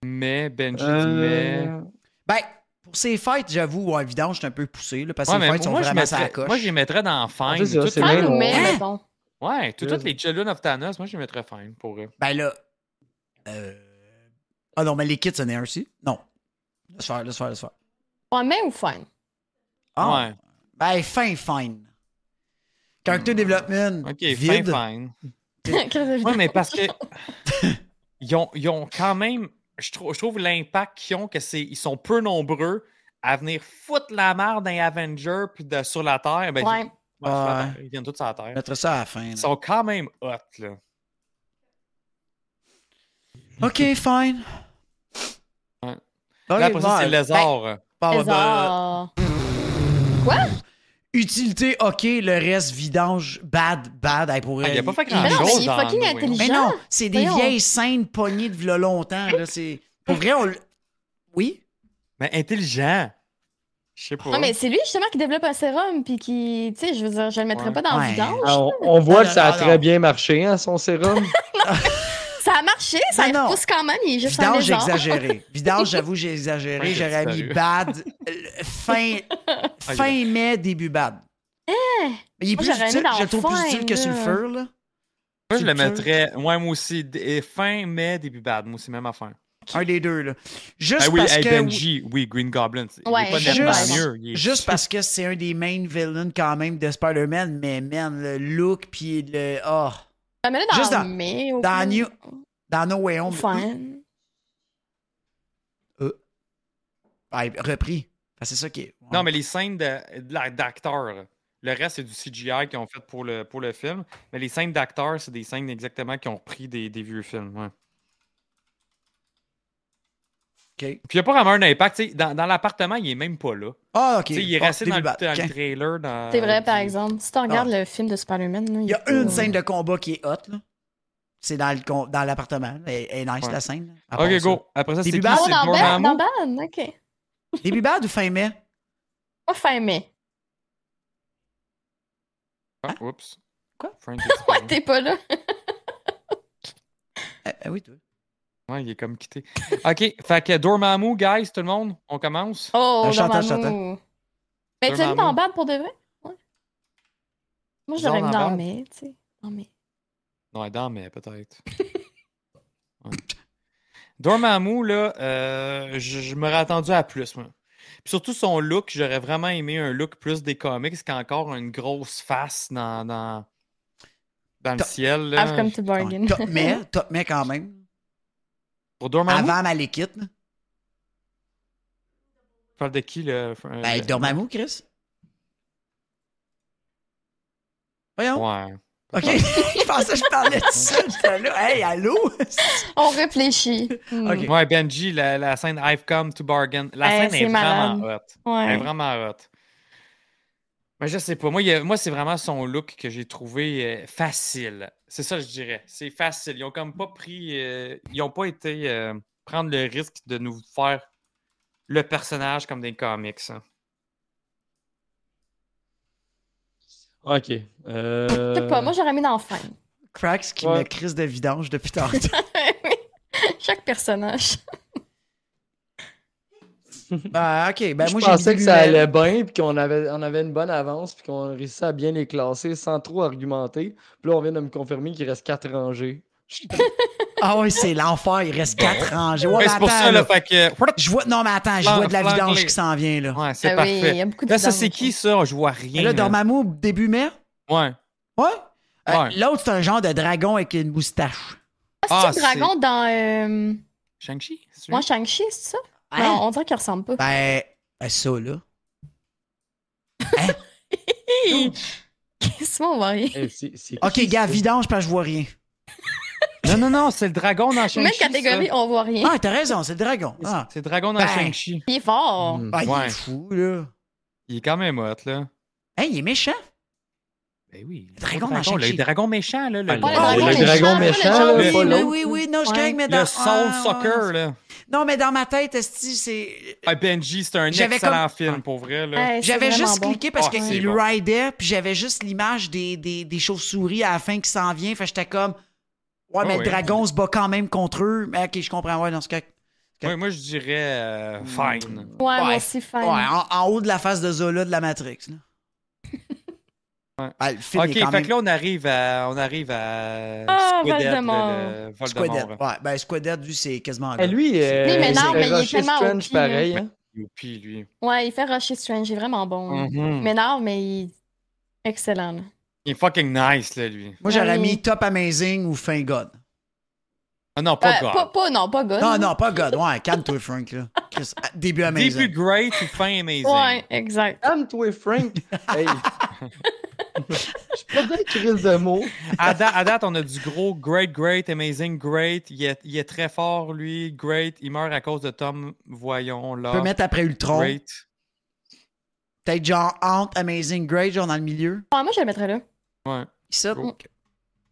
Mais, Benji, du mais.
Euh,
Ben, pour ses fêtes, j'avoue, ouais, vidange, c'est un peu poussé, là, parce que
Ouais,
ses
mais
fêtes sont
moi, je
vraiment à la
mettrais,
coche.
moi, je les mettrais dans Fine.
plus, c'est
toutes-
c'est
Fine
nain
ou mais,
noir.
Hein?
mettons.
Ouais, tout-
Yes.
toutes les Children of Thanos, moi, je les mettrais Fine, pour eux.
Ben là. euh, Ah non, mais les kits, c'en est un aussi. Non. Laisse faire, laisse faire, laisse faire.
Ouais, main ou fine?
Ah.
Ouais.
Ben, fin, fine. Character development.
Ok,
vide.
Fine, Fine.
Qu'est-ce que
Ouais, mais parce que. ils, ont, ils ont quand même. Je, trou- je trouve l'impact qu'ils ont, que c'est. Ils sont peu nombreux à venir foutre la merde dans les Avengers puis de- sur la Terre. Ben,
Ouais.
ils- ouais, sur la
Ouais.
Terre, Ils viennent tous sur la Terre.
Mettre ça à la fin. là.
Ils sont quand même hot, là.
Ok, fine.
Ouais.
Ok,
là après ça, c'est
ben,
Lézard.
ben, ben, ben,
euh,
Lézard.
utilité, ok. Le reste, vidange, bad, bad. Elle pourrait.
Ah, il a pas fait
Mais non, mais
Chose
il est
dans
fucking
Noé.
Mais
intelligent.
non, c'est des
Voyons.
vieilles scènes pognées de v'là longtemps. Là, c'est... Pour vrai, on. l- Oui?
Mais Ben, intelligent. Je sais pas.
Ouais, mais c'est lui justement qui développe un sérum, puis qui, tu sais, je veux dire, je le mettrais
Ouais.
pas dans
Ouais.
le vidange.
Ah, on, on voit que
non,
ça a
non,
très
non.
bien marché, hein, son sérum.
Ça a marché, ça
Mais non.
pousse quand même, il est juste un
Vidange, j'ai
lézard.
exagéré. Vidange, j'avoue, j'ai exagéré.
Ouais, Ah, j'ai
J'aurais mis
disparu.
bad. euh, Fin, fin mai, début bad. Mais il est
Eh! Moi,
plus
j'aurais mis
utile,
dans
je le trouve plus
fin,
utile que
là.
sur le feu, là.
moi, je le
c'est sûr.
mettrais. Ouais, moi aussi. d- et fin mai, début bad. Moi aussi, même affaire.
Un des deux, là. Juste
Ah oui,
parce
hey,
que.
Benji. Oui, Green Goblin. c'est-
Ouais,
il est pas
juste-
nettement mieux. il est-
Juste parce que c'est un des main villains quand même de Spider-Man, mais man, le look puis le. Ah!
Je le mets dans,
Juste dans-
mais, au
dans
fond,
New- dans No Way
au
Home.
fine.
Ah, repris. Enfin, c'est ça qui est.
Non, mais les scènes de- de la- d'acteurs. Le reste, c'est du CGI qu'ils ont fait pour le, pour le film. Mais les scènes d'acteurs, c'est des scènes exactement qui ont repris des, des vieux films. ouais.
OK.
Puis il n'y a pas vraiment un impact. tu sais, Dans, dans l'appartement, il est même pas là.
Ah, ok.
Tu sais, Il est
Ah,
resté dans,
début
le,
bad.
dans le
Ok.
trailer. dans-
C'est vrai, par
du-
exemple. Si tu regardes le film de Spider-Man, là,
Ah. Il y a une scène
de.
de combat qui est hot, là. C'est dans, le con- dans l'appartement. Elle, elle est nice,
Ouais.
la scène. là. À part
Ok,
Ah, ça.
go. Après ça, c'est
Début
qui?
bad.
Oh,
C'est
dans Bad, dans
Dormammu?
Bad, ok.
Début bad ou fin mai?
Pas fin mai.
Ah, Oups.
Quoi?
Frank est disparu.
T'es pas là.
Ah ah oui, toi.
Ouais, il est comme quitté. OK, fait que Dormammu, guys, tout le monde, on commence.
Oh,
Un chanteur,
Dormammu. Mais tu l'as mis
Dormammu.
dans Bad pour de vrai? Ouais. Moi, je l'aurais
Genre
mis
dans
dans
Bad.
mais, tu sais. Dans mais.
Non, Adam, mais peut-être. Ouais. Dormammu, là, euh, je, je m'aurais attendu à plus, moi. Puis surtout son look, j'aurais vraiment aimé un look plus des comics qu'encore une grosse face dans, dans, dans le
T'as-
ciel. là.
I've come to bargain.
Ouais, Top mais, top mais quand même.
Pour Dormammu,
Avant Malikit. là.
tu parles de qui, là? euh,
Ben, Dormammu, Chris. Voyons.
Ouais.
Ok, je pensais que je parlais de ça. j'étais là. Hey, allô?
On réfléchit. Hmm.
Ok.
Ouais, Benji, la, la scène I've come to bargain.
Eh,
La
Hey,
scène
c'est
est vraiment hot. Elle est
Ouais.
vraiment hot. Mais je sais pas. Moi, il y a- moi c'est vraiment son look que j'ai trouvé euh, facile. C'est ça, je dirais. C'est facile. Ils ont comme pas pris. euh, ils ont pas été euh, prendre le risque de nous faire le personnage comme des comics. hein.
Ok. Euh...
Je sais pas, moi j'aurais mis dans la fin.
Cracks qui
Ouais.
me crise de vidange depuis tard.
Chaque personnage.
ah, ok. Ben,
je
moi, j'ai
pensais
mis
que ça
Gluel.
allait bien, puis qu'on avait, on avait une bonne avance, puis qu'on réussissait à bien les classer sans trop argumenter. Puis là, on vient de me confirmer qu'il reste quatre rangées.
Ah oui, c'est l'enfer. Il reste quatre rangées. Ouais,
Mais
mais
Ben, c'est pour
attends,
ça, là,
là.
fait que.
Je vois... Non, mais attends, je
Flan-
vois de la vidange
flanquer.
qui s'en vient, là.
Ouais, c'est
Ah oui, il
parfait.
y a beaucoup de
Là, ça,
vidange.
c'est qui, ça? Je vois rien.
Et là,
là.
Dormammu, début mai?
Ouais.
Ouais. Euh,
Ouais.
L'autre, c'est un genre de dragon avec une moustache.
Ah, c'est
Ah,
le dragon dans. euh,
Shang-Chi? c'est
Moi,
lui?
Shang-Chi, c'est ça?
Hein?
Non, on dirait qu'il ressemble pas.
Ben, à ça, là.
Simon, on voit rien.
Eh, c'est- c'est
Hein? Ok,
qui,
gars,
ça?
vidange parce que je vois rien.
Non, non, non, c'est le dragon dans Shang-Chi.
Même catégorie,
ça.
on voit rien.
Ah, t'as raison, c'est le dragon. Ah,
C'est le dragon dans
Ben.
Shang-Chi.
Il est fort.
Hmm.
Ah, il est
Ouais.
fou, là.
Il est quand même hot, là.
Hey, il est méchant.
Ben oui. Le
dragon dans
Le
Shang-Chi.
dragon méchant, là. Le,
Ah,
Ouais,
Ah,
le
le
méchant,
dragon
pas
méchant,
gentil,
là,
oui,
pas
oui,
l'autre.
oui, oui, non, je
Ouais.
gagne, mais dans...
le soul
ouais, ouais,
soccer,
Ah, ouais.
là.
Non, mais dans ma tête, Esti, c'est...
Ah, Benji, c'est un
J'avais
excellent
comme-
film, pour vrai, là.
Hey, c'est
J'avais
vraiment
juste
bon.
cliqué parce
Ah,
qu'il
c'est
qu'il
bon.
ridait, puis j'avais juste l'image des, des, des chauves-souris à la fin qui s'en vient. Fait que j'étais comme... Ouais,
Ah,
mais
ouais.
le dragon se bat quand même contre eux. Mais ok, je comprends, ouais, dans ce cas...
Ouais, moi, je dirais euh, fine.
Ouais, moi
Ouais.
aussi, fine.
Ouais, en, en haut de la face de Zola de la Matrix, là. Ah, le film
Ok,
est quand
fait
même...
que là, on arrive à. On arrive à.
Ah,
Squidette, là,
Voldemort.
le Voldemort.
Squadette. Ouais, ben Squadette, lui, c'est quasiment...
Eh,
là.
lui, euh,
Lui, mais non,
c'est
mais il est
Rocher
tellement
Strange,
OP, là.
pareil. hein.
Youpi, lui.
Ouais, il fait Rocher Strange, il est vraiment bon.
Mhm.
Mais non, mais il... excellent. là.
Il est fucking nice, là, lui.
Moi, j'aurais
Oui.
mis Top Amazing ou Fin God.
Ah non, pas
Euh,
God.
pas, pas- non, pas God.
Ah Non, non, pas God. Ouais, calme-toi, Frank, là. Chris, à- début Amazing.
Début great ou fin amazing.
Ouais, exact.
Calme-toi, Frank. Hey. Je suis pas bien crise de mots.
À, da- à date, on a du gros great, great, amazing, great. Il est, il est très fort, lui. Great. Il meurt à cause de Tom. Voyons, là.
On peut mettre après Ultron.
Great.
Peut-être genre entre Amazing Great, genre dans le milieu.
Ah, moi, je le mettrais là.
Ça,
Gros.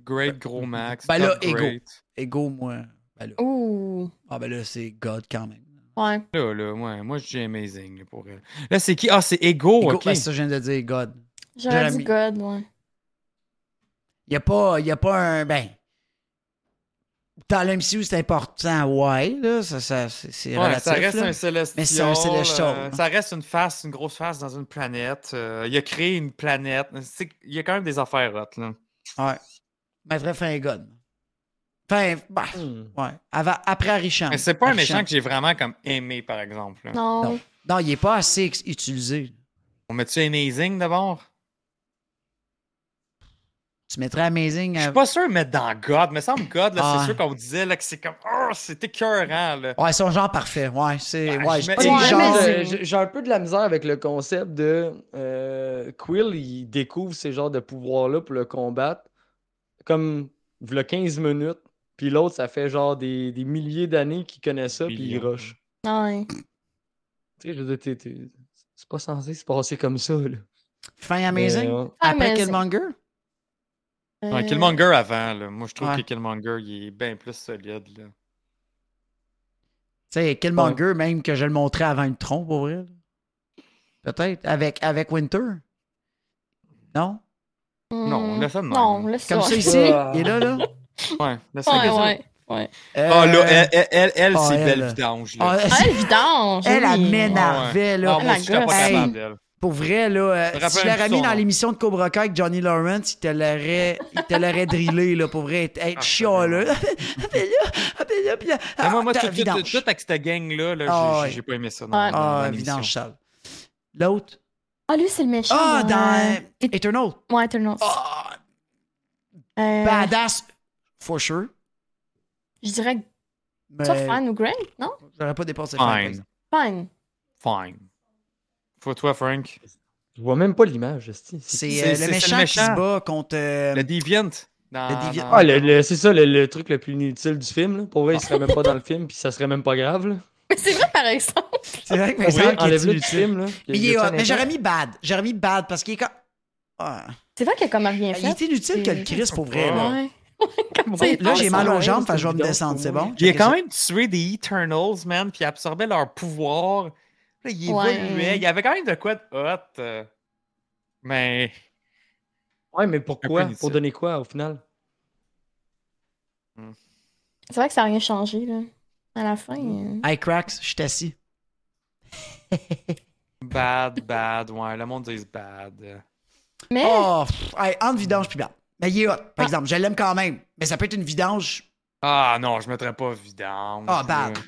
Great, gros max.
Ben là,
Top
ego.
great.
ego, moi. Ben là.
Ouh.
Ah, ben là, c'est God quand même.
Ouais.
Là, là, ouais. Moi, je dis amazing là, pour elle. Là, c'est qui? Ah, c'est ego,
Ego,
ok.
ben, ça, je viens de dire God.
J'aurais
J'aurais
dit
mis-
God, ouais.
Il a pas, y a pas un. Ben. Dans l'MCU, c'est important. Ouais, là, ça, ça, c'est c'est
Ouais,
relatif.
ça reste
là.
un célestial.
Mais c'est un célestial,
euh,
hein.
ça reste une face, une grosse face dans une planète. Euh, il a créé une planète. C'est- Il y a quand même des affaires hot, là.
Je mettrais fin God. Fin. bah,
Hmm.
ouais. Avant- après Arichan.
Mm. Mais c'est pas un méchant que j'ai vraiment comme aimé, par exemple. là.
Non.
Ah, Non. Non, il est pas assez ex- utilisé.
On met-tu Amazing d'abord?
Tu mettrais Amazing.
Je suis
à-
pas sûr de mettre dans God. Mais semble God, là,
Euh, Ah. Euh.
c'est sûr qu'on disait là, que c'est comme Oh, c'est écœurant là.
Ouais, son genre parfait. Ouais, c'est.
Ben,
Ouais,
je
je
mets-
pense
Hey,
Ouais,
que
genre,
genre.
mais-
euh, j'ai j'ai un peu de la misère avec le concept de euh, Quill, il découvre ces genres de pouvoirs-là pour le combattre, comme le 15 minutes, puis l'autre, ça fait genre des, des milliers d'années qu'il connaît ça, puis il
Millions.
rush.
Ouais.
Tu sais, je veux dire, t'es- t'es- c'est pas censé se passer comme ça, là.
Fin Amazing.
Mais, euh,
Après
Amazing.
Killmonger.
Ouais,
Euh,
Killmonger avant, là. Moi je trouve
Ouais.
que Killmonger il est bien plus solide là.
Tu sais, Killmonger, même que je le montrais avant Ultron, pour vrai. là. Peut-être. Avec, avec Winter. Non?
hmm.
Non, on laisse ça de même.
Non, on laisse
Comme ça,
ouais.
ici.
Ah.
Il est là, là.
Ouais, là, c'est
Ouais,
ça.
ouais.
Euh,
Ah, là, elle, elle, elle, elle,
ah,
c'est
elle,
belle
là.
vidange là.
ah,
Ah, Elle vidange.
elle, elle
oui.
m'énervait, là.
Ah, moi
la
aussi, j'étais pas
gosse.
capable
Hey.
d'elle.
Pour vrai, là, euh,
Je me
si je
rappelle
l'aurais
plus
mis
son
dans
nom.
l'émission de Cobra Kai avec Johnny Lawrence, il te l'aurait, il te l'aurait drillé, là, pour vrai, être, être
Ah,
chiant, là.
c'est vrai.
Appelle-le, appelle-le, puis là.
Mais moi, moi,
ah,
tout,
t'as-
tout- tout-
vidange.
tout avec cette gang-là, là,
Ah,
j'ai-
ouais.
j'ai pas aimé ça. Non,
Ouais.
dans- dans
Ah,
l'émission.
vidange sale. L'autre.
Ah, lui, c'est le méchant.
Ah, dans
euh,
euh, Eternal.
Ouais, Eternals.
Ah, ben,
Euh,
badass, for sure.
Je dirais
Mais
soit Fine ou Grey, non?
j'aurais pas dépensé Fine, par exemple.
Fine.
Fine.
Fine. Faut toi, Frank.
Euh,
Je vois même pas l'image, esti. c'est...
C'est
C'est-
euh,
c'est-
le
c'est
méchant
le
qui
méchant.
se bat contre. euh,
Le Deviant. Dans,
Le Deviant.
dans-
Ah, le- le- c'est ça, le, le truc le plus inutile du film, là. Pour vrai, il serait même pas dans le film, puis ça serait même pas grave, là.
Mais c'est vrai, par exemple.
C'est vrai que
Pour
Vincent
vrai,
qui est
enlève-le du
inutile.
film, là.
Mais, il est hot. Mais j'aurais mis bad. J'aurais mis bad parce qu'il est comme. Ah.
C'est vrai qu'elle a comme rien
Ben, Il
fait.
est inutile que le Chris pour vrai. là.
Ouais. Comme ça, il
Là,
ah,
pense-
j'ai mal aux jambes,
c'est
fait que je vais me
évident,
descendre.
c'est
C'est bon?
Il a
Checker
quand
ça.
même tué des Eternals, man, puis absorbé leur pouvoir. Là, il
Ouais.
évoluait. Il y avait quand même de quoi de hot. euh, Mais.
Ouais, mais pourquoi?
inutile.
Pour donner quoi au final?
C'est vrai que ça n'a rien changé, là. À la fin. euh,
Hey, Cracks, je suis assis.
Bad, bad, ouais. Le monde dit bad.
Mais.
Oh, pff, hey, entre vidange puis bad. Mais il est hot, par
Eh? Ah.
exemple. Je l'aime quand même. Mais ça peut être une vidange.
Ah non, je mettrais pas vidange.
Ah, bad.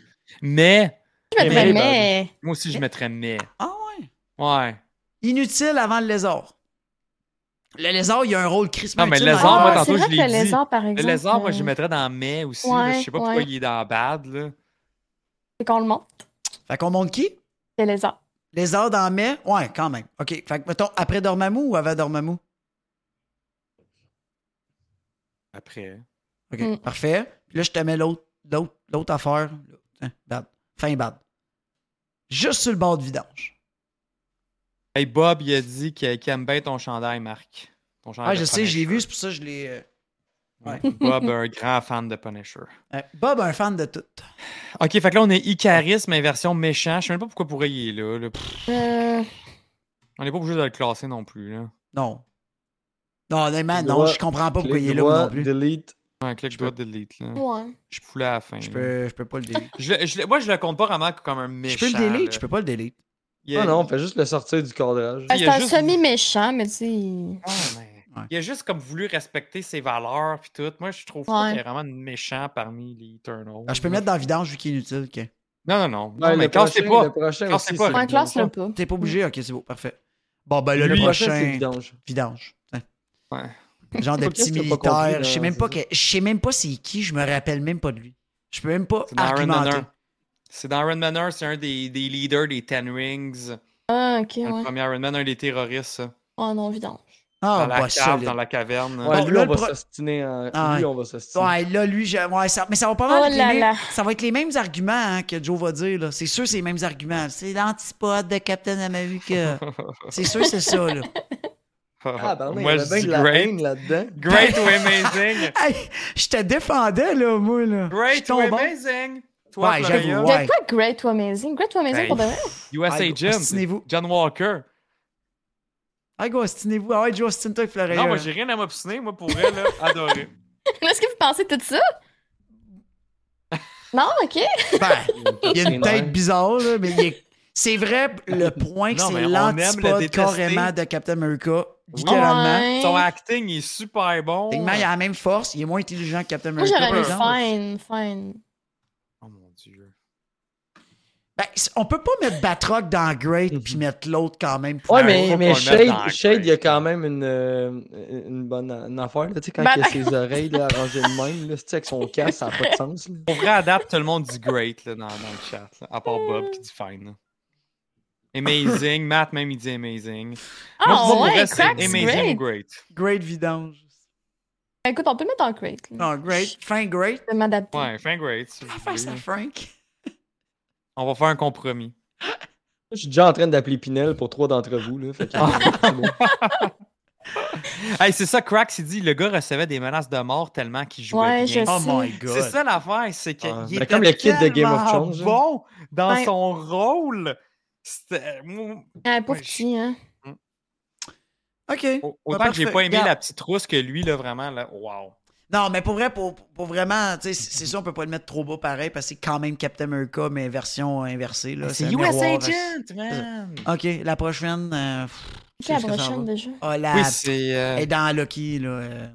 Mais.
Je
ben,
me
Mais-
mais...
Moi aussi, je mettrais mais.
Ah ouais.
Ouais.
Inutile avant le lézard. Le lézard, il a un rôle crispant.
Non, mais
utile
le
dans
lézard, Ah, moi,
l'histoire.
tantôt,
c'est vrai
je l'ai
que le
dit.
lézard, par
Le
exemple.
lézard, moi,
euh,
je le mettrais dans mais aussi.
Ouais,
là. Je sais pas pourquoi
ouais.
il est dans bad. Là.
C'est qu'on le monte.
Fait qu'on monte qui?
Le lézard.
Lézard en mai? Ouais, quand même. OK. Fait que, mettons, après Dormammu ou avant Dormammu?
Après.
OK,
Mm.
parfait. Puis là, je te mets l'autre, l'autre, l'autre affaire. Là, hein, Bad. Fin bad. Juste sur le bord de vidange.
Hey, Bob, il a dit qu'il qu'il aime bien ton chandail, Marc. Ton
Ah,
chandail de
je sais, j'ai vu,
Punisher.
c'est pour ça que je l'ai... euh, ouais.
Bob, un grand fan de Punisher.
euh, Bob, un fan de tout.
Ok, fait que là, on est Icaris, mais version méchant. Je sais même pas pourquoi pourrait il est là. là. Pff,
Euh,
On n'est pas obligé de le classer non plus. Là.
Non. Non, honnêtement, non,
Droit,
je comprends pas pourquoi
Clic
il est là
droit,
non plus.
delete.
Un clic
Je peux-
doigt delete. Là.
ouais. Ben,
Je suis foulé à la fin.
Je
là.
peux, je peux pas le délire.
Je le- je le- moi, je le compte pas vraiment comme un
Je
méchant.
peux le délire,
là.
je peux pas le délire.
Il y a-
Ah non, on fait juste le sortir du cadrage.
Ah,
Ben,
il y
C'est
a
un
juste-
semi-méchant, mais tu sais. il-
Ouais, Ah, mais
Ouais.
Il a juste comme voulu respecter ses valeurs puis tout. Moi, je trouve pas
Ouais.
qu'il est vraiment méchant parmi les turnovers.
Ah, je peux
là.
mettre dans vidange vu qu'il est inutile. OK.
Non, non, non.
Ouais,
non mais
le
quand c'est
prochain-
pas.
le prochain
quand
aussi,
c'est pas-
c'est
Ouais,
le
classe-le
vidange.
pas.
T'es pas obligé? OK, c'est beau, parfait. Bon, ben là,
Le
le
prochain, c'est le
prochain...
vidange.
vidange. Hein. Genre de
Pourquoi
petit
tu l'as pas
militaire.
compris,
Je sais
là,
même
c'est
pas
ça?
que- je sais même pas c'est qui, je me rappelle même pas de lui. Je peux même pas
C'est dans Iron
argumenter.
Manor. C'est dans Iron Manor, c'est un des, des leaders des Ten Rings.
Ah, ok,
Dans Le
ouais.
premier Iron Man, un des terroristes. ça.
Oh non, vidange.
Ah,
dans la
bah ça.
cave, dans la caverne.
Ouais,
Bon,
lui,
là,
on
le
va
pro-
s'ostiner. en-
Ah,
Lui,
ouais.
on va s'ostiner.
Ouais, là, lui, je- ouais, ça- mais ça va pas mal.
Oh
être les
là
mêmes-
là.
Ça va être les mêmes arguments hein, que Joe va dire. là. C'est sûr, c'est les mêmes arguments. C'est l'antipode de Captain America. c'est sûr, c'est ça. Là.
Ah, ben, ouais,
Moi,
il y
je
avait bien
dis
de la
great.
haine là-dedans.
Great ou amazing.
Hey, je te défendais, là, moi. Là.
Great
Je
ou
tombe bon.
amazing. Toi,
Ouais,
Florian.
j'avoue,
Il y a
Ouais.
quoi de Great ou Amazing? Great ou Amazing
Hey.
pour de vrai?
USA
Ouais,
Jim.
obstinez-vous.
John Walker.
Hey, go, ostinez-vous. Ah ouais, Joe, ostine toi avec Florian.
Non, moi, j'ai rien à m'obstiner. Moi, pour elle, là, adoré.
Est-ce que vous pensez de tout ça? Non, ok.
Ben, il a
C'est
une tête
nice.
bizarre, là, mais il est- c'est vrai le point que
Non,
c'est
mais on aime le
l'antipode
détester.
carrément de Captain America,
Oui.
littéralement.
Ouais.
Son acting il est super bon.
Techniquement, il a la même force, il est moins intelligent que Captain
Moi,
America,
j'aurais
par
mis
exemple.
Fine, Fine.
Oh mon dieu.
Ben, c- on peut pas mettre Batroc dans Great puis mettre l'autre quand même. pour-
Ouais,
Ben, faut
mais, mais
qu'on le mette dans
Shade,
la
Shade, il y a
crate, là.
quand même une, euh, une bonne une affaire. Là, tu sais, quand
Ben,
il a ses oreilles là, arrangées de même, là, tu sais, avec son casque, ça n'a pas de sens. là.
Pour vrai, adapte, tout le monde dit great là, dans, dans le chat. là, à part Bob qui dit fine. là. Amazing. Matt, même, il dit amazing. Moi,
Ah
pour vrai,
ouais,
c'est
Crack, c'est
amazing ou
Great.
great.
Great vidange.
Ben, Écoute, on peut le mettre en Great. là.
Non, Great. Fin Great.
Je vais m'adapter.
Ouais, fin great. si vous
Pas faire
voulez,
ça,
là.
Frank.
On va faire un compromis.
Je suis déjà en train d'appeler Pinel pour trois d'entre vous. Là, fait que-
Ah. Hey, c'est ça, Crax, il dit le gars recevait des menaces de mort tellement qu'il jouait
Ouais,
bien.
je
Oh
C'est-
my
C'est
god.
ça l'affaire, c'est qu'il
Ah,
il
ben,
était
comme le kid de Game of
tellement
Thrones, là.
bon dans
Ouais.
son rôle. C'était- moi,
Ouais, pour
Ouais, je-
petit, hein.
OK.
au-
Ben,
Autant que j'ai
parfait.
pas aimé
Regarde.
la petite rousse que lui, là, vraiment, là, wow.
Non, mais pour vrai, pour, pour vraiment, tu sais, c'est c'est sûr, on peut pas le mettre trop bas pareil parce que c'est quand même Captain America, mais version inversée. là.
C'est
un
US
miroir.
Agent, man!
OK, la prochaine. euh, pff,
C'est la
je sais ce que ça
prochaine
va.
déjà.
Ah, la
Oui, c'est euh,
Elle oh, est dans Loki, là. euh.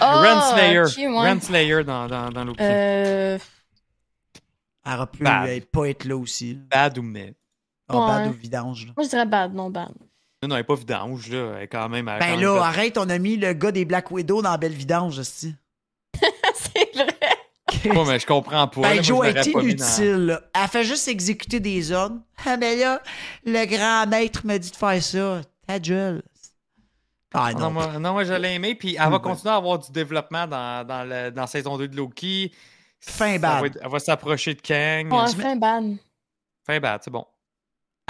Renslayer.
ok, Ah, ouais.
Renslayer dans, dans, dans Loki.
Euh,
Elle aurait pu
Bad.
euh, pas être là aussi. là.
Bad ou mais.
Ah, bad
Ouais.
ou vidange, là.
moi, je dirais bad, non bad.
Non, non, elle est pas vidange, là. Elle est quand même. elle est quand
Ben
même
là,
bonne.
arrête, on a mis le gars des Black Widow dans Belle Vidange, aussi.
c'est vrai.
Ouais, mais je comprends pas. là,
Ben,
moi, je
Joe est
l'aurais pas mis dans-
inutile. là. Elle fait juste exécuter des zones. Ah, mais là, le grand maître me dit de faire ça. Ta gueule. Ah
Non,
non.
moi, non, moi, je l'ai aimé. Puis elle va
Ouais.
continuer à avoir du développement dans, dans, le- dans saison 2 de Loki.
Fin
Ça
bad.
va être- Elle va s'approcher de Kang.
Ouais,
je mets-
fin bad.
Fin bad, c'est bon.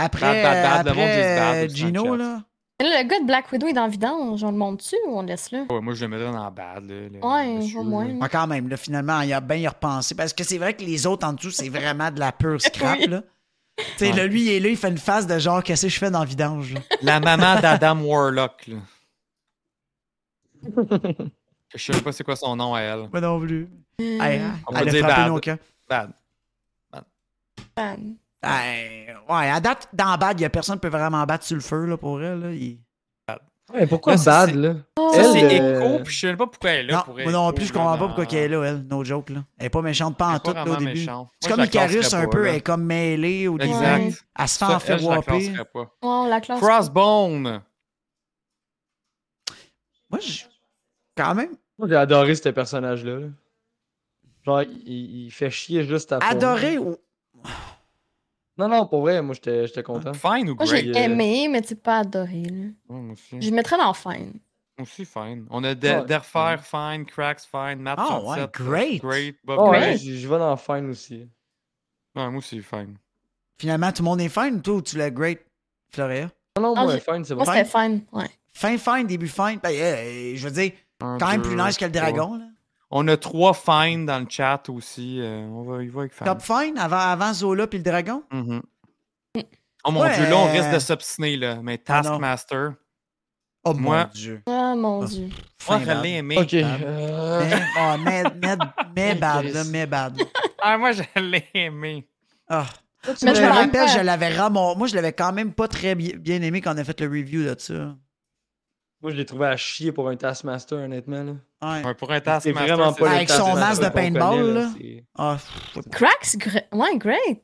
Après,
Bad, bad, bad, le monde dit
après,
bad
euh,
aussi dans le
Gino,
chat.
là.
Mais là, le gars de Black Widow est dans vidange. On le monte dessus ou on le laisse là?
Ouais, moi, je le mettrais dans bad. Là, le- le
Ouais,
cheveu,
au
là.
moins.
Ah, quand même, là, finalement, il a bien y repensé. Parce que c'est vrai que les autres en dessous, c'est vraiment de la pure scrap,
Oui.
là. Tu sais, là, lui, il est là, il fait une face de genre, qu'est-ce que je fais dans le vidange? là?
La maman d'Adam Warlock, là. Je sais même pas c'est quoi son nom à elle.
Moi Ben non plus.
Hmm,
Hey, hein.
On va
elle a
dire
frappé
bad.
nos cœurs.
Bad.
Fan.
Hey, ouais, à date, dans Bad, il y a personne qui peut vraiment battre sur le feu, là, pour elle. Là. Il-
Ouais, pourquoi
Là, ça,
Bad,
c'est-
là?
Oh,
Ça,
Elle,
c'est
euh,
Echo, puis je sais pas pourquoi elle est là.
Non,
pour euh,
moi non
Echo,
plus, je comprends
là,
pas pourquoi
dans-
elle est là, elle. No joke, là. Elle est pas méchante, pas
Elle
en
est
tout, là,
pas
au
vraiment
début.
méchante.
C'est
Moi,
comme
je la
Icarus,
classerais
un
pas,
peu,
là.
elle est comme mêlée au début.
Ouais.
Exact.
Elle se fait en
Ça,
faire
elle, je la
whopper.
classerais pas.
ouais, on la classe.
Crossbone.
Moi, je- quand même,
Moi, j'ai adoré ce personnage-là. là. Genre, il, il fait chier juste à
adoré. ou-
Non, non, pour vrai, moi, j'étais j'étais content.
Fine ou
Moi, j'ai
Grey?
euh,
aimé, mais tu sais, pas adoré. Là.
Ouais, moi aussi.
Je mettrais dans Fine.
Moi aussi, Fine. On a
Ouais.
De- Derfair, Fine, Cracks, Fine, Matt,
Ah, ouais,
37,
great.
Great, Bob
Oh,
Great.
ouais,
Great.
j'y j'y vais dans Fine aussi.
Ouais, moi aussi, Fine.
Finalement, tout le monde est fine, toi, ou tu l'as great, Floria?
Non, non,
Ah,
moi,
j'ai-
Fine, c'est
Moi,
bon.
c'était Fine. Ouais.
Fin, fine, début fine. Ben, euh, je veux dire,
Un,
quand même
deux,
plus nice que le
trois.
dragon, là.
On a trois Fine dans le chat aussi. euh, on va y va avec Fine.
Top fine, avant, avant Zola puis le dragon.
Mhm. Oh mon
Ouais,
dieu, là, on risque
euh,
de s'obstiner, là. Mais
Ah, non.
Taskmaster,
Oh
Moi-
mon dieu.
Ah, mon
Ah.
Dieu.
moi,
Fin
je
bad.
l'ai aimé.
Ok. euh,
Mais, ah, mais, mais, mais bad, là, mais bad.
Ah, moi, je l'ai aimé.
Ah.
tu
Mais
Moi, je
je
me
me
rappelle,
rappelle.
je l'avais ramon... Moi, je l'avais quand même pas très bi- bien aimé quand on a fait le review de ça.
Moi, je l'ai trouvé à chier pour un Taskmaster, honnêtement. Là.
Ouais.
Ouais, pour un
C'est
Taskmaster.
vraiment pas
c'est-
le
Avec son
Taskmaster
masque de
qu'on connaît,
paintball,
là,
là.
c'est-
Ah, pff, ouais.
Cracks, Gre- ouais, Great.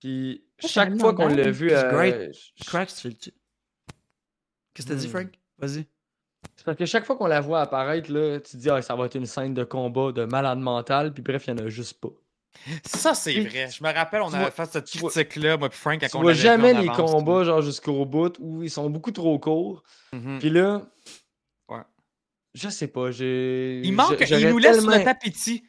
Puis
Ça,
chaque
j'avais
fois
mon
qu'on
bad.
l'a vu,
It's
euh,
great.
ch-
Crack, tu le tues. Qu'est-ce que t'as dit,
Hmm.
Frank? Vas-y.
c'est parce que chaque fois qu'on la voit apparaître, là, tu te dis, ah, ça va être une scène de combat de malade mental, puis bref, il n'y en a juste pas.
Ça, c'est vrai. Je me rappelle, on
Tu
avait
vois-
fait cette
tu vois-
critique-là, moi, puis Frank, quand
Tu
on
vois
l'avait vu
jamais
en
les
avance,
combats, genre jusqu'au bout, où ils sont beaucoup trop courts.
là. Mhm.
Puis là,
Ouais.
je sais pas, j'ai.
Il manque,
j'a-
il
j'aurais
nous laisse
tellement-
notre appétit.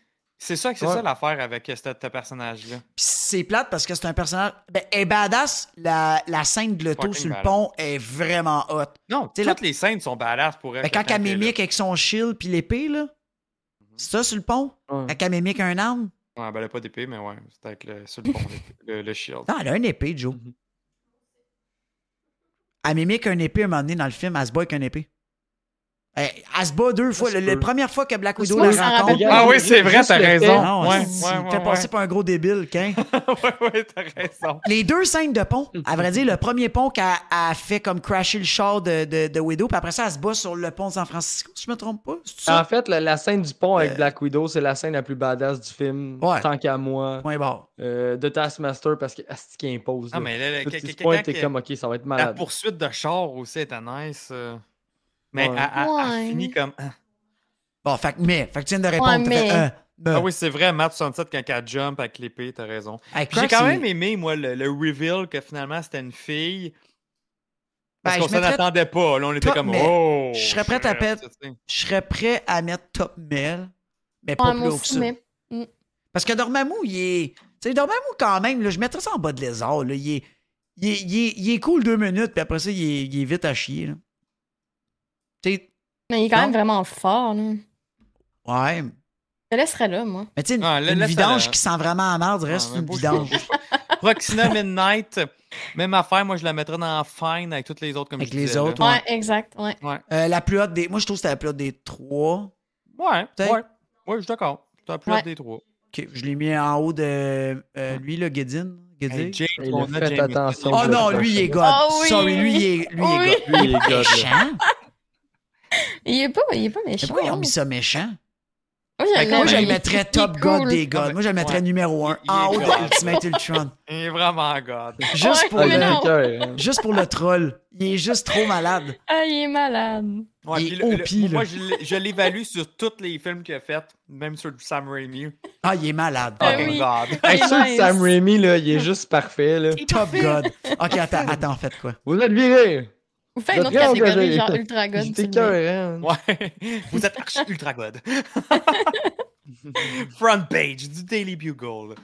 C'est ça, c'est
Ouais.
ça l'affaire avec euh, ce, ce personnage-là.
Puis c'est plate parce que c'est un personnage. Ben, elle est badass. La, la scène de l'auto
Fucking
sur le
badass.
pont est vraiment hot.
Non,
T'sais,
toutes
la-
les scènes sont badass pour elle.
Ben, quand
ce
elle
temps-là.
mimique avec son shield puis l'épée, là. C'est ça sur le pont?
Ouais.
Quand elle mimique un arme?
Ouais, ben, elle a pas d'épée, mais ouais, c'était avec le, sur le, pont, le, le- le shield.
Non, elle a une épée, Joe.
Mhm.
Elle mimique un épée un moment donné dans le film, elle se bat avec un épée. Elle, elle se bat deux fois.
se
La, la
peut.
première fois que Black
Ça se
Widow
peut,
la
ça
rencontre.
rappelle
Ah oui, c'est vrai,
Juste
t'as
le
raison.
fait.
Non,
Ah, ouais,
c'est-
ouais,
il me
ouais,
fait
ouais.
passer pour un gros débile, qu'un.
ouais, ouais, t'as raison.
Les deux scènes de pont, à vrai dire, le premier pont qu'elle a fait comme crasher le char de, de, de Widow, puis après ça, elle se bat sur le pont de San Francisco, si je me trompe pas. C'est ça?
En fait, la, la scène du pont
Euh.
avec Black Widow, c'est la scène la plus badass du film,
Ouais.
tant qu'à
Ah.
moi,
Point barre.
euh, de Taskmaster, parce que c'est qui impose.
Non,
là.
mais là, là,
Tout
que- Ah,
ce qui se
que-
pointe,
quand
t'es
que-
comme, ok, ça va être
la
malade.
poursuite de char aussi était nice. euh, Mais
Ouais.
elle, elle- elle
Ouais.
finit comme. Ah,
Bon, fait que, mais, fait que tu viens de répondre.
Ouais,
t'as fait,
mais-
euh, ben.
Ah oui, c'est vrai, Matt 67 quand elle jump avec l'épée, t'as raison.
Hey,
Puis J'ai
Crack,
quand
c'est-
même aimé, moi, le, le reveal que finalement c'était une fille. Parce
Ben,
qu'on
je
s'en
mettrais-
attendait pas. Là, on était
Top,
comme,
mais
oh!
je serais prêt à
shit,
pet-
tu sais.
je serais prêt à mettre top mail, mais pas
Ouais,
plus
moi
haut que
aussi,
ça.
mais.
Parce que Dormammu, il est. Tu sais, Dormammu, quand même, là, je mettrais ça en bas de lézard. Là. Il, est... Il, est... il est- il est cool deux minutes, puis après ça, il est, il est vite à chier. là. Tu sais,
Mais il est quand
Non.
même vraiment fort. Là. Je
ouais.
le laisserais là, moi.
Mais tu sais, une,
Ah, la- Ah,
une
laisse-la
vidange
là.
qui sent vraiment à merde
Ouais,
reste
mais
une
beau
vidange.
choix, beau choix. Proxima Midnight, même affaire, moi je la mettrais dans Fine avec toutes les autres comme
Avec
je
les
disais, là.
autres,
Ouais,
Ouais.
exact. Ouais.
Euh, la plus haute des. Moi, je trouve que c'était la plus haute des trois.
Ouais,
T'sais.
ouais. Ouais, je suis d'accord. C'est un plus
Ouais.
des trois.
Ok, je l'ai mis en haut de euh, lui, là, Guédine. Guédine.
Hey, James,
Il
on
a
a
fait
James.
attention.
oh non, lui, il est god.
Ah oui.
Sorry, lui, il est, lui, il
Oui.
est god.
Lui, il est god, là.
Méchant.
Il est pas, il est pas
Mais
méchant.
pourquoi ils ont mis ça méchant?
Moi, je
Ben,
l'aime.
Moi, je
Il
le
est
mettrais top
cool.
god des
Ah,
gods.
mais-
Moi, je le mettrais
ouais.
numéro 1
Il- il
en
est
haut
god.
de Ultimate Ultron.
Il est vraiment god.
Juste
Ouais,
pour
Ah, il
mais
le-
a
non.
le cœur,
euh,
hein.
Juste pour le troll. Il est juste trop malade.
Ah, il est malade.
Ouais,
Il
puis
est
le- le-
OP, là.
moi, je l'ai- je l'évalue sur tous les films qu'il a fait, même sur Sam Raimi. Oh,
Ah, il est malade.
Ben
Ah
Ok.
oui.
god.
Hey,
Il est
sûr que
nice.
Sam Raimi, là, il est juste parfait. Là.
Top god. Ok, attends, attends, faites quoi?
Vous êtes viré!
Ou fait une
Notre
autre catégorie,
engagé.
genre Ultra God. tu
J'étais
le mets.
cœur, hein.
Ouais. Vous êtes archi ultra god. Front page du Daily Bugle.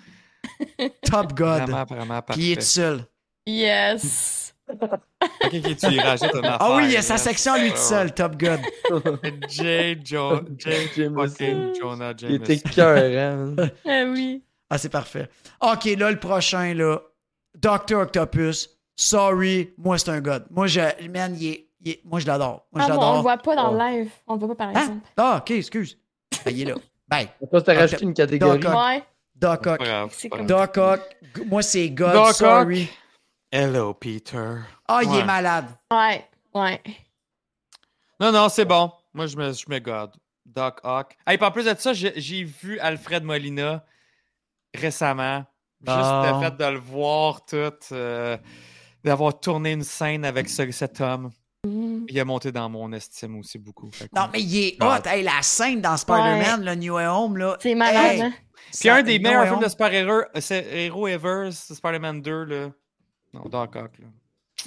Top god.
Vraiment, vraiment
Puis
parfait.
il est tout seul.
Yes.
Ok, ok, tu y rajoutes une affaire.
Ah oui, il a sa
yes.
section à lui tout
Ouais,
seul. Top god.
ouais. J. Jo- J.
Jameson.
fucking Jonah
Il
Jameson.
était cœur, hein.
Ah oui.
Ah, c'est parfait. Ok, là, le prochain, là. Dr. Octopus, sorry, moi c'est un god. Moi je, man, il est- il est- moi je l'adore. Moi
Ah,
je
bon, on le
l'adore.
voit pas dans le live. On le voit pas, par
Hein?
exemple.
Ah, ok, excuse. Ben, il est là. Bye.
Toi,
Ah,
t'as
Ok.
rajouté une catégorie.
Doc Ock.
Ouais.
Doc
C'est
Ock.
pas grave,
C'est
c'est pas
comme-
grave.
Doc Ock. G- Moi c'est god,
Doc Ock.
sorry.
Hello, Peter.
Ah, il
Ouais.
est malade.
Ouais. Ouais.
Non, non, c'est bon. Moi, je me, je me garde. Doc Ock. Hey, puis en plus de ça, j'ai j'ai vu Alfred Molina récemment. Juste
Ah.
le fait de le voir tout, euh, d'avoir tourné une scène avec ce- cet homme.
Mm.
Il a monté dans mon estime aussi beaucoup. Fait que
Non,
ouais.
mais il est hot. Hey, la scène dans Spider-Man, le New Home, là.
C'est malade,
Hey.
hein?
Puis un des
No
meilleurs
Way
films de
Home.
super-héros c'est Hero ever, c'est Spider-Man 2, là. Non, Doc Ock, là.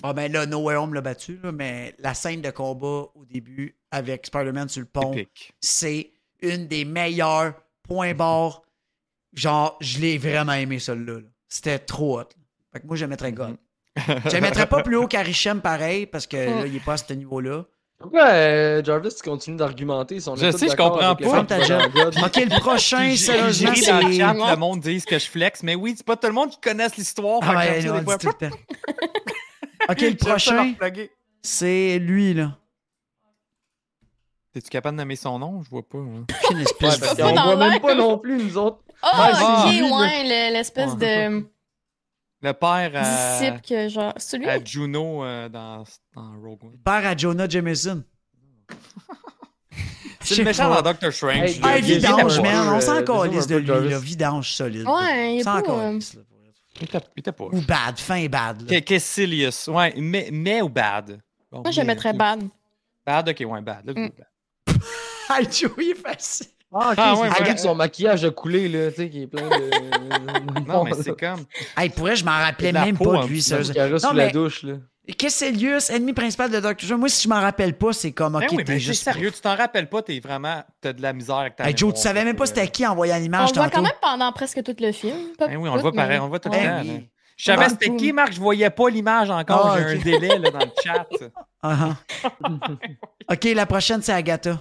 Ah, ben là, No Way Home l'a battu, là, mais la scène de combat au début avec Spider-Man sur le pont.
Épique.
c'est une des meilleures points barres. Genre, je l'ai vraiment aimé, celle-là. là. C'était trop hot. Fait que moi, je le mettrais God.
Mm-hmm.
Je le mettrais pas plus haut qu'Arichem, pareil, parce que là, il est pas à ce niveau-là.
Pourquoi euh, Jarvis, tu continues d'argumenter son
Je sais, je comprends pas.
Ferme ta gueule. Ok, le prochain,
Puis J'ai j'ai
sérieusement,
ri
c'est...
dans le chat, le monde dit que je flex, mais oui, c'est pas tout le monde qui connaisse l'histoire.
Ah
fait que
ouais,
j'aime ça
on
des
dit
fois.
tout le temps. Ok, le
J'aime ça
prochain,
leur plugger.
c'est lui, là.
T'es-tu capable de nommer son nom? Je vois pas. hein.
Une espèce de-
parce
on
qu'on
voit
dans
même
l'air.
pas non plus, nous autres.
Ah,
Ah,
ok,
c'est lui,
ouais, le- l'espèce de
Le père à,
disciple que genre. C'est
Ah,
lui?
à Juno euh, dans, dans Rogue One.
Père à Jonah Jameson.
C'est le méchant dans Doctor Strange.
Hey,
je-
Ah,
Hey,
je-
vidange,
je-
man.
merde. On
Euh,
s'en
désolé,
calisse
un
de
peu,
lui,
Jarvis.
là. Vidange solide.
Ouais, il est
On s'en
pas, euh,
calisse, là, pour vrai.
Il était- il était pas.
Mm.
Ou bad, fin bad. là.
Qu'est- Qu'est-ce Silius? Ouais, mais, mais ou bad? Bon,
Moi, je
mais-
mettrais Bad.
Bad, ok, ouais, bad. let's go,
Mm.
bad.
Ah, Joey est facile.
Ah, ok,
Ah,
c'est
ouais,
celui
ouais.
que son maquillage a coulé, là, tu sais, qui est plein de.
Non, mais c'est comme.
Hey, pourrais, je m'en rappelais
Et la
même
peau,
pas
en
de lui,
plus,
sérieusement.
Mascara
Non,
sous
mais-
la douche, là.
Kesselius, ennemi principal de Doctor Strange. Moi, si je m'en rappelle pas, c'est comme, ok,
Ben oui,
t'es
mais c'est
juste.
sérieux, tu t'en rappelles pas, t'es vraiment. T'as de la misère avec ta
Hey, Joe,
mémoire,
tu savais même pas
fait que-
c'était qui en voyant
On
l'image
le voit
tantôt.
quand même pendant presque tout le film. Pas
Ben oui, on le
tout,
voit pareil,
mais-
on le voit tout le
Ouais.
temps.
Ben
là.
oui.
Je savais
Ah,
c'était
cool.
qui, Marc, je voyais pas l'image encore,
Ah,
j'ai
ok.
un délai là, dans le chat.
Ah, ah. ok, la prochaine, c'est Agatha.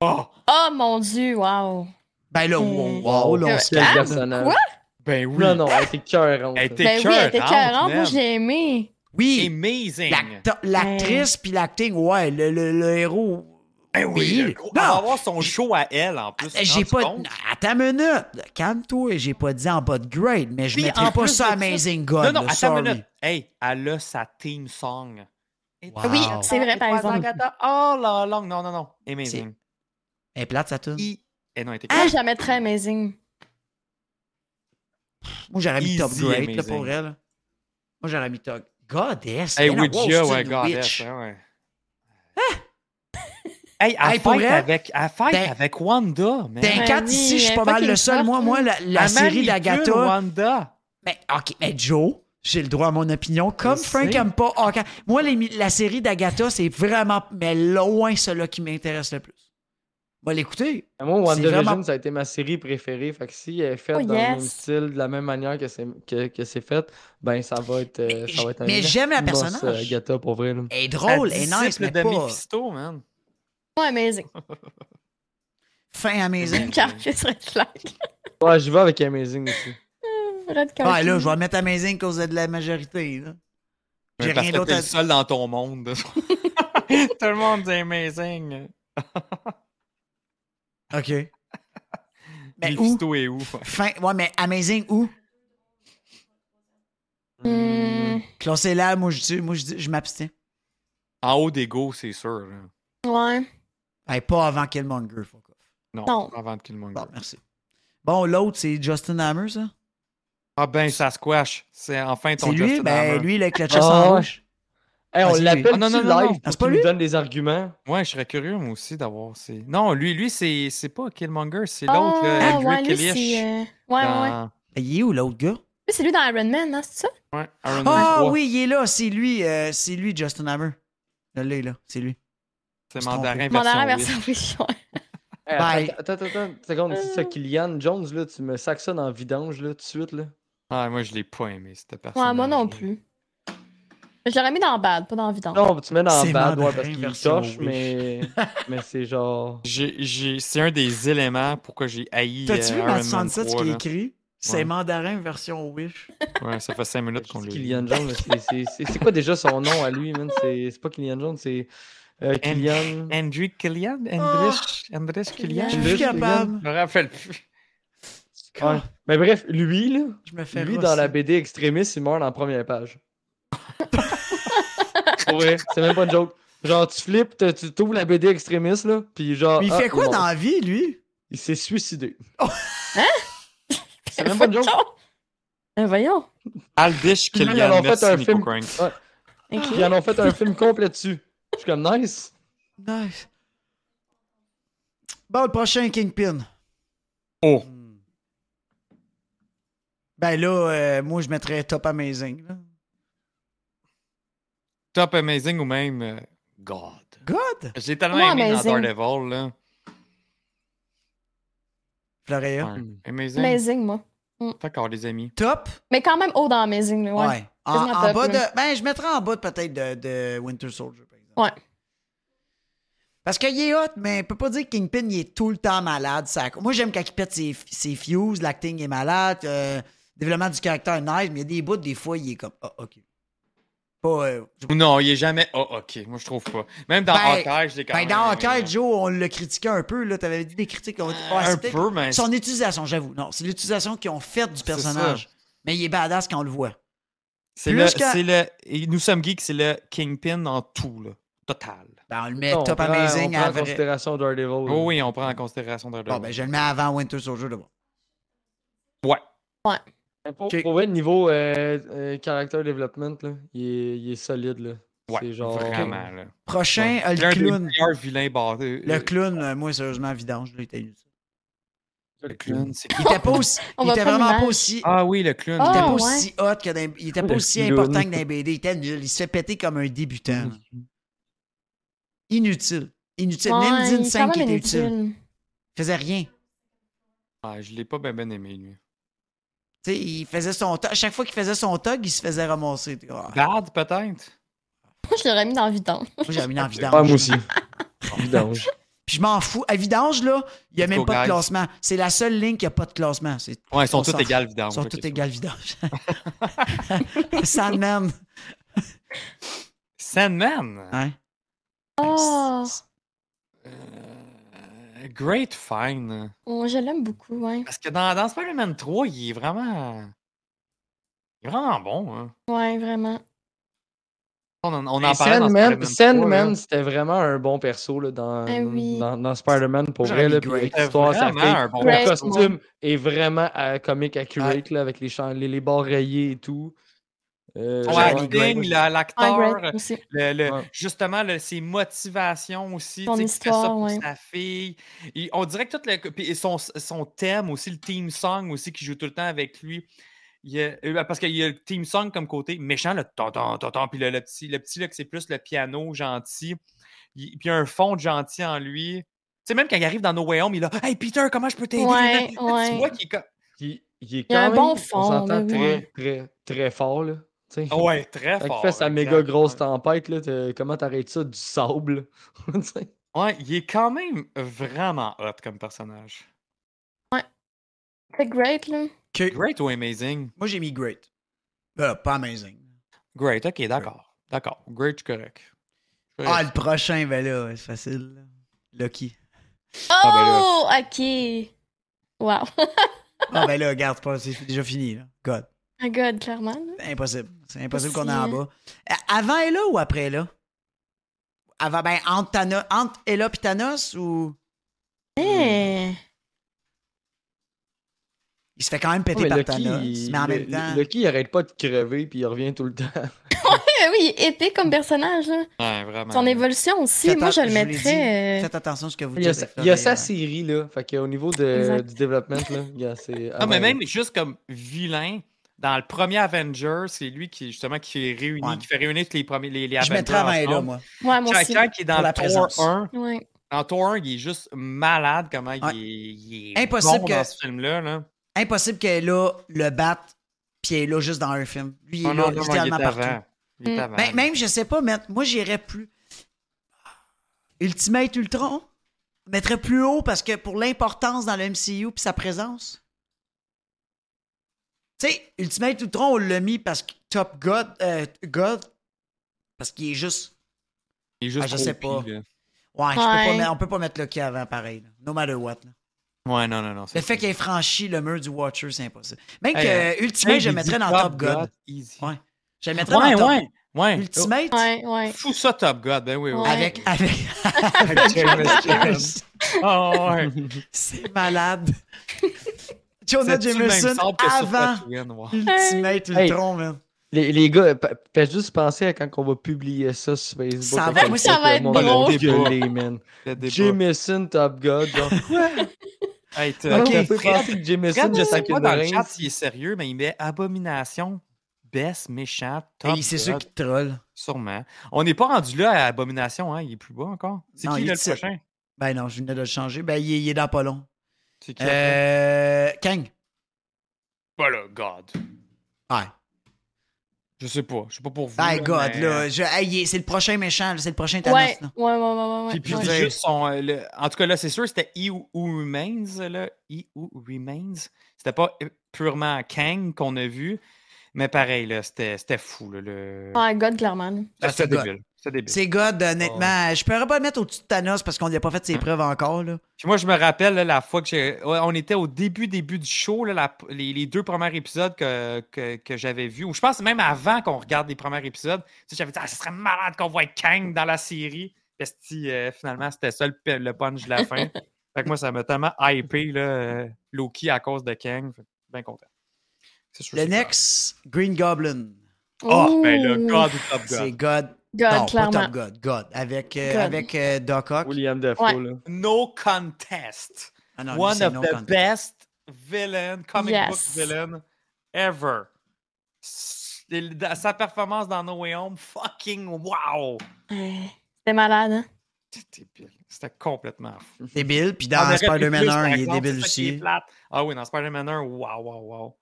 Oh,
Oh mon dieu, wow.
Ben là, wow,
Hmm.
wow, là, on se
Quel
calme.
personnage.
Quoi?
ben oui.
Non, non, elle était cœur. hein,
Elle était
Ben oui, elle était
écœurante,
40, moi
man.
je l'ai aimé.
Oui,
Amazing.
l'acta- l'actrice puis l'acting, ouais, le, le- le héros.
Ben oui,
Oui.
le gros-
Non.
elle va avoir son show à elle en plus. tu te
J'ai
rends-tu
pas.
compte?
Attends une minute. Calme-toi, j'ai pas dit en bas de grade, mais je
Puis,
mettrais
en
pas
plus
ça
de
Amazing
Non,
God.
non,
là,
attends
Ah, sorry.
une minute. Hey, elle a sa team song.
Wow.
Oui, c'est vrai, par
It was
exemple.
Agatha all along. Non, non, non. Amazing.
Elle est plate, ça tourne.
I- Eh non, elle était
Ah,
Moi, je la mettrais Amazing.
Moi, j'aurais mis
Easy
Top Great, là,
amazing.
pour elle. Moi, j'aurais mis Top Goddess.
Hey,
mais non,
Ouija,
wow, c'est
ouais,
une
goddess.
witch. Ah!
hein, ouais. Hey, elle
Hey, pour
fight,
vrai?
avec, elle fight
Ben-
avec Wanda, man.
D'un
Ben
quatre,
oui,
ici, je suis
elle
pas
est
mal le
fucking
seul.
forte,
Moi,
hein.
moi, la, la
Elle
série
manipule
d'Agatha.
Wanda.
Mais, OK, mais Joe, j'ai le droit à mon opinion. Comme
Je
Frank
sais.
Campa. ah, quand- Moi, les mi- la série d'Agatha, c'est vraiment, mais loin, celle-là qui m'intéresse le plus. On va l'écouter.
Moi, WandaVision,
vraiment-
ça a été ma série préférée. Fait que si elle est faite
Oh,
dans le même
yes.
style, de la même manière que c'est que, que c'est fait, ben ça va être, euh, ça va être un
mais j'aime la
immense,
personnage.
euh, Agatha, pour vrai. là.
Elle est drôle, Oh,
La
elle est nice,
disciple
mais
de
pas
Mephisto, man.
Pas Amazing.
Oh,
fin amazing.
Carcass Red Flag.
Ouais, j'y vais avec Amazing aussi.
Red
Ah,
Carcass.
là, je vais mettre amazing à cause de la majorité. là.
Ouais,
J'ai
parce
rien
que
d'autre
t'es
à
le
dire.
seul dans ton monde. Tout le monde dit amazing.
OK. Mais Ben, où?
Mephisto est hein. où?
Fin... Ouais, mais amazing où?
Hmm,
Classé là, moi je dis, moi je dis, je m'abstiens.
En haut d'ego, c'est sûr. là.
Ouais.
Hey, pas avant Killmonger, fuck off.
Non,
Non.
avant de Killmonger.
Bon, merci. Bon, l'autre, c'est Justin Hammer, ça?
Ah ben, ça squash. C'est enfin ton
C'est lui?
Justin
Ben,
Hammer.
lui, là, avec la chest
Ah,
en
ouais.
rouge.
Hey,
Ah,
on
c'est lui.
l'appelle
Ah, non,
tu
non, non, non.
live
Ah, c'est
pour
pas
qu'il
lui?
nous donne des arguments.
Ouais, je serais curieux, moi aussi, d'avoir. Ses... Non, lui, lui c'est c'est pas Killmonger, c'est
Ah,
l'autre, là, Andrew
ouais, lui,
Killish.
c'est. euh, Ouais, ouais, ouais.
euh, dans-
Ben, il est où, l'autre gars?
Lui, c'est lui dans Iron Man, hein, c'est ça?
Ouais, Iron Man
Ah
3,
oui, il est là, c'est lui, euh, c'est lui, Justin Hammer. Là, là, il est là, c'est lui.
C'est
c'est
Mandarin
Mon
version
la version Richard.
Hey,
Bye. Euh.
attends, attends, attends, une seconde. C'est ça, Kylian Jones, là, tu me sacs ça dans la vidange, là, tout de suite, là.
Ah, moi, je l'ai pas aimé, cette personne.
Ouais, moi non plus. Je l'aurais mis dans Bad, pas dans Vidange.
Non, tu mets dans
C'est
Bad, ouais,
Mandarin
parce qu'il
version
torche,
Wish.
mais, mais c'est genre...
J'ai- j'ai- C'est un des éléments pourquoi j'ai haï.
T'as-tu
euh,
vu
Iron
Matt
Man
67 ce
3,
qu'il
là.
écrit?
C'est
Ouais.
mandarin version Wish.
Ouais, ça fait 5 minutes qu'on
C'est
le
Kylian Jones, là, c'est- c'est- c'est c'est quoi déjà son nom à lui, man? C'est c'est pas Kylian Jones, c'est euh, Kylian.
Andrew Kylian? Andrés Andrés Kylian?
Je suis
Wish,
plus
les gars.
capable.
Je me rappelle plus.
Ouais. Mais bref, lui, là,
Je me fais
lui dans la
rosser.
BD extrémiste, il meurt dans la première page. Pour vrai, c'est même pas une joke. Genre, tu flippes, te- tu trouves la BD extrémiste, là, puis genre.
Mais il
ah,
fait quoi
meurt.
dans la vie, lui?
Il s'est suicidé.
C'est
même pas une joke.
Ben voyons.
Aldrich
Puis là, ils
Kylian,
en ont fait un
merci Nico
film.
Crank. Ah.
Ok.
Ils en ont fait un film complet dessus. Je suis comme nice.
Nice.
Bon, le prochain Kingpin.
Oh.
Hmm. Ben là, euh, moi, je mettrais Top Amazing. là.
Top Amazing ou même euh, God.
God!
J'ai tellement
Moi,
aimé dans
Amazing.
Daredevil, là.
Floréa.
Ouais. Amazing.
Amazing, moi.
Fait encore des amis.
Top?
Mais quand même haut dans Amazing, là,
Ouais.
ouais.
En,
Quasiment
en
top,
bas
là.
de. Ben, je mettrais en bas de, peut-être de, de Winter Soldier, par exemple.
Ouais.
Parce qu'il est hot, mais on peut pas dire que Kingpin, il est tout le temps malade. Ça... Moi, j'aime quand il pète ses, ses fuses, l'acting est malade, euh, développement du caractère est nice, mais il y a des bouts, des fois, il est comme. Ah, ok. Pas. euh, je-
Non, il est jamais. Ah, ok. Moi, je trouve pas. Même dans
Ben-
Hawkeye, je l'ai quand
Ben,
même.
dans
aimé,
Hawkeye,
là.
Joe, on le critiquait un peu. Là, t'avais dit des critiques. on va-
Euh,
Ouais, c'est
un
peut-être
peu, mais.
Son utilisation, j'avoue. Non, c'est l'utilisation qu'ils ont faite du
C'est ça.
personnage. Mais il est badass quand on le voit.
C'est
plus
le,
que-
c'est le. et Nous sommes geeks, c'est le Kingpin en tout, là. Total.
Ben, on le met
On
top
prend-
amazing
on prend
à
en
vrai.
considération Daredevil. là.
Oh oui, on prend en considération Daredevil.
Bon, ben, je le mets avant Winter Soldier de bon.
Ouais.
Mais Pour,
Ok.
pour vrai, niveau euh, euh, character development, là, il, est, il est solide. Là.
Ouais.
C'est genre-
Vraiment, là.
Prochain, euh,
C'est un
le
des
clown.
meilleurs vilains bardés.
Le clown, euh, moi, sérieusement, vidange, là, il était inutile.
Le clown, c'est qui
Il était pas aussi.
Oh! On
il
va
était
prendre
vraiment pas
l'image.
aussi.
Ah oui, le clown.
Ah,
Il était pas
ouais.
aussi hot que dans, Il était pas
Le
aussi
clown.
important que dans les BD. Il était nul. Il se fait péter comme un débutant. là. Inutile. Inutile. Même
Ouais, il
Dean
est
5
quand
était
même
utile.
inutile.
Il faisait rien.
Ah, je l'ai pas bien ben aimé, lui.
Tu sais, il faisait son tog. Chaque fois qu'il faisait son tog, il se faisait ramasser. Ah,
Bad, peut-être?
Moi, je l'aurais mis dans le vidange.
moi, j'avais mis en vidange.
Ouais, moi aussi. Vidange.
Puis je m'en fous. À vidange, là, il n'y a
Let's
même
go,
pas de
guys.
classement. C'est la seule ligne qui n'a pas de classement. C'est-
Ouais, ils sont
On s'en
tous
fout.
égales, évidemment.
Ils sont
Ok,
tous
c'est
égales vidange. Sandman.
bon. Sandman!
Hein?
Oh,
Euh, great Fine.
oh, je l'aime beaucoup, ouais.
Parce que dans, dans Spider-Man 3, il est vraiment. Il est vraiment bon. hein.
Ouais, vraiment.
On, en- on en
Mais
parlait dans
Sandman,
Spider-Man 3,
Sandman
là.
c'était vraiment un bon perso là, dans,
Ah oui.
dans, dans Spider-Man pour
Moi, j'aurais
vrai. Là,
mis
puis
Great.
avec l'histoire, ça
Vraiment
fait-
un bon
Great.
Le
Ouais.
costume est vraiment à, comique accurate là, avec les, champs, les, les bords rayés et tout. Euh,
Ouais,
genre-
l'acting, la-
Ouais,
Ah,
l'acteur,
Great aussi.
le- le-
Ouais.
justement le- ses motivations aussi,
Son
tu sais, qu'il fait ça
histoire,
pour
ouais.
sa fille. Il- on dirait que tout le, puis son, son thème aussi, le team song aussi qui joue tout le temps avec lui. Il y a- euh, parce qu'il y a le team song comme côté méchant, le tonton, tonton, puis le, le petit, le petit là, que c'est plus le piano gentil. Il- puis il y a un fond de gentil en lui. Tu sais, même quand il arrive dans No Way Home, il a Hey Peter, comment je peux t'aider?
Ouais,
Tu
ouais.
vois qu'il est comme-
Il, il est
Il y
quand
a un
même,
bon
on
fond,
s'entend
oui,
très,
oui.
très, très fort. Là, tu sais.
Ah Ouais, très
Fait qu'il
fort.
fait sa méga
exact.
grosse tempête, là, t'es- comment t'arrêtes ça? Du sable. Tu sais.
Ouais, il est quand même vraiment hot comme personnage.
C'est great, là.
Que-
Great ou amazing?
Moi, j'ai mis Great. Euh, pas amazing.
Great, ok, d'accord. D'accord. Great, je suis correct.
Euh.
Je suis
Ah,
correct.
le prochain, ben là, c'est facile. là. Lucky. ben
Oh, ok. Wow.
Ah, ben là, regarde, c'est pas- c'est déjà fini. Là. God.
Un god, clairement. là.
C'est Impossible. C'est impossible qu'on ait en
Possible.
bas.
hein.
Euh, Avant Ella ou après Ella? Avant, ben, entre, Thanos, entre Ella puis Thanos ou. Hmm.
Eh.
Il se fait quand même
Ah,
péter
mais
par
Lucky,
Thanos.
il-
mais en
le-
même temps.
Lucky, il arrête pas de crever, puis il revient tout le temps.
Eh oui, il est épique comme personnage, là.
Ouais, vraiment.
Son évolution aussi,
faites
moi,
att-
je le
vous l'ai dit,
mettrais. euh,
Faites attention à ce que vous
Il y a
dites.
sa,
avec
il y a
Florian.
sa série, là. Fait qu'au niveau de,
Exact.
du développement, là, il y a ses-
Ah, mais
ouais.
même juste comme vilain, dans le premier Avenger, c'est lui qui justement qui réunit,
Ouais.
qui fait réunir tous les premiers les, les
Je
Avengers
mettrais avant Ella,
ensemble.
moi.
Ouais, moi aussi.
Chacun qui est dans
Pour la
le Thor
présence.
1,
Ouais.
dans Thor 1, il est juste malade comment
Ouais.
il, est, il est
Impossible
bon
que-
dans ce film-là. Là.
Impossible qu'elle là le batte, puis elle est là juste dans un film. Lui, il est
Oh
là
non, non, non, il
littéralement
est
partout.
avant. Il est
Mm.
avant.
Ben, même, je sais pas, mais moi, j'irais plus. Ultimate Ultron? Je mettrais plus haut parce que pour l'importance dans le MCU puis sa présence. Tu sais, Ultimate Ultron, on l'a mis parce que Top God, euh, God parce qu'il est juste.
Il est juste
Ah, je
trop
sais pas.
pis, là.
Ouais, tu peux pas
Ouais.
mettre- on peut pas mettre Loki avant pareil. là. No matter what. là.
Ouais, non, non, non.
Le fait qu'il ait franchi le mur du Watcher, c'est impossible. Même
Hey,
que euh, Ultimate, je le mettrais dans Top God.
Easy.
Ouais. Je le mettrais
Ouais,
dans Top
ouais, ouais.
Ultimate
Ouais, ouais.
Fous ça Top God, ben oui, oui.
Ouais.
avec. avec...
James Cameron.
Ah, ouais.
c'est malade. Jonah
C'est-tu le même
Jameson
sable que sur
avant
Tatooine, ouais.
Ultimate
Hey.
Ultron, man.
Les, les gars, pa- faites juste penser à quand on va publier ça sur Facebook.
Ça
à
va-
quel
moi,
ça
point
va
le
être
monde va
drôle.
gueuler, man.
Le débat.
Jameson Top God. Genre, quoi?
Hey, t'as-
Comment
Fred-
on peut penser que Jameson,
Fred, je
ça
sais
qu'une
pas dans le chat
reine?
s'il est sérieux, mais il met abomination, baisse, méchant, top.
Et c'est
God,
sûr qu'il troll.
Sûrement. On n'est pas rendu là à abomination, hein? Il est plus bas encore. C'est
Non,
qui
il
là,
est
le
ici.
prochain?
Ben non, je venais de le changer. Ben, il est, il est dans pas long.
C'est qui après?
Euh. Kang.
Pas le God.
Ouais.
Je sais pas. Je sais pas pour vous.
Ben, God,
mais-
là. je- hey, il est- c'est le prochain méchant, là, c'est le prochain Thanos.
Ouais, ouais,
là.
ouais, ouais, ouais.
Puis, puis
ouais.
je
c'est
Ouais.
juste son, euh, le- En tout cas, là, c'est sûr, c'était He Who Remains. Là. He Who Remains. C'était pas euh, purement Kang qu'on a vu, mais pareil, là, c'était c'était fou. Là, le...
Ouais, God, clairement. là.
Ah, c'était
c'est
débile. C'était débile.
C'est God, honnêtement. Je pourrais pas le mettre au-dessus de Thanos parce qu'on n'a pas fait
Hein?
ses preuves encore, là.
Puis moi, je me rappelle là, la fois que j'ai. ouais, on était au début, début du show, là, la- les, les deux premiers épisodes que, que, que j'avais vus, ou je pense même avant qu'on regarde les premiers épisodes, tu sais, j'avais dit, ah, ce serait malade qu'on voit Kang dans la série. Esti, euh, finalement, c'était ça le, pe- le punch de la fin. fait que moi, ça m'a tellement hypé, là, euh, Loki à cause de Kang. Fait que bien content. C'est sûr,
Le
c'est
next, Green Goblin.
God.
Ah,
Oh, ben le
Ouh.
God du Top
C'est
God.
God.
God,
non,
clairement.
pas Top God. God. Avec, euh,
God.
avec euh, Doc Ock.
William Dafoe,
Ouais.
là.
No contest.
Ah non, lui,
One
c'est
of
no
the
contest.
best villain, comic
Yes.
book villain ever. S- il- da- Sa performance dans No Way Home, fucking wow!
Ouais. C'était malade. hein.
C'était débile. C'était complètement fou.
Débile. Puis
On
dans
aurait pu
Spider-Man
plus, par
1, il est
exemple,
débile
c'est ça qui est
aussi.
plate. Ah oui, dans Spider-Man 1, wow, wow, wow.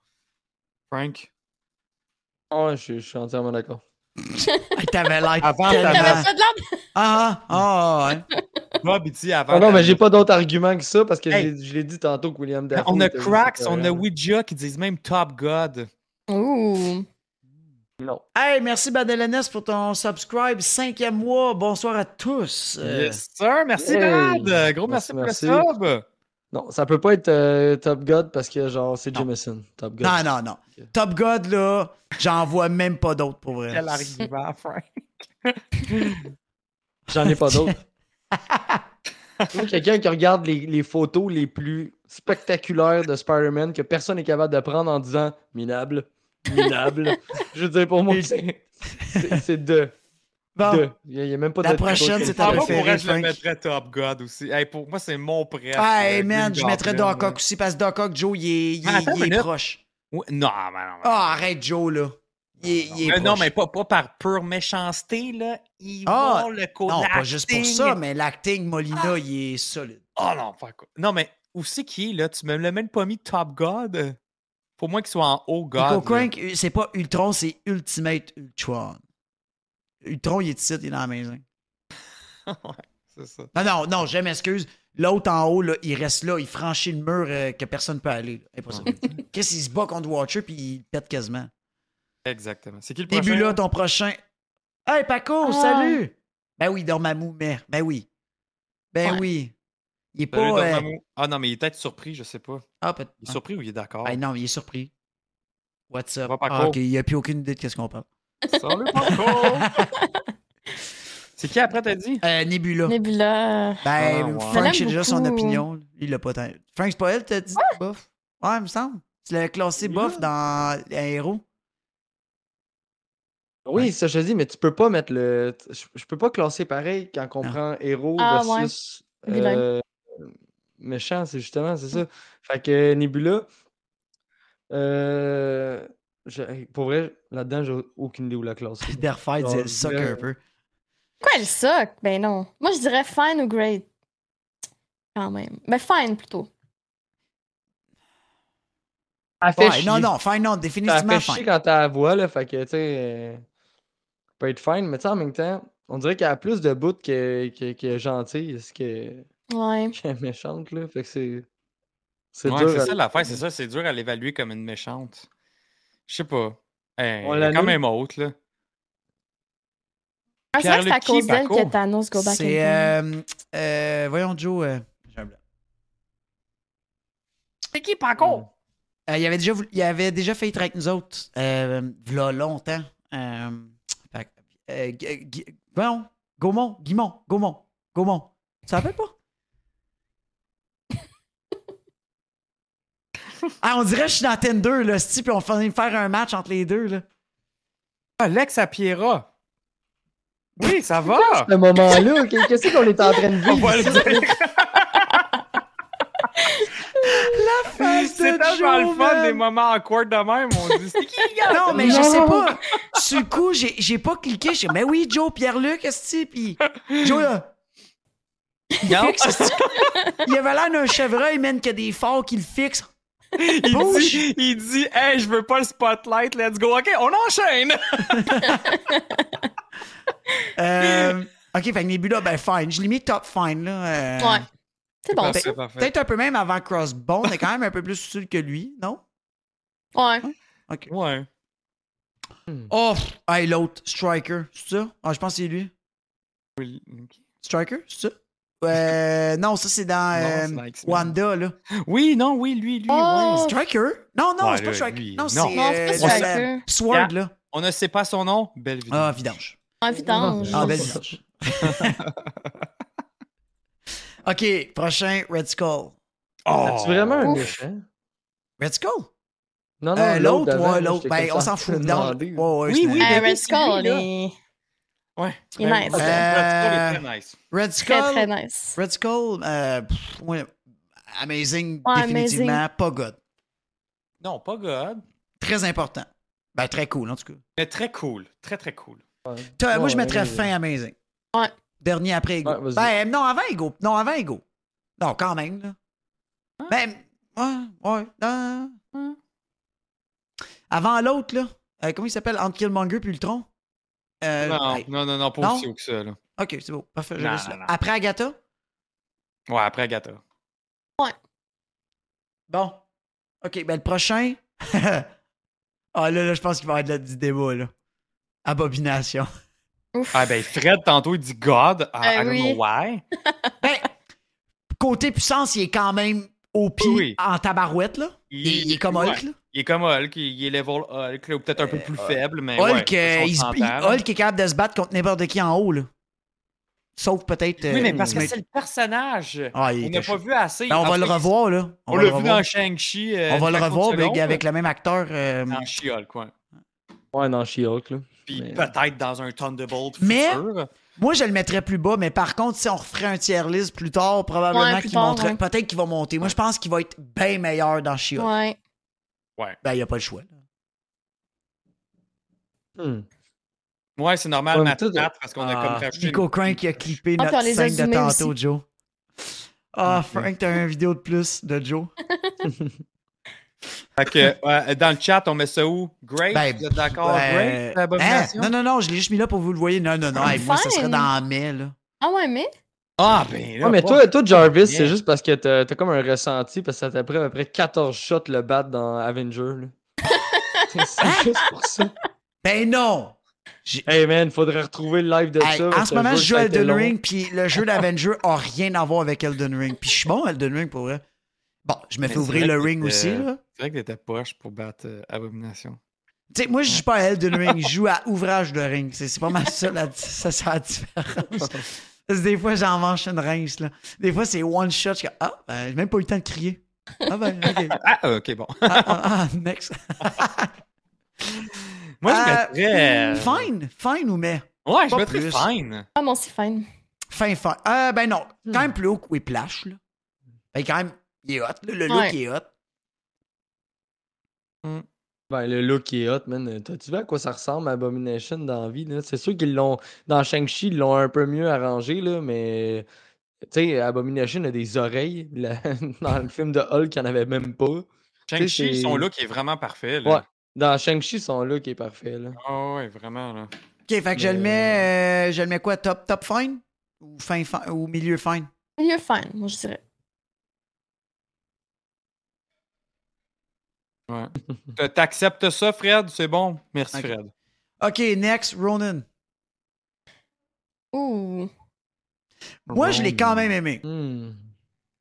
Frank.
Ouais, Oh, je, je suis entièrement d'accord.
Hey, T'avais l'air.
Avant,
tellement-
T'avais pas de l'air
Ah, ah, ah, ouais.
Bob, il dit avant.
Ah non, mais
t'avais-
j'ai pas d'autre argument que ça parce que
Hey.
je l'ai- je l'ai dit tantôt que William
Mais
Dafoe.
On a
était
Cracks, on a
incroyable.
Ouija qui disent même Top God.
Ouh.
Non.
Hey, merci Badelenes pour ton subscribe. Cinquième mois. Bonsoir à tous. Euh,
Yes, sir. Merci,
Hey.
Brad. Gros merci,
Merci,
pour
merci.
le sub.
Non, ça peut pas être euh, Top God parce que genre c'est
Non.
Jameson. Top God.
Non, non, non.
Ok.
Top God, là, j'en vois même pas d'autres pour vrai.
Quel argument, Frank.
J'en ai pas d'autres. Trouve Quelqu'un qui regarde les, les photos les plus spectaculaires de Spider-Man que personne n'est capable de prendre en disant minable, minable. je veux dire, pour moi, c'est c'est- c'est deux.
Bon,
deux. Il n'y a, même pas
La
de- d'autre
prochaine,
qualité.
c'est ta
Ah, moi,
préférée.
pour vrai, je le
Frank. Ah,
mettrais Top God aussi. Hey, pour moi, c'est mon préf.
Hey,
euh,
man,
Green
je mettrais
Goblin,
Doc Ock aussi parce que Doc Ock, Joe, il est, il est-
Ah, attends
il
une
est
minute.
proche.
Ouais, Non, mais non, mais non.
Ah, arrête, Joe, là. Il est, il est
Mais
proche.
Euh, non, mais pas, pas par pure méchanceté, là. Il
Ah,
va le côté.
Non, pas juste pour
acting.
ça, mais l'acting
Ah.
Molina, il est solide.
Oh non, pas quoi. Non, mais où c'est qui est, là? Tu me l'as même pas mis Top God? Pour moi, qu'il soit en haut God.
Nico
là.
Quink, c'est pas Ultron, c'est Ultimate Ultron. Ultron, il est ici, il est dans la maison.
Ouais, c'est ça.
Non, non, non, je m'excuse. L'autre en haut, là, il reste là, il franchit le mur euh, que personne peut aller. là. Impossible. Qu'est-ce qu'il se bat contre Watcher puis il pète quasiment.
Exactement. C'est qui le prochain?
Début là, ton prochain. Hey Paco,
Ah.
salut! Ben oui, Dormammu, mère. Ben oui. Ben
Ouais.
oui. Il est pas.
Salut,
euh,
Dormammu. Ah non, mais il est peut-être surpris, je sais pas.
Ah, peut-
Il est surpris ou il est d'accord?
ah. Ben non, il est surpris. What's up?
va, Paco?
Ah, ok, il a plus aucune idée de qu'est-ce qu'on parle.
Salut, Paco! c'est qui après, t'as dit?
Euh, Nebula.
Nebula.
Ben,
Ah, wow.
Je l'aime
Frank, c'est déjà son
beaucoup.
opinion. Il l'a pas tant. Frank, c'est pas elle, t'as dit bof? Ouais, il me semble. Tu l'as classé bof dans un héros.
Oui, ça je te dis, mais tu peux pas mettre le. Je, je peux pas classer pareil quand on
Non.
prend héros
Ah, ouais.
versus
Vilain. Mm.
euh, méchant, c'est justement, c'est ça. Fait que Nebula, euh, je- hey, pour vrai, là-dedans, j'ai aucune idée où la classer.
Derfight,
Genre,
elle suck
euh,
un peu.
Quoi, elle soque? Ben non. Moi, je dirais fine ou great. Quand même. Ben fine plutôt.
Elle
Ouais,
fait chier.
non, non, fine, non,
Ça
définitivement
fait chier
fine.
quand t'as la voix, là, fait que, tu sais, euh, peut être fine, mais tu sais, en même temps, on dirait qu'elle a plus de bouts que, que, que gentille, ce que,
Ouais.
que méchante, là. Fait que c'est. C'est
Ouais,
dur
c'est
à-
ça l'affaire, c'est ça, c'est dur à l'évaluer comme une méchante. Je sais pas. Hey,
On
elle est quand
l'annule?
même haute, là.
Ah, c'est vrai que c'est à
Pierre-Luc
cause d'elle
Baco.
que Thanos go back in
C'est.
time.
euh, euh, voyons, Joe. euh, j'ai un blanc.
C'est qui, Paco?
Euh, il, avait déjà voulu- il avait déjà fait être avec nous autres. Euh, v'là longtemps. Euh, fait que, euh, Gu- Gu- voyons, Gaumont, Guimont, Gaumont, Gaumont. Tu te rappelles pas? ah, on dirait que je suis dans Ten 2, là, Steve, puis on finit de faire un match entre les deux, là.
Ah, Lex à Piera. Oui, ça va.
Ce moment-là, qu'est- qu'est-ce qu'on est en train de
On
vivre?
va le dire. Ah, C'est tellement le fun des moments awkward de même. On dit, c'est qui, le gars?
Non, mais je
Non.
sais pas. Sur le coup, j'ai j'ai pas cliqué. J'ai dit, mais oui, Joe, Pierre-Luc, Esti, puis Joe, là. Il
Non.
fixe, esti. Il avait l'air d'un chevreuil, man, que des forts qui le fixent.
Il
Bouge.
dit, il dit, hey, je veux pas le spotlight, let's go. OK, on enchaîne.
Euh, OK, fait que Nebula, ben fine. Je l'ai mis top fine, là. euh,
Ouais. C'est
ben,
bon, ça.
Parfait, Ah, parfait.
Peut-être un peu même avant Crossbone. On est quand même un peu plus utile que lui, non?
Ouais.
Ouais.
Oh, pff, hey, l'autre, Striker, c'est ça? Ah, je pense que c'est lui.
Oui.
Striker, c'est ça? Euh, non, ça, c'est dans
Non,
euh,
c'est dans X-Men.
Wanda, là.
Oui, non, oui, lui, lui.
Oh.
ouais.
Striker? Non, non,
Ouais,
c'est pas
là,
Striker.
lui,
Non,
non.
c'est
Non,
euh,
c'est
la-
pas
la-
Striker.
Sword, là.
On ne sait pas son nom. Belle vidéo.
Ah, vidange.
En vidange. Euh,
Ah, belle vidange. OK, prochain, Red Skull.
Oh!
C'est vraiment un
Ouf.
méchant.
Red Skull?
Ah Non, non,
Euh, l'autre,
d'avant,
ouais,
là,
l'autre.
j'étais
Ben,
comme
on
ça,
s'en fout. Vidange.
demandé.
Ouais, ouais,
Oui,
c'est-
oui.
Ah,
Ben
Red
c'est
Skull,
lui, là.
il est
Ouais.
Il est
Ouais,
nice.
ouais, Red Skull
Euh,
est très nice.
Red Skull.
très, très nice.
Red Skull, euh, pff, ouais, amazing,
Ouais,
définitivement. Pas God.
Non, pas God,
Très important. Ben, très cool, en tout cas.
mais très cool. Très, très cool.
Toi, moi,
Ouais,
je mettrais
ouais.
fin amazing.
Ouais.
Dernier après Ego.
Ouais, vas-y.
ben, non, avant Ego. Non, avant Ego. Non, quand même, là. Ben, ouais, ouais. non, non. Avant l'autre, là. euh, comment il s'appelle? Entre Killmonger puis Ultron? Euh,
non,
hey,
non, non, non, pas
non?
aussi haut que ça. Là.
Ok, c'est beau. Parfait, je
Non,
laisse
non,
là.
non.
Après Agatha?
Ouais, après Agatha.
Bon. OK, ben le prochain. ah là, là, je pense qu'il va y avoir de la- du débat, là. Abomination.
Ouf.
Ah ben Fred, tantôt, il dit God. I,
Euh,
Eh
I don't
oui.
know why.
Ben, côté puissance, il est quand même au pied
Oui.
en tabarouette, là. Il, il est comme
ouais,
Hulk, là.
il est comme Hulk, il, il est level Hulk, là, ou peut-être un peu plus faible, mais ouais,
Hulk,
ça,
euh,
on
il, se-
s'entend,
il-
là.
Hulk est capable de se battre contre n'importe qui en haut, là. Sauf peut-être.
Oui, mais parce que
Ultimate.
c'est le personnage.
Ah, euh, il
on
était
n'a
chaud.
pas vu assez.
Ben, on
En
va
fait,
le revoir, là.
On,
va
l'a
le
vu
revoir.
dans Shang-Chi. euh,
On va
une
le
fraction de
revoir avec,
seconde,
avec le même acteur. euh,
Dans She-Hulk, ouais.
Ouais, dans She-Hulk, là.
Puis
Mais-
peut-être dans un Thunderbolt
Mais-
futur.
Moi, je le mettrais plus bas, mais par contre, si on referait un tier list plus tard, probablement
Ouais, plus
qu'il
tard,
monterait.
ouais.
Peut-être qu'il va monter. Moi, je pense qu'il va être bien meilleur dans Shia.
Ouais.
Ben, il n'y a pas le choix. là.
Hmm.
Ouais, c'est normal,
Ouais,
Matt,
mais tout-
Matt, parce qu'on a comme
Ah.
craché. une-
Nico Crank qui a clippé
Ah, puis on
notre
les a
scène de
zoomés
tantôt,
aussi.
Joe. Ah, Frank, t'as une vidéo de plus de Joe.
Fait que, ouais, dans le chat, on met ça où? Great?
Ben,
vous êtes d'accord?
Euh,
Great? Abomination?
hein? Non, non, non, je l'ai juste mis là pour vous le voyez. Non, non, non. hey, moi, ça serait
Ah, Fine.
dans mai, là.
Ah ouais, mais.
Ah, ben là.
Ouais, mais
bon.
toi, toi Jarvis,
Bien.
c'est juste parce que t'as t'as comme un ressenti, parce que ça t'a pris à peu près 14 shots le battre dans Avenger, là. C'est- c'est juste pour ça.
Ben non!
Hey man, faudrait retrouver le live de
Hey,
ça.
en
parce
ce
que
moment,
le
je
jeu,
joue à
ça a été
Elden
long.
Ring, puis le jeu d'Avenger a rien à voir avec Elden Ring. Puis je suis bon à Elden Ring pour vrai. Bon, je me
Mais
fais
c'est
ouvrir
vrai
le
que
ring
t'es-
aussi, là.
C'est vrai que t'étais poche pour battre euh, Abomination.
Tu sais, moi, je joue pas à Elden Ring, je joue à ouvrage de ring. C'est c'est pas mal ça, la, ça, c'est la différence. Parce que des fois, j'en mange une rince, là. Des fois, c'est one shot. Je suis comme, ah, ben, j'ai même pas eu le temps de crier. Ah, ben, OK. Ah,
Ah, euh, ok, bon.
ah, ah, next.
Moi, je
Euh,
mettrais. euh,
Fine, fine ou mais?
Ouais, je
pas
mettrais
plus.
Fine.
Ah, mon, c'est fine.
Fin, fin. Euh, ben non, quand même plus haut que Whiplash, là. Ben, quand même, il est hot, là. Le look,
Ouais.
il est hot.
Ben, le look il est hot, man. T'as-tu vu à quoi ça ressemble, Abomination, dans la vie, là? C'est sûr qu'ils l'ont. Dans Shang-Chi, ils l'ont un peu mieux arrangé, là, mais. Tu sais, Abomination a des oreilles. là. dans le film de Hulk, il n'y en avait même pas.
Shang-Chi,
c'est-
son look est vraiment parfait. Là.
Ouais. Dans Shang-Chi, son look est parfait, là.
Ah ouais, vraiment. Là.
OK, fait que je le
Mais-
mets, euh, je le mets quoi? Top, top fine? Ou fin, fin, ou milieu fine?
Milieu fine, moi, je dirais.
Ouais. T- T'acceptes ça, Fred? C'est bon? Merci,
Ok.
Fred.
Ok, next, Ronan.
Ouh.
Moi, je l'ai quand même aimé.
Hmm.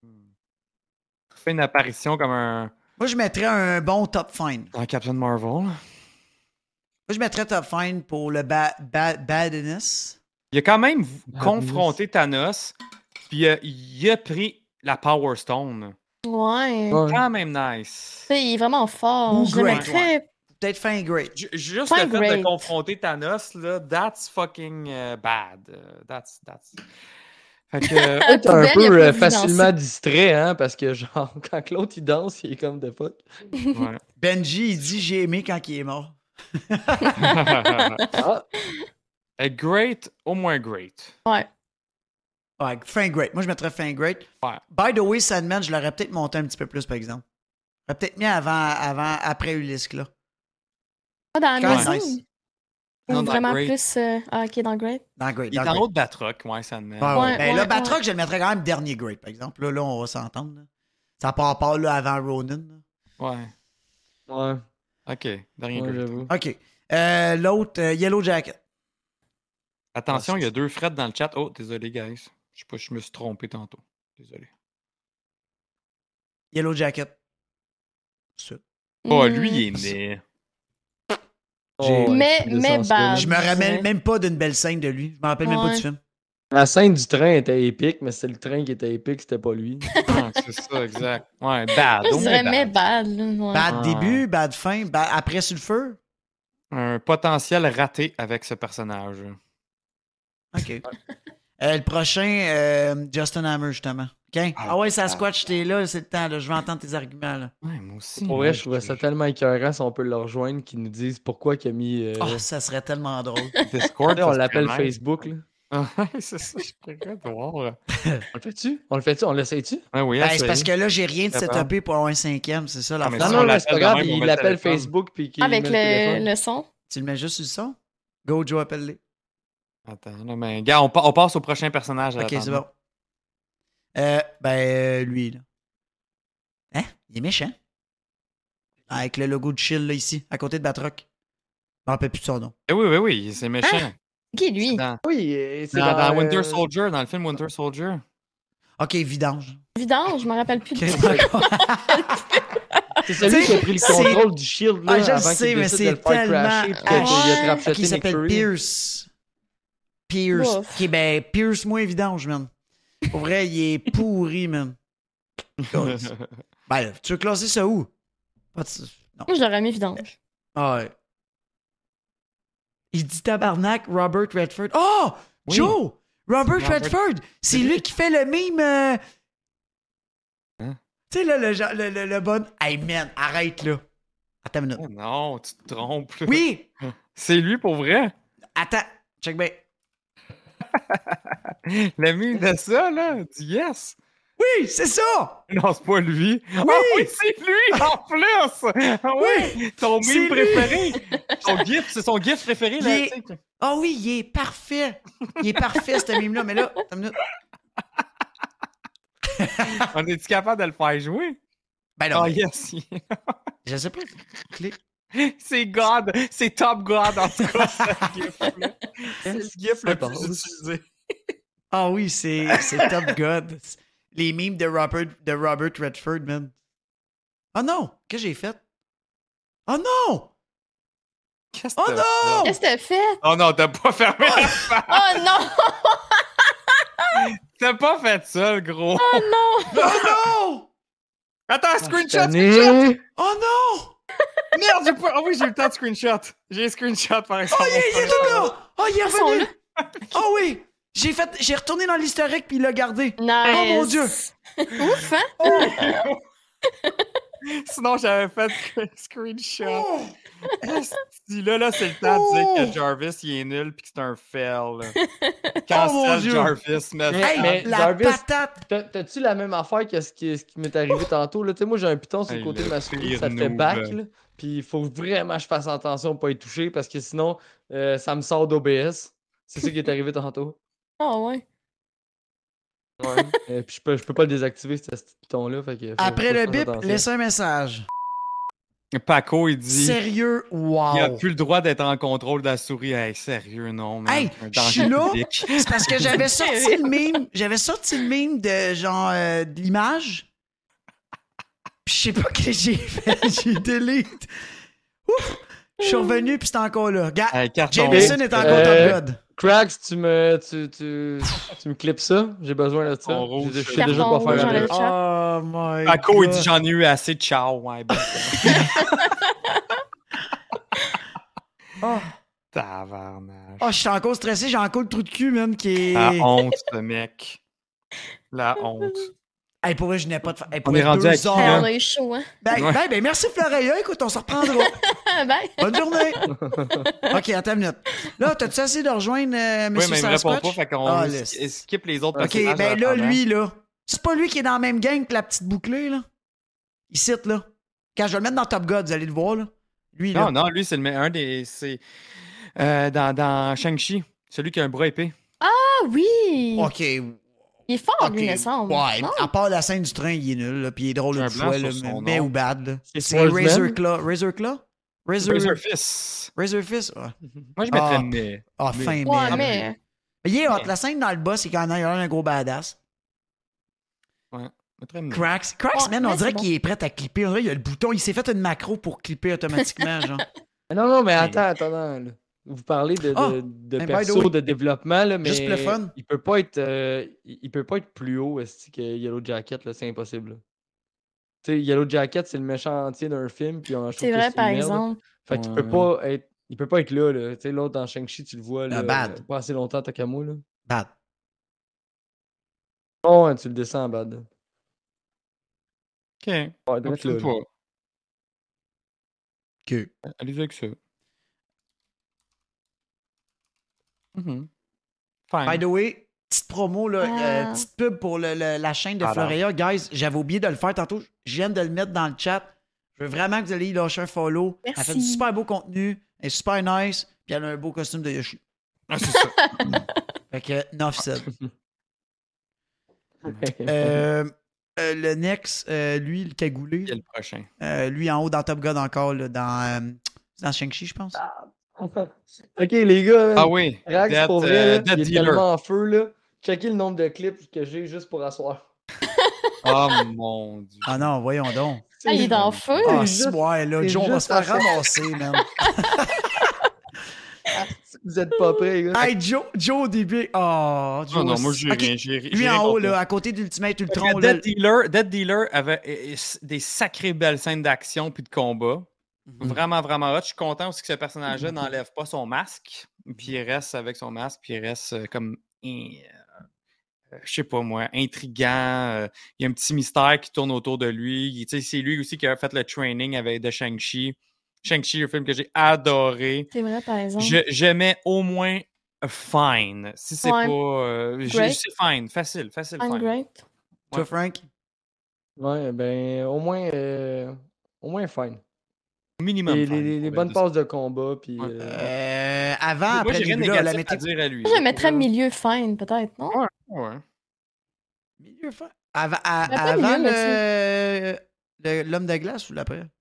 Tu fais une apparition comme un,
Moi, je mettrais un bon top fine. Moi,
un Captain Marvel.
je mettrais top fine pour le ba- ba- badness.
Il a quand même v-
Madness.
confronté Thanos, puis euh, il a pris la Power Stone.
Ouais.
Ouais.
Quand même nice.
Tu sais, Il est vraiment fort.
Ou
je le
great,
mettrais.
Peut-être fin great.
Ju- Juste
Point
le fait de
great.
confronter Thanos, là, that's fucking euh, bad. Euh, That's, that's... Fait que, euh,
à la
T'es un
poubelle, il a
peu
pas
euh,
vu
facilement
danser.
distrait, hein, parce que genre, quand l'autre il danse, il est comme de fuck.
ouais.
Benji, il dit j'ai aimé quand il est mort.
Ah,
Eh, great, au moins great.
Ouais.
Ouais, fin great. Moi, je mettrais fin great.
Ouais.
By the way, Sandman, je l'aurais peut-être monté un petit peu plus, par exemple. J'aurais peut-être mis avant, avant, après Ulysse, là.
Pas dans
Quand
Amazing.
nice.
Ou
Non, dans
vraiment
Great.
plus. euh, Ah, ok, dans Great.
Dans great.
Il est
dans
en
great.
haut de Batroc, ouais, Sandman.
Ouais, ouais.
Ouais,
Ben,
ouais,
là, Batroc, je le mettrais quand même dernier grade, par exemple. Là, là on va s'entendre. là. Ça part à part là, avant Ronan. là.
Ouais.
Ah! ouais,
Ok, dernier
ouais,
great.
j'avoue.
OK. Euh, L'autre, euh, Yellow Jacket.
Attention, il y a deux Fred dans le chat. Oh, désolé, guys. Je sais pas, je me suis trompé tantôt. Désolé.
Yellow Jacket. Ça.
Oh,
Hmm.
lui, il est né.
J'ai-
Oh, ouais,
Mais-
c'est
mais
sens-
bad.
Je me rappelle
Ouais.
même pas d'une belle scène de lui. Je me rappelle même pas
Ouais.
du film.
La scène du train était épique, mais c'est le train qui était épique, c'était pas lui.
Ah, c'est ça, exact. Ouais, bad.
Moi,
au
je dirais,
moins
mais
bad.
bad. là, ouais.
Bad
Ouais.
début, bad fin, bad- après sur le feu.
Un potentiel raté avec ce personnage.
OK. Euh, le prochain, euh, Justin Hammer, justement. OK. Ah ouais, Sasquatch, t'es là, c'est le temps. là. Je vais entendre tes arguments. Là.
Ouais, moi aussi.
Pour vrai, je trouvais ça tellement écœurant si on peut le rejoindre, qu'ils nous disent pourquoi qu'il a mis. euh,
Ah,
Oh, ça serait tellement drôle.
Discord,
on l'appelle Facebook. là.
c'est ça, je suis curieux de voir.
On le fait-tu? On le fait-tu? On l'essaye-tu?
Ouais, Ah oui,
Ben,
essayez.
c'est parce que là, j'ai rien de
Capable.
setupé pour avoir un cinquième, c'est ça la
mais
Non,
si
non,
on
mais c'est pas
l'appelle
grave,
de même, on
il
met le
l'appelle
téléphone.
Facebook puis qu'il
Avec
met
le,
téléphone.
le son.
Tu le mets juste sur le son? Go, Joe, appelle-les.
Attends, là, mais gars, on, pa- on passe au prochain personnage.
Ok,
attends.
c'est bon. Euh, ben, euh, lui, là. Hein? Il est méchant. Avec le logo de Chill, là, ici, à côté de Batroc. Je me rappelle plus de son nom.
Eh oui, oui, oui, c'est méchant.
Ah,
Qui, lui?
Dans,
Oui, euh, c'est
dans- dans
euh,
Winter Soldier, dans le film Winter Soldier.
Ok, Vidange.
Vidange, je me rappelle plus.
Ok,
de
d'accord.
C'est celui
Tu
qui
sais,
a pris
c'est-
le contrôle du shield là,
Ah, je le
avant
sais,
qu'il
mais
décide
c'est
de le faire
tellement
crasher, puis
haché.
qu'il a
Ok,
trappé
il s'appelle Pierce. Pierce.
Ouf.
Ok, ben, Pierce, moins Vidange, man. Pour vrai, il est pourri, man. Ben, là, tu veux classer ça où? Pas de- Non.
Moi, je l'aurais mis Vidange.
Ah ouais. Il dit tabarnak, Robert Redford. Oh!
Oui.
Joe! Robert,
Robert-
Redford! C'est lui qui fait le mime. euh,
Hein?
Tu sais, là, le, genre- le, le, le bon. Hey man, arrête là. Attends une minute.
Oh non, tu te trompes. là.
Oui!
C'est lui pour vrai.
Attends, check bien.
La mine de ça, là. Dis yes.
Oui, c'est ça!
Non, c'est pas lui. Ah Oui, c'est lui en plus. Ah oui, ton
c'est lui.
mime préféré. Son gif, c'est son gif préféré. Là,
Il est-
tu sais.
Ah oui, il est parfait! Il est parfait, ce mime-là, mais là, attends une minute.
On est-tu capable de le faire jouer?
Ben non,
Ah yes.
je sais pas. Clic.
C'est God, c'est Top God en tout cas, ce gif-là. C'est le gif le plus utilisé.
Ah oui, c'est c'est Top God. Les mimes de Robert, de Robert Redford, man. Oh non! Qu'est-ce que j'ai fait? Oh non!
Qu'est-ce
Oh
que t'as
non!
fait?
Qu'est-ce que t'as fait?
Oh non, t'as pas fermé la porte.
Oh non!
T'as pas fait ça, le gros!
Oh non!
Oh non! Ah,
Attends,
Cette
screenshot!
année,
Oh non!
Merde, j'ai pas... Ah oui, j'ai eu le temps de screenshot! J'ai screenshot, par exemple.
Oh, il est, il est tout là! Oh, il est
Ils sont
revenu! Oh oui! J'ai fait, j'ai retourné dans l'historique puis il l'a gardé.
Nice.
Oh, mon Dieu.
Ouf, hein?
Oh. Sinon, j'avais fait screenshot.
Oh!
Si là, là, c'est le temps de dire que Jarvis, il est nul pis que c'est un fail. là. Cancel
Oh, Dieu.
Jarvis, mais...
Hey,
mais
la
Jarvis-
patate!
t'as- t'as-tu la même affaire que ce qui, ce qui m'est arrivé tantôt? Là? Tu sais, Moi, j'ai un piton sur le
Hey,
côté de
le
ma souris,
pire
ça fait
noob.
back. là. Puis il faut vraiment que je fasse attention de pas y toucher parce que sinon, euh, ça me sort d'OBS. C'est ça qui est arrivé tantôt.
Oh ouais.
Ouais. Euh, puis je peux, je peux pas le désactiver, ce petit piton-là. fait que faut-
Après
faut que
le
je fasse
bip,
attention.
laissez un message.
Paco, il dit
Sérieux,
il n'a
wow.
plus le droit d'être en contrôle de la souris. Hey, sérieux, non, man.
Hey,
C'est un
je
danger
suis là.
public.
C'est parce que j'avais sorti le meme, j'avais sorti le meme de genre euh, de l'image. Puis je sais pas que j'ai fait, j'ai delete. Ouf, je suis revenu puis c'est encore là. Gars,
Hey, carton.
Jameson est encore
Euh,
top god.
Cracks, tu me, tu, tu, tu me clips ça? J'ai besoin de ça.
Carton rouge.
Je- Je sais
Carton
déjà pas
rouge,
faire
j'enlève
avec.
le chat.
Oh my
Paco, il
God.
dit j'en ai eu assez, ciao. Ouais, bon.
Ah.
Tabarnache.
Oh, je suis encore stressé, j'ai encore le trou de cul, man, qui est.
La honte, ce mec. La honte.
Hey, pour vrai, je n'ai pas de. fa- Hey,
On
pour
est
vrai,
rendu
deux
à qui,
heures.
Ouais,
là?
on a eu chaud, hein?
Ben,
Ouais.
ben, ben, merci Floreya, écoute, on se reprendra.
Bye.
Bonne journée. OK, attends une minute. Là, t'as-tu assez de rejoindre euh,
Oui,
Monsieur
mais il me répond
Sasquatch?
pas, fait qu'on
Ah,
sk-
le-
skip les autres
OK,
personnages
ben là,
avant.
lui, là, c'est pas lui qui est dans la même gang que la petite bouclée, là. Il cite, là. Quand je vais le mettre dans Top God, vous allez le voir, là. Lui, là.
Non, non, lui, c'est le me- un des. C'est. euh, dans dans Shang-Chi, celui qui a un bras épais.
Ah oui!
OK.
Il est fort,
ok.
lui, me semble.
Ouais,
Non?
à part la scène du train, il est nul, là, puis il est drôle
J'ai un
une
blanc
fois,
sur
là,
son
mais
nom.
ou bad, là.
C'est
C'est
Swordsman?
Razor Claw. Razor Claw? Razor...
Razor Fist.
Razor Fist? Ah,
Moi, je
Ah.
mettrais mais.
Ah,
Mais-
fin,
Ouais,
man.
mais.
Mais il est hot. La scène dans le boss, c'est quand même il a l'air d'un gros badass.
Je mettrais mais.
Cracks. Cracks,
Ouais,
man, on
mais
dirait
c'est
qu'il est prêt à clipper. On dirait qu'il a le bouton. Il s'est fait une macro pour clipper automatiquement, genre.
Ah Non, non, mais attends, attends. attends. Vous parlez de,
Ah,
de, de
ben, by the
perso,
way,
de développement, là, mais
juste pour le fun.
il peut pas être, euh, il il peut pas être plus haut esti, que Yellow Jacket, là, c'est impossible. là. Tu sais, Yellow Jacket, c'est le méchant entier d'un film, puis on
C'est vrai, par exemple.
Fait qu'il peut
Ouais.
pas être, il peut pas être là, là. Tu sais, l'autre dans Shang-Chi, tu le vois, là, euh,
bad.
pas assez longtemps, t'as qu'à moi, là.
Bad.
Oh, ouais, tu le descends, bad.
Ok,
Ouais,
donc
drette,
tu
là,
me
là.
pas.
OK.
Allez avec ça. Mhm. Fine.
By the way, petite promo, là, euh,
Ah.
petite pub pour le- le- la chaîne de
Alors.
Florea. Guys, j'avais oublié de le faire tantôt. Je viens de le mettre dans le chat. Je veux vraiment que vous alliez y lâcher un follow. Elle fait du
Merci.
super beau contenu. Elle est super nice. Puis elle a un beau costume de Yoshi.
Ah, c'est ça.
Fait que, non, said.
Euh,
Euh, euh, le Nex, euh, lui, le cagoulé,
Qui est le prochain?
euh, lui en haut dans Top God encore, là, dans, euh, dans Shang-Chi, je pense.
ok, les gars.
Ah oui.
Rax,
Death,
pour vrai,
euh,
là,
Death
il est
Dealer.
tellement en feu, là. Checkez le nombre de clips que j'ai juste pour asseoir.
Oh mon dieu.
Ah non, voyons donc.
Ah, il est dans le feu.
Ah,
c'est
si,
juste-
ouais, là,
c'est
Joe, on va se
juste
faire
à-
ramasser, man.
Vous êtes pas prêts, les gars.
hey, Joe, Joe, au début. Oh, Joe.
Non, Ah, non, moi j'ai
Ok,
rien. j'ai ri- j'ai
Lui
rien
en haut,
compris.
là, à côté d'Ultimate
Fait que
Ultron, là.
Dead Dealer, Dead Dealer avait euh, euh, des sacrées belles scènes d'action puis de combat.
Mhm.
Vraiment, vraiment hot. Je suis content aussi que ce personnage-là n'enlève pas son masque.
Mhm.
Puis il reste avec son masque, puis il reste euh, comme. euh, euh, je sais pas moi, intriguant. euh, il y a un petit mystère qui tourne autour de lui. Il- tu sais, C'est lui aussi qui a fait le training avec de Shang-Chi. Shang-Chi, un film que j'ai adoré.
C'est vrai, par exemple.
Je- J'aimais au moins Fine. Si c'est
Ouais.
pas. euh, j'ai-
Great.
c'est Fine. Facile, facile.
I'm
Fine.
great.
Toi, Frank.
Ouais, ben, au moins, euh, au moins, fine.
Minimum.
Les,
fine,
les- les-
pour
les
vrai,
bonnes
de-
passes de combat, puis.
Ouais.
euh,
Euh, avant,
Moi,
après
j'ai
les
rien de
buts, là, la
négatif à
météo.
dire à lui.
Moi, je le mettrais milieu fine, peut-être, non?
Ouais.
Milieu, fin. Avant, à-
Après,
avant
milieu,
le- le- l'homme de glace ou l'après?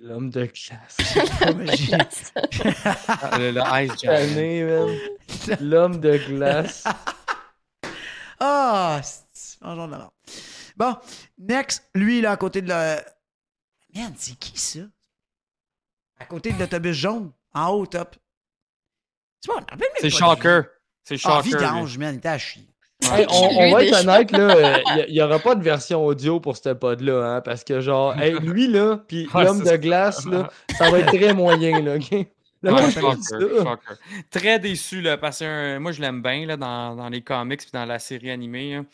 L'homme de classe.
J'ai-
Ah, Le, le Ice Giant.
Tanné, man. L'homme de glace.
Ah, c'est un genre de la merde. Bon, next, lui, là, à côté de la. Man, c'est qui ça? À côté de l'autobus jaune, en haut, top. C'est bon, on rappelle même
C'est
pas de
Shocker.
lui.
C'est Shocker.
Ah,
lui.
vidange, man, il était à chier.
Hey, on,
Lui,
on va être
déjà.
honnête, là, euh, il n'y aura pas de version audio pour ce pod-là, hein, parce que genre, hey, lui, là, puis
Ouais,
l'homme
Ah, c'est
de glace, là, ça va être très moyen, là, OK? Le
Ouais,
monde
shocker,
qui dit ça.
shocker. Très déçu, là, parce que euh, moi, je l'aime bien là, dans, dans les comics et dans la série animée. hein.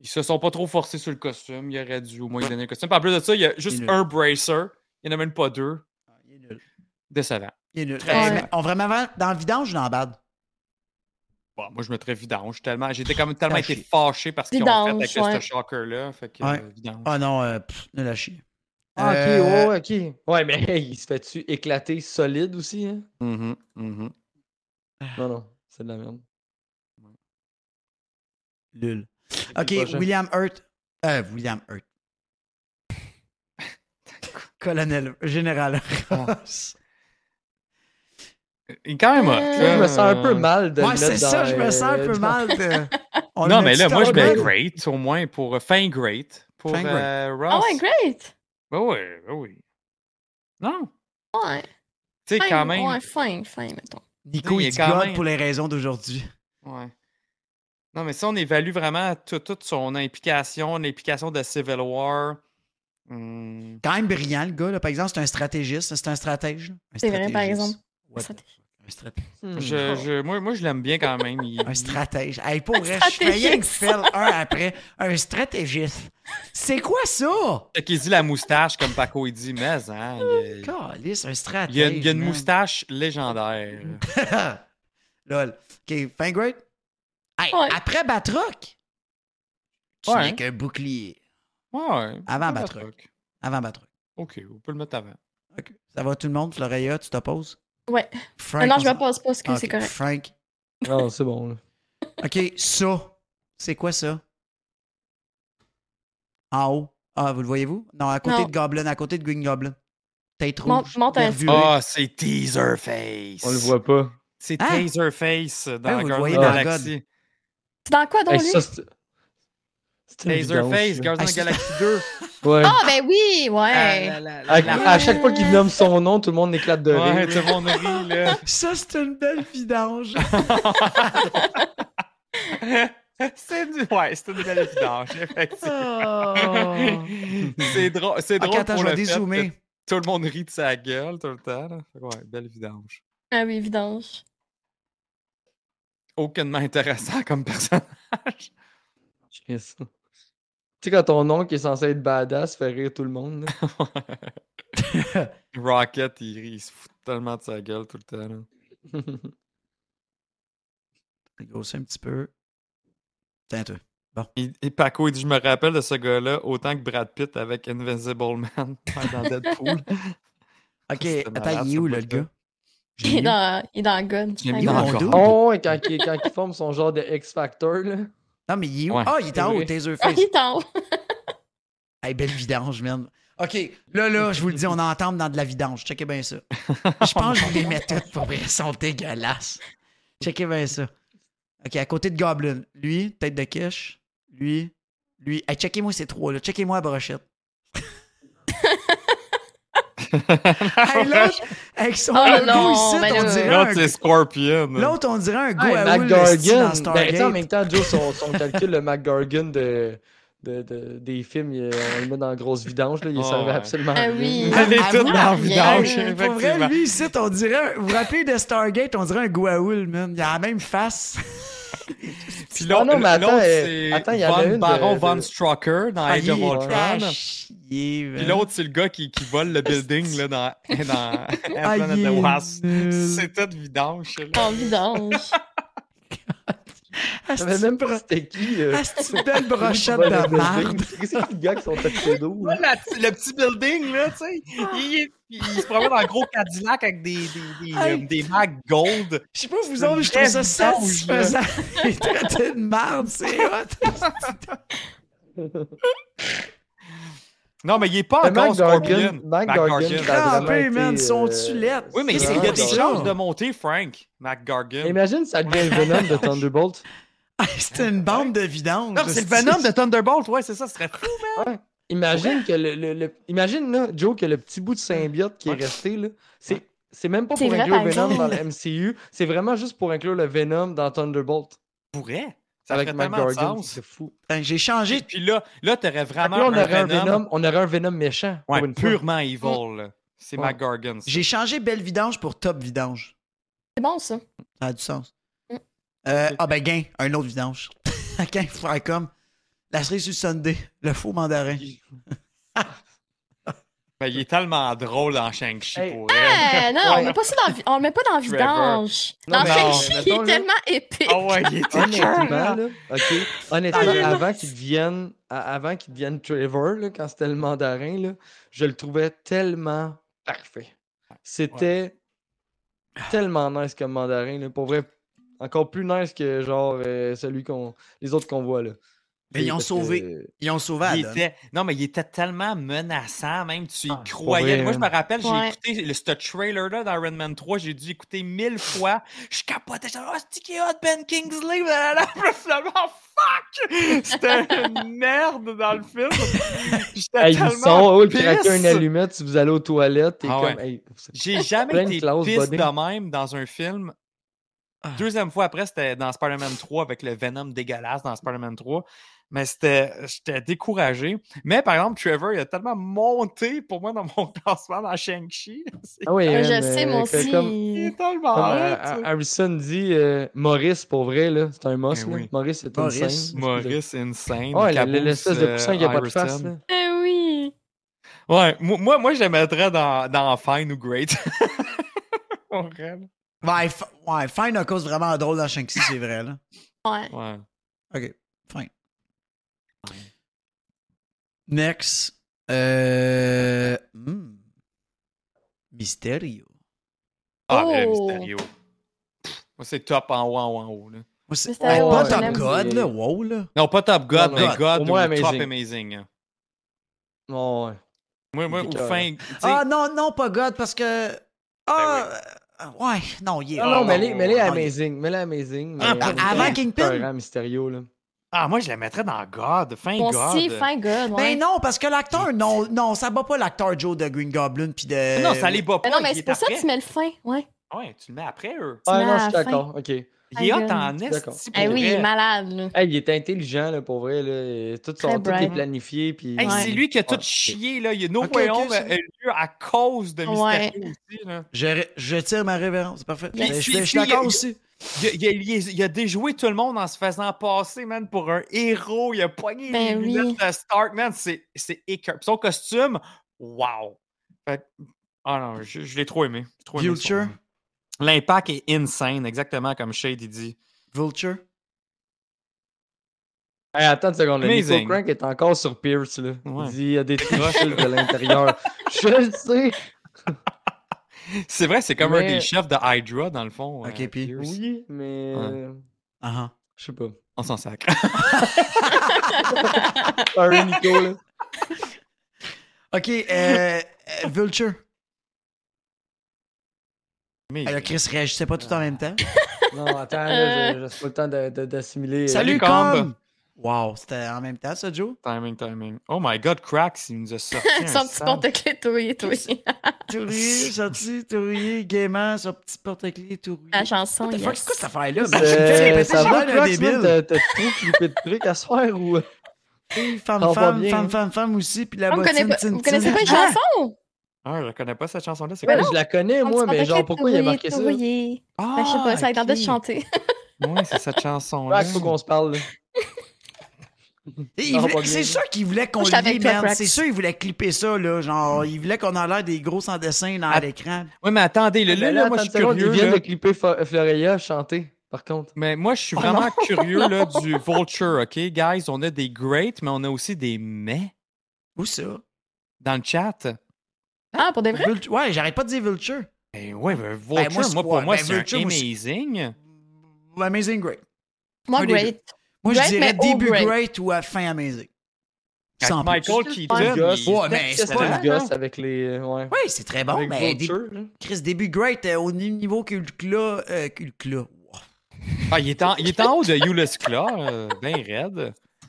Ils se sont pas trop forcés sur le costume. Il aurait dû au moins lui donner le costume. Puis En plus de ça, il y a juste
Il est
un bracer. Il n'y en a même pas deux.
Il est nul.
Décevant.
Il est nul.
Très
Hey,
nul.
mais on va vraiment dans le vidange ou dans le bad?
Bon, moi, je mettrais vidange. tellement J'étais quand même tellement
Ah,
été
chier.
fâché parce qu'ils ont fait avec
Vidange, ouais.
ce shocker-là. Fait que,
Ouais.
euh, vidange.
Ah non, euh, pff, nul à chier.
Ah, ok,
Euh,
ouais, ouais, ok. Ouais, mais hey, il se fait-tu éclater solide aussi, hein?
Ah.
Mhm, mhm.
Non, non, c'est de la merde.
Nul.
Le
Ok,
prochain.
William Hurt. Euh, William Hurt. Colonel, Général Ross.
Il est quand même hot,
Euh,
Je me
là.
sens un peu mal de le
ouais, c'est
mettre
ça,
dans-
je me sens un peu
dans-
mal. de- On
Non,
a
mais
dit
là, moi, je ben, mets
Stargate.
great, au moins, pour euh, fin great. Pour
Fin great.
euh,
Ah
Ross.
ouais, great!
Ben ouais, ben oui. Non.
Ouais.
Tu sais,
fin,
quand même.
Ouais, fin, fin, mettons.
Nico,
Il
il
est
dit
quand
God
même-
pour les raisons d'aujourd'hui.
Ouais. Non, mais si on évalue vraiment tout- toute son implication, l'implication de Civil War. hum,
Quand même brillant, le gars, là. Par exemple, c'est un stratégiste. C'est un stratège. là. Un
C'est vrai, par
stratégiste.
exemple.
What the
Straté-
fuck? Un stratège.
Hmm.
je, je- moi, moi, je l'aime bien quand même. Il,
Un
il-
stratège. Hey, pour vrai, je fais rien que
stratégiste.
faire un après. Un stratégiste. C'est quoi ça?
Fait qu'il dit la moustache, comme Paco il dit, mais hein, il, y a-
Calice, un
il
stratège.
y a, il y a une
man.
moustache légendaire.
Lol. OK, fin great. Hey,
Ouais.
après Batroc, tu
Ouais. hein.
n'es qu'un bouclier.
Ouais.
Avant
pas
Batroc.
Batroc.
Avant Batroc.
Ok, on peut le mettre avant.
OK. Ça va tout le monde, Floreya, tu t'opposes?
Ouais.
Frank,
non,
on
je me
s'en-
passe pas, parce que
Ah,
c'est
ok,
correct.
Frank.
Non, c'est bon. là.
OK, ça. C'est quoi ça? En haut. Ah, vous le voyez-vous? Non, à côté
Non.
de Goblin, à côté de Green Goblin. Tête
Mon-
rouge.
monte un-
nervurée.
Ah, c'est Taserface.
On le voit pas.
C'est
Hein?
Taserface
Ah,
dans
vous le
Guardians
voyez
of the
dans
Galaxy.
C'est dans quoi, donc,
Hey,
lui?
ça, c'est- c'est une évidence,
Taserface,
là.
Guardians
Ah,
of the
c'est-
Galaxy 2.
Ouais.
Ah, ben oui, ouais.
Ah, là, là, là,
À,
là.
à chaque fois qu'il nomme son nom, tout le monde éclate de
Ouais,
rire.
tout le monde rit, là.
Ça, c'est une belle vidange.
c'est du... Ouais, c'est une belle vidange, effectivement. c'est drôle, c'est
OK,
drôle
attends,
pour
je
le
vais
fait
dézoomer.
que tout le monde rit de sa gueule tout le temps. là. Fait que Ouais, belle vidange.
Ah oui, vidange.
Aucunement intéressant comme personne.
Chris. Tu sais, quand ton oncle est censé être badass, fait rire tout le monde. là.
Rocket, il, rit, il se fout tellement de sa gueule tout le temps. là.
Grossis un petit peu. Tiens, toi.
Il- Et Paco, il dit, je me rappelle de ce gars-là autant que Brad Pitt avec Invincible Man dans Deadpool.
OK,
C'était
attends,
Ah, malade,
il est
ce
où, là, le
bout-là.
gars?
Il est dans, il est dans Gun.
J'ai mis
Il est
dans
mon
le
dos.
Ah
corps.
oh, ouais, quand, il, quand il forme son genre de X-Factor, là.
Non, mais il est où?
Ouais.
Ah, il est en haut,
Oui.
Ah,
Taserface.
il est en haut.
Hey, belle vidange, man. OK, là, là, je vous le dis, on entend dans de la vidange. Checkez bien ça. Je pense que je vous les mets toutes, pour vrai. Ils sont dégueulasses. Checkez bien ça. OK, à côté de Goblin. Lui, tête de quiche. Lui, lui. Hey, checkez-moi ces trois-là. Checkez-moi la brochette. Hey, l'autre, avec son
Oh
logo
non,
ici,
ben
on
là.
dirait
L'autre,
un...
c'est Scorpion. là.
L'autre, on dirait un gros
Hey,
à
Mac
houle, Ah le style dans
Gargan. Ben, tu sais, en
Stargate.
même temps, Joe, son, son calcul, le Mac Gargan de, de- de- des films, il- on le met dans la grosse vidange. Là, il
Oh,
servait
ouais.
absolument à
Ah
rien.
oui.
Elle est
Ah,
toute
oui,
dans la
bien.
vidange.
Hey, pour vrai,
effectivement.
lui, ici, on dirait. un- Vous vous rappelez de Stargate, on dirait un Goa'uld, man. Il a la même face.
Puis
Ah non,
l'autre,
mais attends,
l'autre,
euh,
c'est
attends, il y en a
Von
une de-
Baron
de-
Von Strucker dans Age of
il est
Ultron.
à chier, man.
Puis l'autre, c'est le gars qui, qui vole le building là, dans, dans
Ah,
Ant-Man and
il
the
est
Wasp.
nul.
C'est tout vidange. Là.
En vidange.
Ah,
Je
c'est-
savais même pas c'était qui. euh,
ah, c'est une belle brochette
qui volait
de
le
merde.
building. C'est qui ces gars qui sont tuxedos? là?
le petit building, là, tu sais, il, se promène en gros Cadillac avec des, des,
euh,
mags gold.
Je sais pas, vous
C'est
autres, je trouve
une
ça
vraie vidange, là.
satisfaisant. Il est traité de merde, c'est hot.
Non, mais il est pas
Mais
encore
Mac Gargan,
Scorpion.
Mack
Mac
Gargan,
Gargan.
ça a vraiment
Crampé,
été,
man,
euh,
sont-tu lettres?
Oui, mais il
c'est
il y a
vraiment
des
ça.
chances de monter, Frank, Mac Gargan.
Imagine, ça devient le Venom de Thunderbolt.
Ah, C'était une bande de vidange.
Non, c'est le Venom de Thunderbolt, ouais, c'est ça, ce serait fou.
Imagine que le, le- le- imagine là, Joe, que le petit bout de symbiote qui est resté là, c'est c'est même pas
C'est
pour
vrai,
inclure
par
Venom dans
exemple.
le MCU, c'est vraiment juste pour inclure le Venom dans Thunderbolt
Pourrait. Ça
avec
ferait
Matt
tellement de
Gargan,
sens.
c'est fou.
Putain, Ben, J'ai changé.
Puis là, là t'aurais
Fait que
vraiment
là, on
un
aurait un
Venom,
Venom, on aurait un Venom méchant
ouais,
pour une fois.
purement evil. là. C'est
Ouais.
Mac Gargan. ça.
J'ai changé belle vidange pour top vidange.
C'est bon, ça.
Ça a du sens.
Mm.
Euh, ah ben gain, un autre vidange. Gain, faire comme la cerise du Sunday, le faux mandarin.
Ben, il est tellement drôle en Shang-Chi
Hey.
pour elle.
Eh, non, on
Ouais.
met pas ça dans, vi- on le met pas dans vidange.
Non,
Dans
mais non,
Shang-Chi, il est
mettons, là.
tellement épique.
Ah ouais, il était
Honnêtement,
écœurant.
là, ok, honnêtement,
Ah, il est
avant qu'il devienne, à- avant qu'il devienne Trevor, là, quand c'était le mandarin, là, je le trouvais tellement parfait. C'était tellement nice comme mandarin, là, pour vrai, encore plus nice que genre euh, celui qu'on, les autres qu'on voit là.
Mais ils ont
Parce que- euh,
sauvé. Ils ont sauvé
Il
Adam.
était- Non, mais il était tellement menaçant, même tu y
Ah, c'est pas
croyais.
vrai,
Moi, je me
man.
rappelle, j'ai
Ouais.
écouté le, ce trailer-là d'Iron Man 3, j'ai dû écouter mille fois. Je capotais, j'étais Ah, c'est qui est hot, Ben Kingsley, blablabla. Puis finalement, fuck! C'était une merde dans le film. J'étais
Hey,
tellement
ils sont, oh, le
pisse.
craquer une allumette si vous allez aux toilettes. Et
Ah
comme, hey,
J'ai jamais
Plein de
été
clauses,
pisse
Bobby.
de même dans un film.
Ah.
Deuxième fois après, c'était dans Spider-Man 3 avec le Venom dégueulasse dans Spider-Man 3. Mais c'était, j'étais découragé. Mais par exemple, Trevor, il a tellement monté pour moi dans mon classement dans Shang-Chi. C'est-
ah ouais,
Ah, je
man,
sais,
euh,
moi
que-
aussi.
Comme,
Il est
comme,
tellement
euh,
hot,
Har-
ça.
Harrison dit, euh, Maurice, pour vrai, là, c'est un must.
Eh
là.
oui.
Maurice, c'est
Maurice.
une scène.
Maurice Insane.
Ouais, le- le-
Caboose,
l'espèce de
euh,
coussin qui a pas de face.
Iverson.
là.
Eh oui.
Ouais, moi, moi, moi, je le mettrais dans, dans Fine ou Great. Mon rêve.
Ouais, f- ouais, Fine a cause vraiment drôle dans Shang-Chi, c'est vrai, là.
Ouais.
Ouais.
OK, Fine. Next. Euh... hmm. Mysterio.
Ah, mais
Oh.
Mysterio. Pff, Moi, c'est top en haut, en haut, en haut. Là.
Moi, c'est-
Mysterio,
Hey, pas
ouais,
Top
j'aime.
God, là. Wow, là.
Non, pas Top God,
Non,
mais
non.
God
Pour moi,
ou Top
Amazing.
Amazing. hein.
Ouais, ouais.
Moi, moi, au
Écœurant.
fin. tu sais,
Ah, non, non, pas God, parce que... Ah, euh, ouais, non, il est...
Ben Non, non, mais elle est, mais elle est
Ah,
Oh,
il-
amazing. Mais elle est amazing. Mais
Ah,
en
par-
même temps,
avant
c'est
Kingpin?
épeurant, Mysterio, là.
ah, moi, je la mettrais dans God. Fin
Bon,
Oh God.
si, fin God. Ouais.
Ben non, parce que l'acteur, non, non, ça bat pas l'acteur Joe de Green Goblin puis de.
Ah Non, ça les bat pas.
Mais Euh, non, mais
il
c'est
est
pour ça
après.
que tu mets le fin. Ouais.
Ouais, tu le mets après eux.
Tu
Ah,
mets
non,
à
je suis
la fin.
d'accord. OK. Hey,
Il est hot
God.
en est.
D'accord.
si, pour
Eh oui, il est
vrai.
malade, là.
il est intelligent, là, pour vrai. Là. et Tout, son, tout
Très
est
bright.
planifié. Puis...
Hey,
Ouais.
C'est lui qui a tout
Ouais.
chié. Là. Il y a No
Ok,
Way
ok,
Home
c'est
a eu lieu à cause de
Ouais.
Mysterio aussi. Là.
Je, je tire ma révérence, c'est parfait.
Yes.
Mais je,
Puis-
je suis
puis-
d'accord
il-
aussi.
Il, a, il a- il a- il a déjoué tout le monde en se faisant passer, man, pour un héros. Il a poigné
Ben
les
oui.
lunettes de Stark, man. C'est c'est écœur. Puis Son costume, wow. Fait que- ah non, je, je l'ai trop aimé. J'ai trop aimé son-
Vulture,
L'impact est insane, exactement comme Shade il dit.
Vulture.
Hey, attends une seconde. là, Nico
Amazing.
Crank est encore sur Pierce. Là.
Ouais.
Il dit il y a des trucs de l'intérieur. Je le sais.
C'est vrai, c'est comme un
Mais-
des chefs de Hydra, dans le fond. euh,
Ok, puis-
Pierce.
Oui, mais.
Ouais.
Ah
Je sais pas.
On s'en sacre.
Sorry, Nico. Là.
ah. Ok, euh, euh, Vulture.
Mais- euh,
Alors, Euh, Chris réagissait pas tout en même temps.
Non, attends, là, je- je sais pas le temps de- de- d'assimiler. euh,
Salut,
Comme.
Combe.
Wow, c'était en même temps, ça, Joe?
Timing, timing. Oh my god, Cracks, il nous a sorti. un
Son petit
sale-
porte-clés touillé, touillé.
Tourier, gentil, tourier, gaiement, son petit porte-clés, tourier.
La chanson,
What the fuck,
Ah, yes.
c'est quoi cette affaire-là? man?
Euh,
Je me fais péter,
ça
j'ai
va,
l'air d'un
Crocs, man?
débile.
T'as t'as trop flippé de trucs à soir ou...
Femme,
Ça va
femme,
bien,
femme,
hein?
femme, femme aussi, puis la
Ah, vous,
bottine,
connaissez pas,
tin,
vous
tin.
connaissez pas une
Ah!
chanson?
Ah, je connais pas cette chanson-là. C'est
Ouais,
quoi
je la connais, moi, mais genre, pourquoi il a marqué ça? Ouais,
Oui,
Ah,
Ben, je sais pas, ça a tenté de
ok.
chanter.
Ouais, c'est cette chanson-là.
il faut qu'on se parle, là.
Et il
Ça va
voulait-
pas bien.
C'est sûr qu'il voulait qu'on
Moi, j'étais
lit,
avec toi,
man.
Prax.
C'est sûr qu'il voulait clipper ça, là. Genre, il voulait qu'on a l'air des gros sans dessin dans
Ah.
l'écran.
Ouais, mais attendez, là, là,
Mais
là, moi, je
attends
suis
une seconde, Ils
curieux.
viennent
là.
de Oh clipper Fo- Floreya chanter, par contre.
Mais moi, je suis vraiment curieux là, du Vulture, OK, guys? On a des greats, mais on a aussi des mais
Où ça?
dans le chat.
Ah, pour de vrai?
Vulture- Ouais, j'arrête pas de dire Vulture.
Ben ouais, ben,
moi,
Vulture, moi,
c'est-
pour
ouais,
moi,
ben,
c'est
Vulture,
un
moi, c'est-
amazing.
Amazing Great.
Moi,
Un des
great.
Moi, je
Great,
dirais
mais au
début
great.
great. ou à fin Amazing.
Avec
Sans
Michael
plus.
Keaton.
Ouais,
il-
gosse.
Ouais, mais c'est
Qu'est-ce que
pas
là,
le
la-
gosse avec les... euh, Ouais.
Oui, c'est très bon,
Avec
mais dé-
Vulture, là.
Chris, début great euh, au niveau que le cla- euh, que le cla- Wow.
Ah, il, est en, il est en haut de Ulysse Claw, euh, ben raide. Tu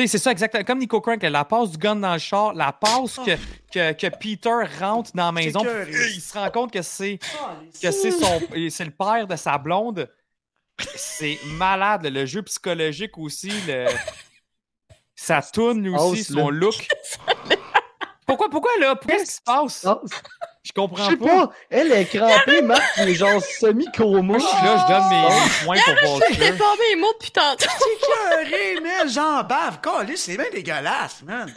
sais, c'est ça exactement. Comme Nico Crank, là, la passe du gun dans le char, la passe que, que, que Peter rentre dans la maison, puis,
écoeuré.
euh, il se rend compte que c'est que c'est son et c'est le père de sa blonde. C'est malade, le jeu psychologique aussi, le... sa toune lui aussi,
Passe, là.
son look. Pourquoi, pourquoi là? Pourquoi Qu'est-ce qui se passe?
Ah,
Je
Je
comprends
sais
pas.
pas, elle est crampée, Marc, il est genre semi-coma.
Moi, je suis là, je donne mes
Ah.
mes points pour voir
J'ai tombé les mots depuis tantôt.
Écoeuré, man. J'en bave. Calé, c'est bien dégueulasse, man.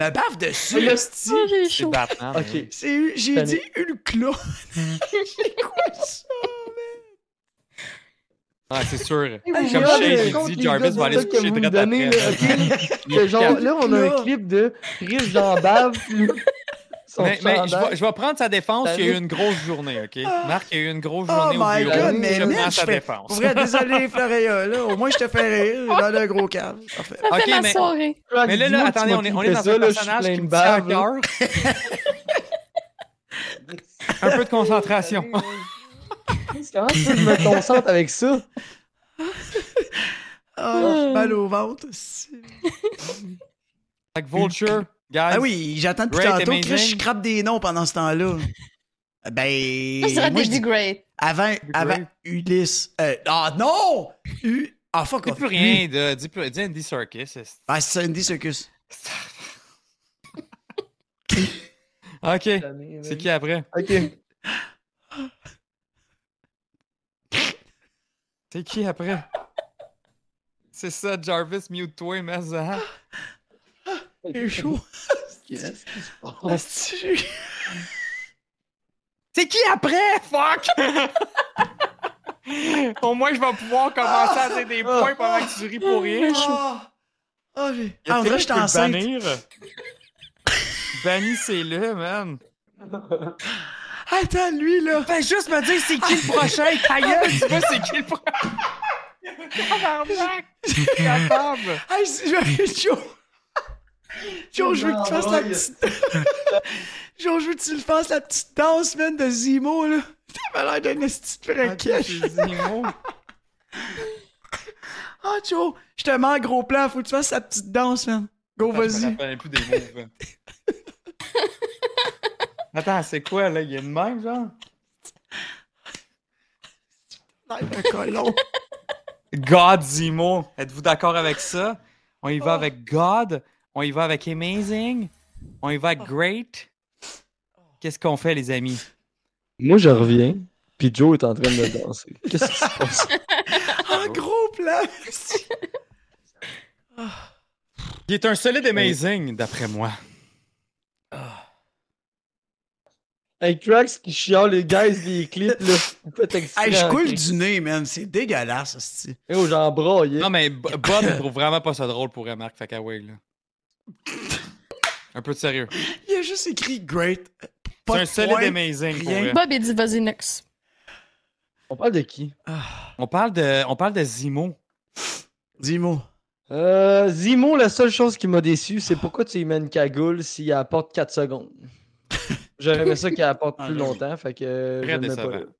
Me bave dessus. hostie.
Ah, J'ai
C'est
chaud.
Batman.
Ok.
mais-
C'est- J'ai
Tenez.
dit une cla. C'est quoi ça?
Ah, c'est sûr.
Hey,
Comme
j'ai
Shane,
hâte de-
il
contre
dit,
les
Jarvis
gars
va aller se
de que
coucher
vous
direct
me donnez,
après.
là, ok? Que genre, là, on a un clip de Chris Jean Bave. puis Son
mais, mais je,
chandail.
vais, je vais prendre sa défense. Il y a eu
Salut.
une grosse journée, OK?
Ah.
Marc, il y a eu une grosse
Oh
journée au
my
bureau.
God, mais
je
Mitch,
prends sa
je fais-
défense.
Pour vrai, désolé, Floréa, là. Au moins, je te fais rire. Dans le gros cave. Parfait.
Ça
Ok,
fait ma
mais-
soirée.
Mais
Dis-moi
là, là,
que tu
attendez,
m'as
on est, on
clippé
est dans
ça,
un
là, je suis
personnage
plein
qui
de
me tient à
bave, là.
cœur. Un peu de concentration.
Comment ça, je me concentre avec ça?
Oh, j'ai mal au ventre. si.
Fait que Vulture, guys.
Ah oui, j'attends depuis
Great,
tantôt.
amazing.
Chris, je crappe des noms pendant ce temps-là. Ben.
Moi, je dirais
moi,
des
je dis-
degrades.
Avant, avant Ulysse. Euh, Ah non! U... Ah fuck
Dis
off.
plus rien de. Dis, plus, dis Andy Serkis. c'est-
Ah, c'est Andy Circus.
Ah, Ok. C'est qui après?
Ok.
C'est qui après? C'est ça, Jarvis, mute-toi, Mazahan.
C'est chaud.
Qu'est-ce qui se
Ah,
passe?
c'est-
C'est qui après? Fuck! Au moins, je vais pouvoir commencer à faire des points pendant que tu ris pour rien.
Ah, Ah, j'ai-
Y a-t-il
ah, en vrai, je suis
quelqu'un qui peut le
enceinte.
bannir? Bannissez-le, man.
Attends, lui, là. Ah,
Fais juste me dire c'est qui le prochain, ta gueule, tu vois c'est qui le prochain. Tabarnak! Capable!
Hey, si- Ah, je- Joe. Joe, je veux que tu fasses la petite. Joe, je veux que tu le fasses la petite danse, man, de Zimo, là. T'avais l'air d'un esti de
Ah,
fracache. Ah, Joe, je te mets en gros plan. Faut que tu fasses la petite danse, man.
Ah,
Go, vas-y.
plus des moves. Attends, c'est quoi là? Il y a une même genre?
Tête de colon.
God Zimo, êtes-vous d'accord avec ça? On y va avec God, on y va avec Amazing, on y va avec Great. Qu'est-ce qu'on fait, les amis?
Moi, je reviens, puis Joe est en train de danser. Qu'est-ce qui se passe?
Ah,
En gros plan.
Il est un solide Amazing, d'après moi.
Hey, Trax qui chiale les guys des clips, là. c'est pas
Ah,
textant,
Hey, je coule
ok?
du nez, man. C'est dégueulasse, hostie.
Eh oh, j'en braille.
Non, mais B- Bob, il trouve vraiment pas ça drôle pour euh, Marc Fakaway, là. Un peu de sérieux.
Il a juste écrit great. euh,
C'est
Pas
un
de
solide
point.
amazing pour
rien.
vrai.
Bob et dit vas-y, Nox.
On parle de qui?
On parle de, on parle de Zimo.
Dis-moi.
Euh, Zimo, la seule chose qui m'a déçu, c'est pourquoi tu y mets une cagoule s'il apporte 4 secondes. J'aurais aimé ça qu'il apporte
Ah,
plus
j'avoue.
longtemps, fait que euh, je
Très
le mets pas là.
décevant.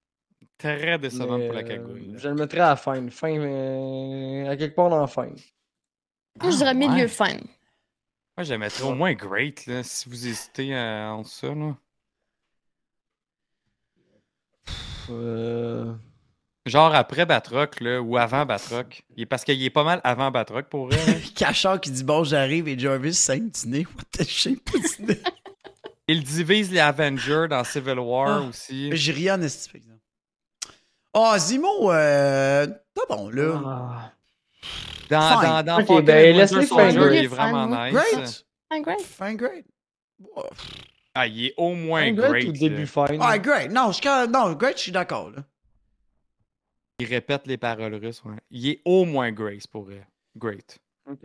Très décevant
Mais,
pour la
euh,
cagoule.
Je le mettrais à la fin. Fin, euh, à quelque part dans la fin.
Moi, je dirais milieu
ouais.
fin.
Moi, je la mettrais au moins great, là, si vous hésitez euh, entre ça, là.
Euh,
Genre après Batroc, là, ou avant Batroc. Il est- Parce qu'il est pas mal avant Batroc pour vrai. là.
Cachard qui dit bon, j'arrive et Jarvis saigne du nez. What the shit, pas du nez.
Il divise les Avengers dans Civil War
Ah.
aussi.
J'ai ri en esti, par exemple. Ah, Zimo, euh. T'as bon, là.
ah.
Dans,
Fine.
dans, dans
Ok,
Falcon
ben,
and Winter
laisse-les
Soldier,
faire
il est
great.
vraiment nice.
Great.
Ah, great.
Fin great. Ouais,
Ah, il est au moins
Un great ou
great. euh.
début
là.
fin. hein.
Ouais, Ah, great. Non, je, ca- non, great, je suis d'accord, là.
Il répète les paroles russes. ouais. Il est au moins Grace pour vrai. Great.
Ok.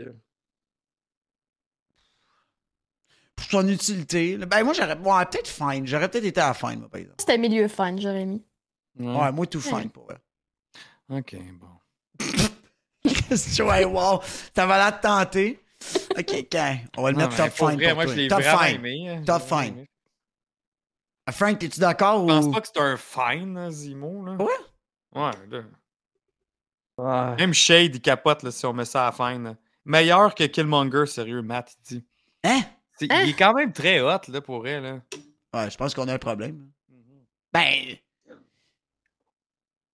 Pour son utilité. là. Ben, moi, j'aurais. Ouais, peut-être fine. J'aurais peut-être été à fine, moi, par exemple.
C'était milieu fin, j'aurais mis.
Ouais, moi, tout fine, pour vrai.
Ok, bon.
Qu'est-ce que ouais, wow. T'avais l'air tenté. Ok, quand? On va le
Non,
mettre
mais
top
pour
fine.
vrai,
pour
moi,
toi.
je l'ai
top
vraiment
fine.
aimé. hein.
Top
J'ai vraiment
fine.
aimé.
Ah, Frank, es-tu d'accord
Je
ou.
pense pas que c'est un fine, hein, Zimo. Là.
Ouais.
Ouais, là.
Ouais.
Même Shade, il capote là, si on met ça à fine. Meilleur que Killmonger, sérieux, Matt, il dit.
Hein?
C'est-
Hein?
Il est quand même très hot là, pour elle. Là.
Ouais, je pense qu'on a un problème.
Mhm.
Ben.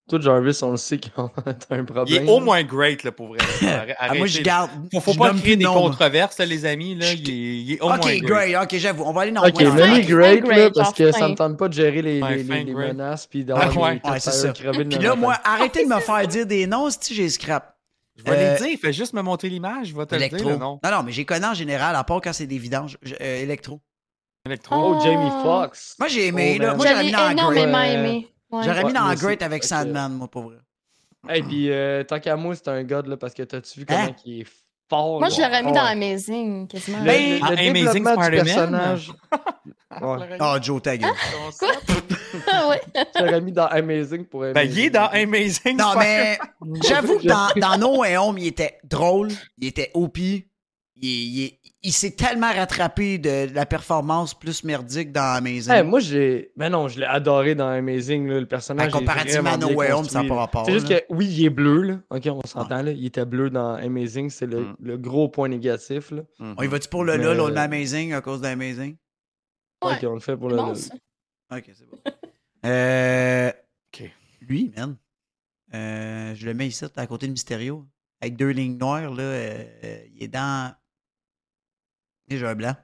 Toi, Jarvis, on le sait qu'il en a un
Il
problème.
est au moins great là, pour vrai. là.
ah,
Arrêtez,
moi, je
là.
garde.
Faut, faut
je
pas
nomme plus
créer
de
des
nom, là.
controverses, là, les amis. Là. Il, est, il est au
Ok,
moins great.
great. Ok, j'avoue. On va aller dans
Ok,
ouais,
mais
ouais.
même
ouais.
les great,
Great,
là, parce
genre
que
fin.
ça me tente pas de gérer les,
Ouais,
les-
fin
les- les
great.
menaces puis d'avoir
Ah, ouais.
les quatre
Ouais, c'est
heures
ça.
crevées de
Puis
me
là,
mettre
moi, arrêtez de me faire dire des noms, si j'ai scrap.
Je vais
Euh,
les dire, fais juste me montrer l'image, je vais te le
Electro.
dire le
non,
nom.
non, mais j'ai connu en général, à part quand c'est des vidanges. Je- euh, électro.
Electro.
Oh, Jamie
Ah.
Foxx.
Moi, j'ai aimé,
Oh,
là.
man.
Moi, j'aurais
J'avais
mis dans Great.
énormément
great.
aimé. Ouais.
J'aurais mis
Ouais,
dans
moi
Great
aussi.
avec
Ok.
Sandman, moi, pour vrai.
Hey, puis euh, tant qu'à moi, c'est un god, là, parce que t'as-tu vu comment
Hein?
il est fort?
Moi,
là?
je l'aurais mis
Ah,
dans
ouais.
Amazing, quasiment.
Le,
Ben,
le- le
Amazing
développement du
Spider-Man.
personnage. Oh, Ouais.
l'oreille.
Ah, Joe Taggart.
Ah ouais.
Je l'aurais mis dans Amazing pour
Ben, il est dans Amazing.
Non,
c'est pas-
mais j'avoue que dans, dans No Way Home, il était drôle, il était OP. Il, il- il s'est tellement rattrapé de la performance plus merdique dans Amazing.
Eh, moi, j'ai. Ben non, je l'ai adoré dans Amazing, là, le personnage.
Ben,
il est
comparativement à
vraiment
No
bien
Way Home,
construit,
ça n'a
là.
pas rapport.
C'est juste
là.
que, oui, il est bleu, là. Ok, on s'entend, là. Il était bleu dans Amazing, c'est le,
Mm.
le gros point négatif, là.
On y va-tu pour le
Mais-
LOL, on le met Amazing à cause d'Amazing?
Ouais.
Ok, on le fait pour
C'est
le.
bon,
le-
ça.
Ok, c'est bon. euh,
Ok.
Lui, man. euh, je le mets ici, à côté de Mysterio. Avec deux lignes noires, là. euh, euh, il est dans. Et j'ai un blanc.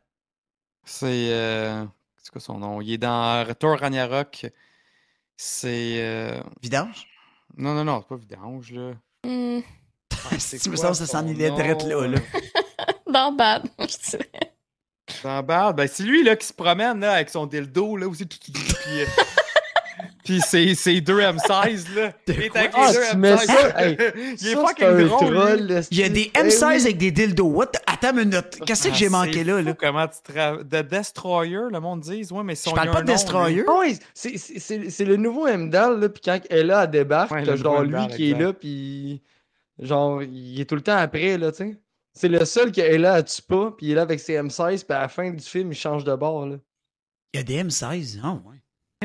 C'est. euh, C'est quoi son nom? Il est dans Retour Ragnarok. C'est. euh,
Vidange?
Non, non, non, c'est pas Vidange, là. Ah,
Hmm,
Si
C'est
tu me
quoi
semble que ça
son
s'en allait direct
nom,
là, là.
euh,
Dans Bad, je dirais.
Dans Bad, ben, c'est lui là, qui se promène là, avec son dildo là aussi. Puis, euh, puis c'est, c'est 2 M16 là. Il est avec
Ah,
les deux
tu mets
M16.
ça, hey,
il
Ça,
est
c'est
fucking
un
drôle. lui.
troll, le
Il y a
style.
des
Eh oui.
M16 avec des dildos. What? the- Attends une minute. Qu'est-ce que
Ah,
j'ai
c'est
manqué là?
fou
là?
Comment tu travailles. The Destroyer, le monde dit. Ouais, mais son,
Je
il
parle
a
pas
un
de
nom,
Destroyer.
Ah ouais, c'est- c'est c'est- c'est le nouveau Mdal, là, puis quand Ella elle débarque,
Ouais,
t'as
le
genre
nouveau
lui
Mdal,
qui est
exact.
là, puis genre, il est tout le temps après, là, tu sais. C'est le seul que Ella elle tue pas, puis il est là avec ses M16, puis à la fin du film, il change de bord, là.
Il y a des M16. Ah, ouais.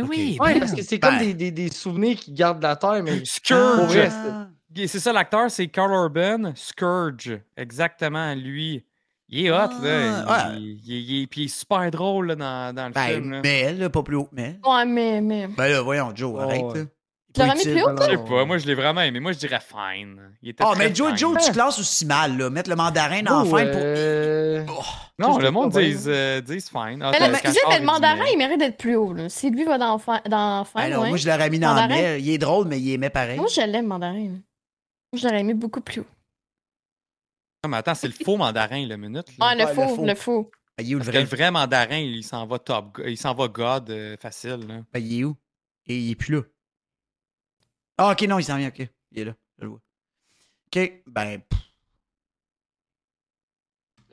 lui. Oui,
Ouais, parce que c'est
Ben.
comme des, des, des souvenirs qui gardent la Terre, mais... Pour
Scourge.
vrai,
Ah.
Et C'est ça l'acteur, c'est Carl Urban. Scourge. Exactement, lui. Il est hot,
Ah,
là.
ouais.
Il, il- il- il- puis il est super drôle là, dans, dans le
Ben,
film. là.
mais, là, pas plus haut. Mais.
Ouais, mais, mais.
Ben, là, voyons, Joe,
Oh,
arrête,
ouais.
là.
Tu l'aurais mis
Utile.
plus haut,
Je sais pas, moi je l'ai vraiment aimé. Moi je dirais fine. Il était
Ah,
très
mais Joe,
fine.
Joe, tu classes aussi mal, là. Mettre le mandarin en fin
Ouais.
pour. Oh.
Ben, Non,
je
le
l'ai
monde
pas bien.
disent, euh, disent fine. Ah,
Mais
t'as-
le,
quand
tu sais,
Charles, il
mais le
dit
mandarin,
mais.
il mérite d'être plus haut. là. Si lui va dans fin, dans fin
Alors,
ouais.
moi, je l'aurais mis dans
Mandarin.
mais. Il est drôle, mais il est aimait pareil.
Moi, je l'aime, mandarin. là. Moi, je l'aurais mis beaucoup plus haut.
Non, mais attends, c'est le faux mandarin, le minute. là.
Ah, le
ouais, le
faux,
faux.
le faux.
Ben, il est où, le
Parce que
vrai?
le vrai mandarin, il s'en va top. Il s'en va God euh, facile. là.
Ben, il est où? Et il est plus là. Ah, ok, non, il s'en vient, ok. Il est là, je le vois. Ok, ben, pff,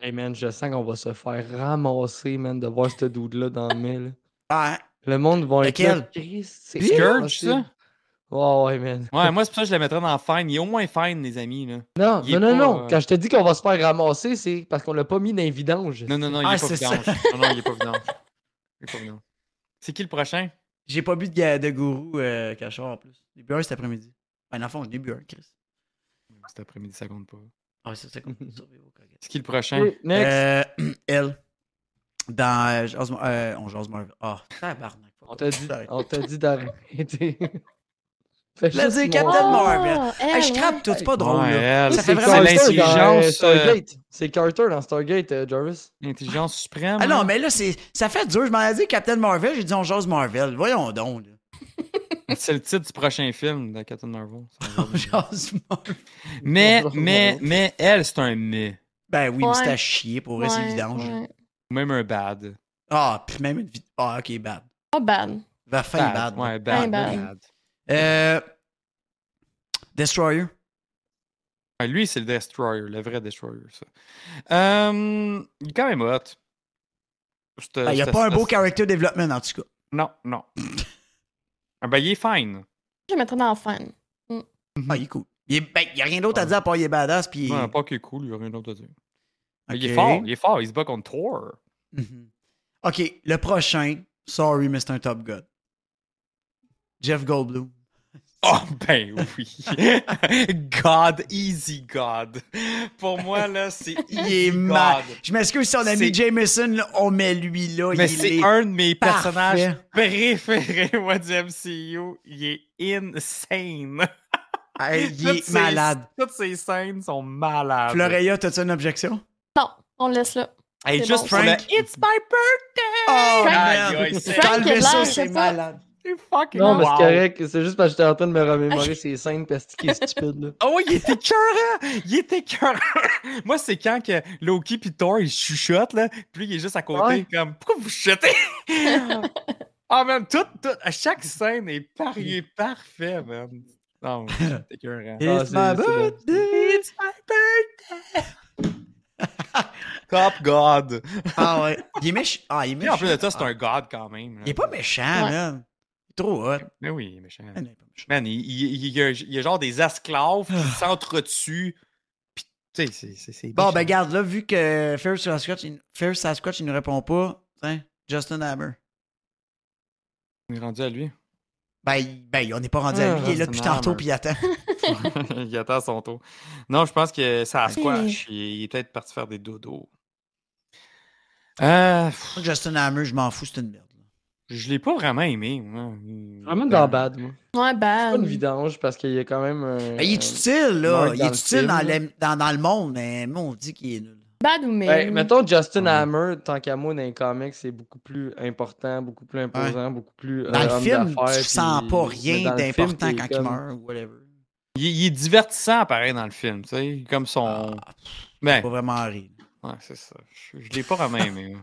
Hey, man, je sens qu'on va se faire ramasser, man, de voir ce dude-là dans le mille.
ah,
Le monde va être là,
Lequel?
Chris, c'est
Scourge, ça?
Ouais, ouais, man.
Ouais, moi c'est pour ça que je le mettrais dans fine. Il est au moins fine, les amis. Là.
Non,
Il est
non, non,
pas,
non.
euh,
Quand je te dis qu'on va se faire ramasser, c'est parce qu'on l'a pas mis dans les vidanges.
Non, non, non, il
Ah,
est pas
c'est ça.
vidange. Non, non, il est pas vidange. Il est pas vidange. C'est qui le prochain?
j'ai pas bu de, ga- de gourou euh, cachot en plus. J'ai bu un cet après-midi. Ben, dans le fond, j'en ai bu un, Chris.
Cet après-midi, ça compte pas.
Ah, c'est ça qu'on survit au coquette.
C'est qui le prochain?
Ok, Next.
Euh, elle. Dans. euh, Jase- euh, on jase Marvel. Ah, tabarnak.
on t'a dit,
Sorry.
on t'a dit d'arrêter. Fais
Let's
juste
do Captain
mon-
Marvel. Ah,
Ah,
Hey, Ah, je
elle,
crappe tout, c'est pas drôle.
Ouais,
là.
elle,
Ça fait
c'est
vraiment
ça,
Carter dans, euh,
l'intelligence. euh,
Stargate. C'est Carter dans Stargate, euh, Jarvis.
L'intelligence suprême. hein?
Ah non,
là.
mais là, c'est, ça fait dur. Je m'en ai dit Captain Marvel, j'ai dit on jase Marvel. Voyons donc. là.
C'est le titre du prochain film de Captain Marvel. Ça va
On
bien.
jase Marvel.
mais,
Bonjour,
mais,
bonjour.
mais, elle, c'est un mais.
Ben oui, mais
Ouais.
c'est à chier pour vrai, c'est
Ouais,
évident.
ouais.
Ou même un bad.
Ah, puis même une vie. Ah, ok, bad.
Pas bad.
Va fin bad.
Ouais, bad.
Fin bad.
bad.
Euh, Destroyer.
Euh, Ah, lui, c'est le Destroyer, le vrai Destroyer, ça. Euh, il est quand même hot. C'est, euh,
Ah, Il n'y a
c'est-
pas un beau
c'est-
character development, en tout cas.
Non, non. ah, ben, il est fine.
Je le mettrais dans fin.
Ah, il est cool. Il est- ben, il n'y a rien d'autre à dire à part il est badass. Puis il...
Mm-hmm. Ouais, pas qu'il est cool, il n'y a rien d'autre à dire. Mais Il
Ok.
est fort, il est fort, il se bat contre Thor.
Mhm. OK, le prochain. Sorry, mais c'est un Top God. Jeff Goldblum.
Oh, ben oui. God, easy God. Pour moi, là, c'est
Il
easy
est mal.
God.
Je m'excuse si on a
C'est-
mis Jameson, là, on met lui là.
Mais
il
c'est
est-
un de mes
parfait.
personnages préférés, moi, du MCU. Il est insane.
Hey, il
Toutes
est
ses-
malade.
Toutes ces scènes sont malades.
Floreya, t'as-tu une objection?
Non, on le laisse là.
Hey,
c'est
juste
bon.
Frank.
Frank.
It's my
Oh,
Aïe,
man.
aïe, c'est- Ah,
T'as enlevé
Frank est
ça,
blanc, je
c'est
sais pas.
malade.
birthday, fucking
Non, mais
wow.
c'est correct. C'est juste parce que j'étais en train de me remémorer ces scènes parce qu'il est stupide. Là.
Oh, il était écœurant! Il était écœurant! Moi, c'est quand que Loki pis Thor, ils chuchotent, là, puis lui, il est juste à côté,
Ouais.
comme, pourquoi vous chuchotez? Ah, man, tout, tout, à chaque scène est, par, il est parfait, man. Non, c'est écœurant.
It's
Ah,
my
c'est- c'est bon.
birthday.
Top God.
Ah ouais. Il est méchant. Ah, il est
Puis en
méchant. Ah,
plus de ça, c'est un God quand même. là.
Il est pas méchant,
Ouais.
man. Il est trop hot.
Mais oui, il est méchant.
Ah non, il est pas méchant.
Man, il, il- il- il y a, il y a genre des esclaves qui s'entretuent. Puis, tu sais, c'est- c'est- c'est.
Ah. Bon,
méchant.
ben garde, là, vu que Fair Sasquatch, il, Fair Sasquatch, il nous répond pas, hein, Justin Hammer.
On est rendu à lui.
Ben, il- ben, on n'est pas rendu à
Ah,
lui. Il est là
Justin
depuis tantôt,
Hammer.
puis il attend.
il attend son tour. Non, je pense que ça a squash. Il,
Hey.
il est peut-être parti faire des dodos. Euh, pff,
Justin Hammer, je m'en fous, c'est une merde.
je l'ai pas vraiment aimé. moi. Il-
Vraiment Ah, dans Bad, moi.
Ouais,
Pas
ben.
une vidange parce qu'il y a quand même. un-
Ben, il est utile, là.
Euh, Mark
il
dans
est
le
utile
film,
dans,
là.
le, dans, dans le monde, mais moi, on dit qu'il est nul.
Bad ou
Ben,
mais.
mettons Justin
Ouais.
Hammer, tant qu'à moi, dans les comics, c'est beaucoup plus important, beaucoup plus imposant, beaucoup plus. euh,
Dans le
homme
film,
d'affaires,
tu sens
puis-
pas
mais
rien
dans le film,
d'important
t'es
quand
comme-
il meurt ou whatever.
Il, il est divertissant, pareil, dans le film. Tu sais, comme
Ah.
son.
Ah.
ben,
Pas vraiment rire.
ouais, c'est ça. Je, je l'ai pas vraiment aimé. moi.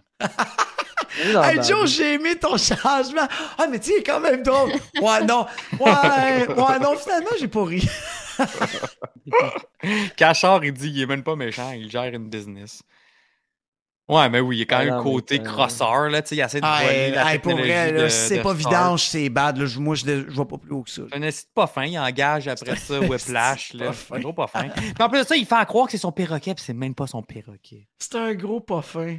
Il est dans
Hey
Bad.
Joe, j'ai aimé ton changement. Ah, mais tu sais, il est quand même drôle. Ouais, non. Ouais, ouais, non, finalement, j'ai pas ri.
Cachard, il dit il est même pas méchant, il gère une business. Ouais, mais oui, il est quand
Ah
même
non, mais
côté
t'as-
crosseur, là, tu sais, il essaie de
Ah,
voler la
euh, hey, pour
technologie
vrai, là,
de-
si c'est
de
pas
Stark.
vidange, c'est bad. là. Je- moi, je, je vois pas plus haut que ça. là.
C'est un esti de pas fin, il engage après ça Whiplash,
C'est
là.
pas
C'est trop pas fin. Puis en plus de ça, il fait à croire que c'est son perroquet, puis c'est même pas son perroquet.
C'est un gros pas fin.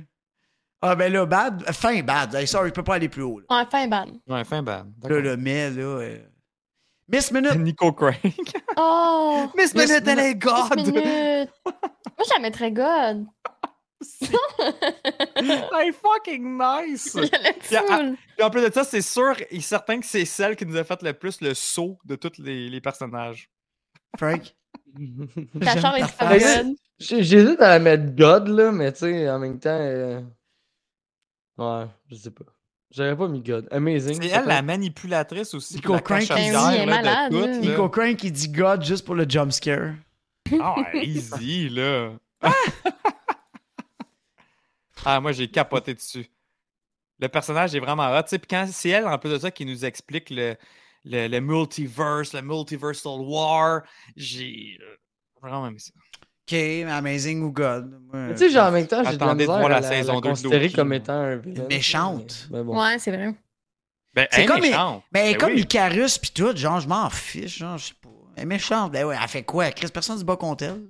Ah, ben là, bad. Fin, bad. Hey, sorry, je peux pas aller plus haut. Là,
Ouais, fin ban.
Ouais, fin ban.
là, là, mais là. euh, Miss Minute.
Nico Crank.
Oh!
Miss Minute, elle est
Dix
God!
minutes. Moi, je la mettrais God.
Elle est fucking nice!
Je l'aime
Yeah, ah.
full.
Puis en plus de ça, c'est sûr et certain que c'est celle qui nous a fait le plus le saut de tous les, les personnages.
Frank.
Cachard est
ah, J'aime ta
super
face.
God.
J'ai- J'hésite à la mettre God, là, mais tu sais, en même temps. euh, Ouais, je sais pas. J'aurais pas mis God. Amazing.
C'est
ça
elle la
fait-
manipulatrice aussi.
Nico
la
Crank,
cachottière,
Ben oui,
elle
là,
est
de
malade,
toutes,
là.
là.
Nico Crane qui dit God juste pour le jumpscare.
Ah, ouais, easy, là. ah, moi, j'ai capoté dessus. Le personnage est vraiment hot. tu sais, Puis quand c'est elle, en plus de ça, qui nous explique le, le, le multiverse, le multiversal war, j'ai euh, vraiment aimé ça.
OK, Amazing ou God. Ouais.
Mais Tu sais, genre, en même temps, j'ai de la
Attendez de
misère
voir la
à
saison deux de
considérer
Loki,
comme
moi.
étant un vilain.
Méchante.
Mais bon.
Ouais, c'est vrai.
Ben,
C'est
elle est
comme-
méchante.
Mais
Ben
comme
oui.
Icarus pis tout, genre, je m'en fiche, genre, je sais pas. Elle est méchante. Ben ouais, elle fait quoi? Chris, personne se bat contre elle.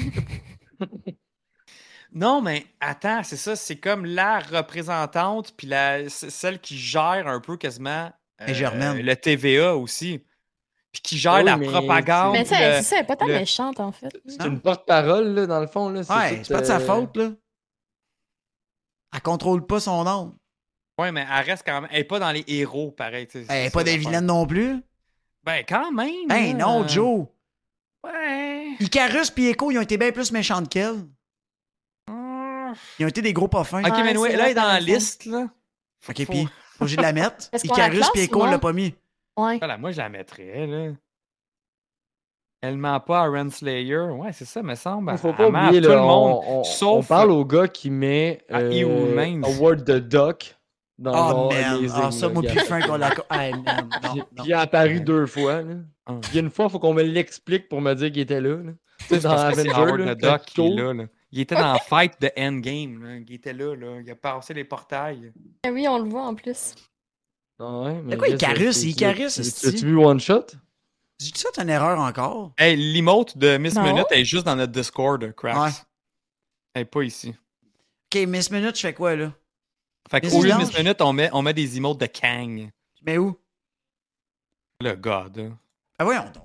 là.
Non, mais attends, c'est ça, c'est comme la représentante, puis la, c- celle qui gère un peu quasiment euh,
Et Germaine.
le TVA aussi, puis qui gère
Oui,
la
mais
propagande.
Mais tu sais, elle-
le-
c'est ça, elle est pas tant
le-
méchante, en fait.
C'est une porte-parole, là, dans le fond. Là,
Ouais,
tout,
c'est pas de sa
euh,
faute, là. Elle contrôle pas son âme.
Ouais, mais elle reste quand même. Elle n'est pas dans les héros, pareil. tu sais,
Elle
c'est
est
ça,
pas des
l'affaire.
vilaines non plus.
Ben, quand même.
Hey,
là.
non, Joe.
Ouais.
Icarus pis Echo, ils ont été bien plus méchants qu'elle.
Mmh.
Ils ont été des gros pas fins.
Ok,
Ouais,
mais
c'est
ouais, là,
vrai,
elle est dans la
t'as raison.
liste, là.
Ok, pis faut que j'ai de la mettre.
Est-ce qu'on la
Icarus pis
classe
Echo,
ou
on l'a
non?
pas mis.
Ouais.
Voilà, moi, je la mettrais, là. Elle ment pas à Renslayer. Ouais, c'est ça, me semble.
Il faut
Elle
pas
ment à
oublier,
Ben, tout
là,
le monde.
on, on-
sauf-
on parle au gars qui met euh,
À E-Humans.
Award de Doc dans
Oh,
genre
man.
Amazing,
Ah, ça,
là,
moi,
gars.
pis Frank, on l'a. Hey, man. Non,
Puis-
non.
Puis il est apparu deux fois. là.
Ah.
Puis une fois, il faut qu'on me l'explique pour me dire qu'il était là. là. Tu sais, dans
Parce que c'est Howard
Avengers,
the
là,
Duck
quand
qui est
il
là, là. Il était dans la fight de Endgame. Là. Il était là, là. Il a passé les portails.
Ah Oui, on le voit en plus.
Ah ouais, mais
C'est quoi,
gars,
Icarus?
tu- tu-
Icarus,
tu-
c'est-tu?
As-tu vu One Shot?
Dis-tu ça, t'as une erreur encore?
Hey, l'emote de Miss
Non.
Minute est juste dans notre Discord, Cracks.
Ouais.
Elle est pas ici.
Ok, Miss Minute, je fais quoi, là?
Fait que,
Miss
au lieu de
Blanche.
Miss Minute, on met, on met des emotes de Kang.
Je mets où?
Le God. hein.
Ah, voyons donc.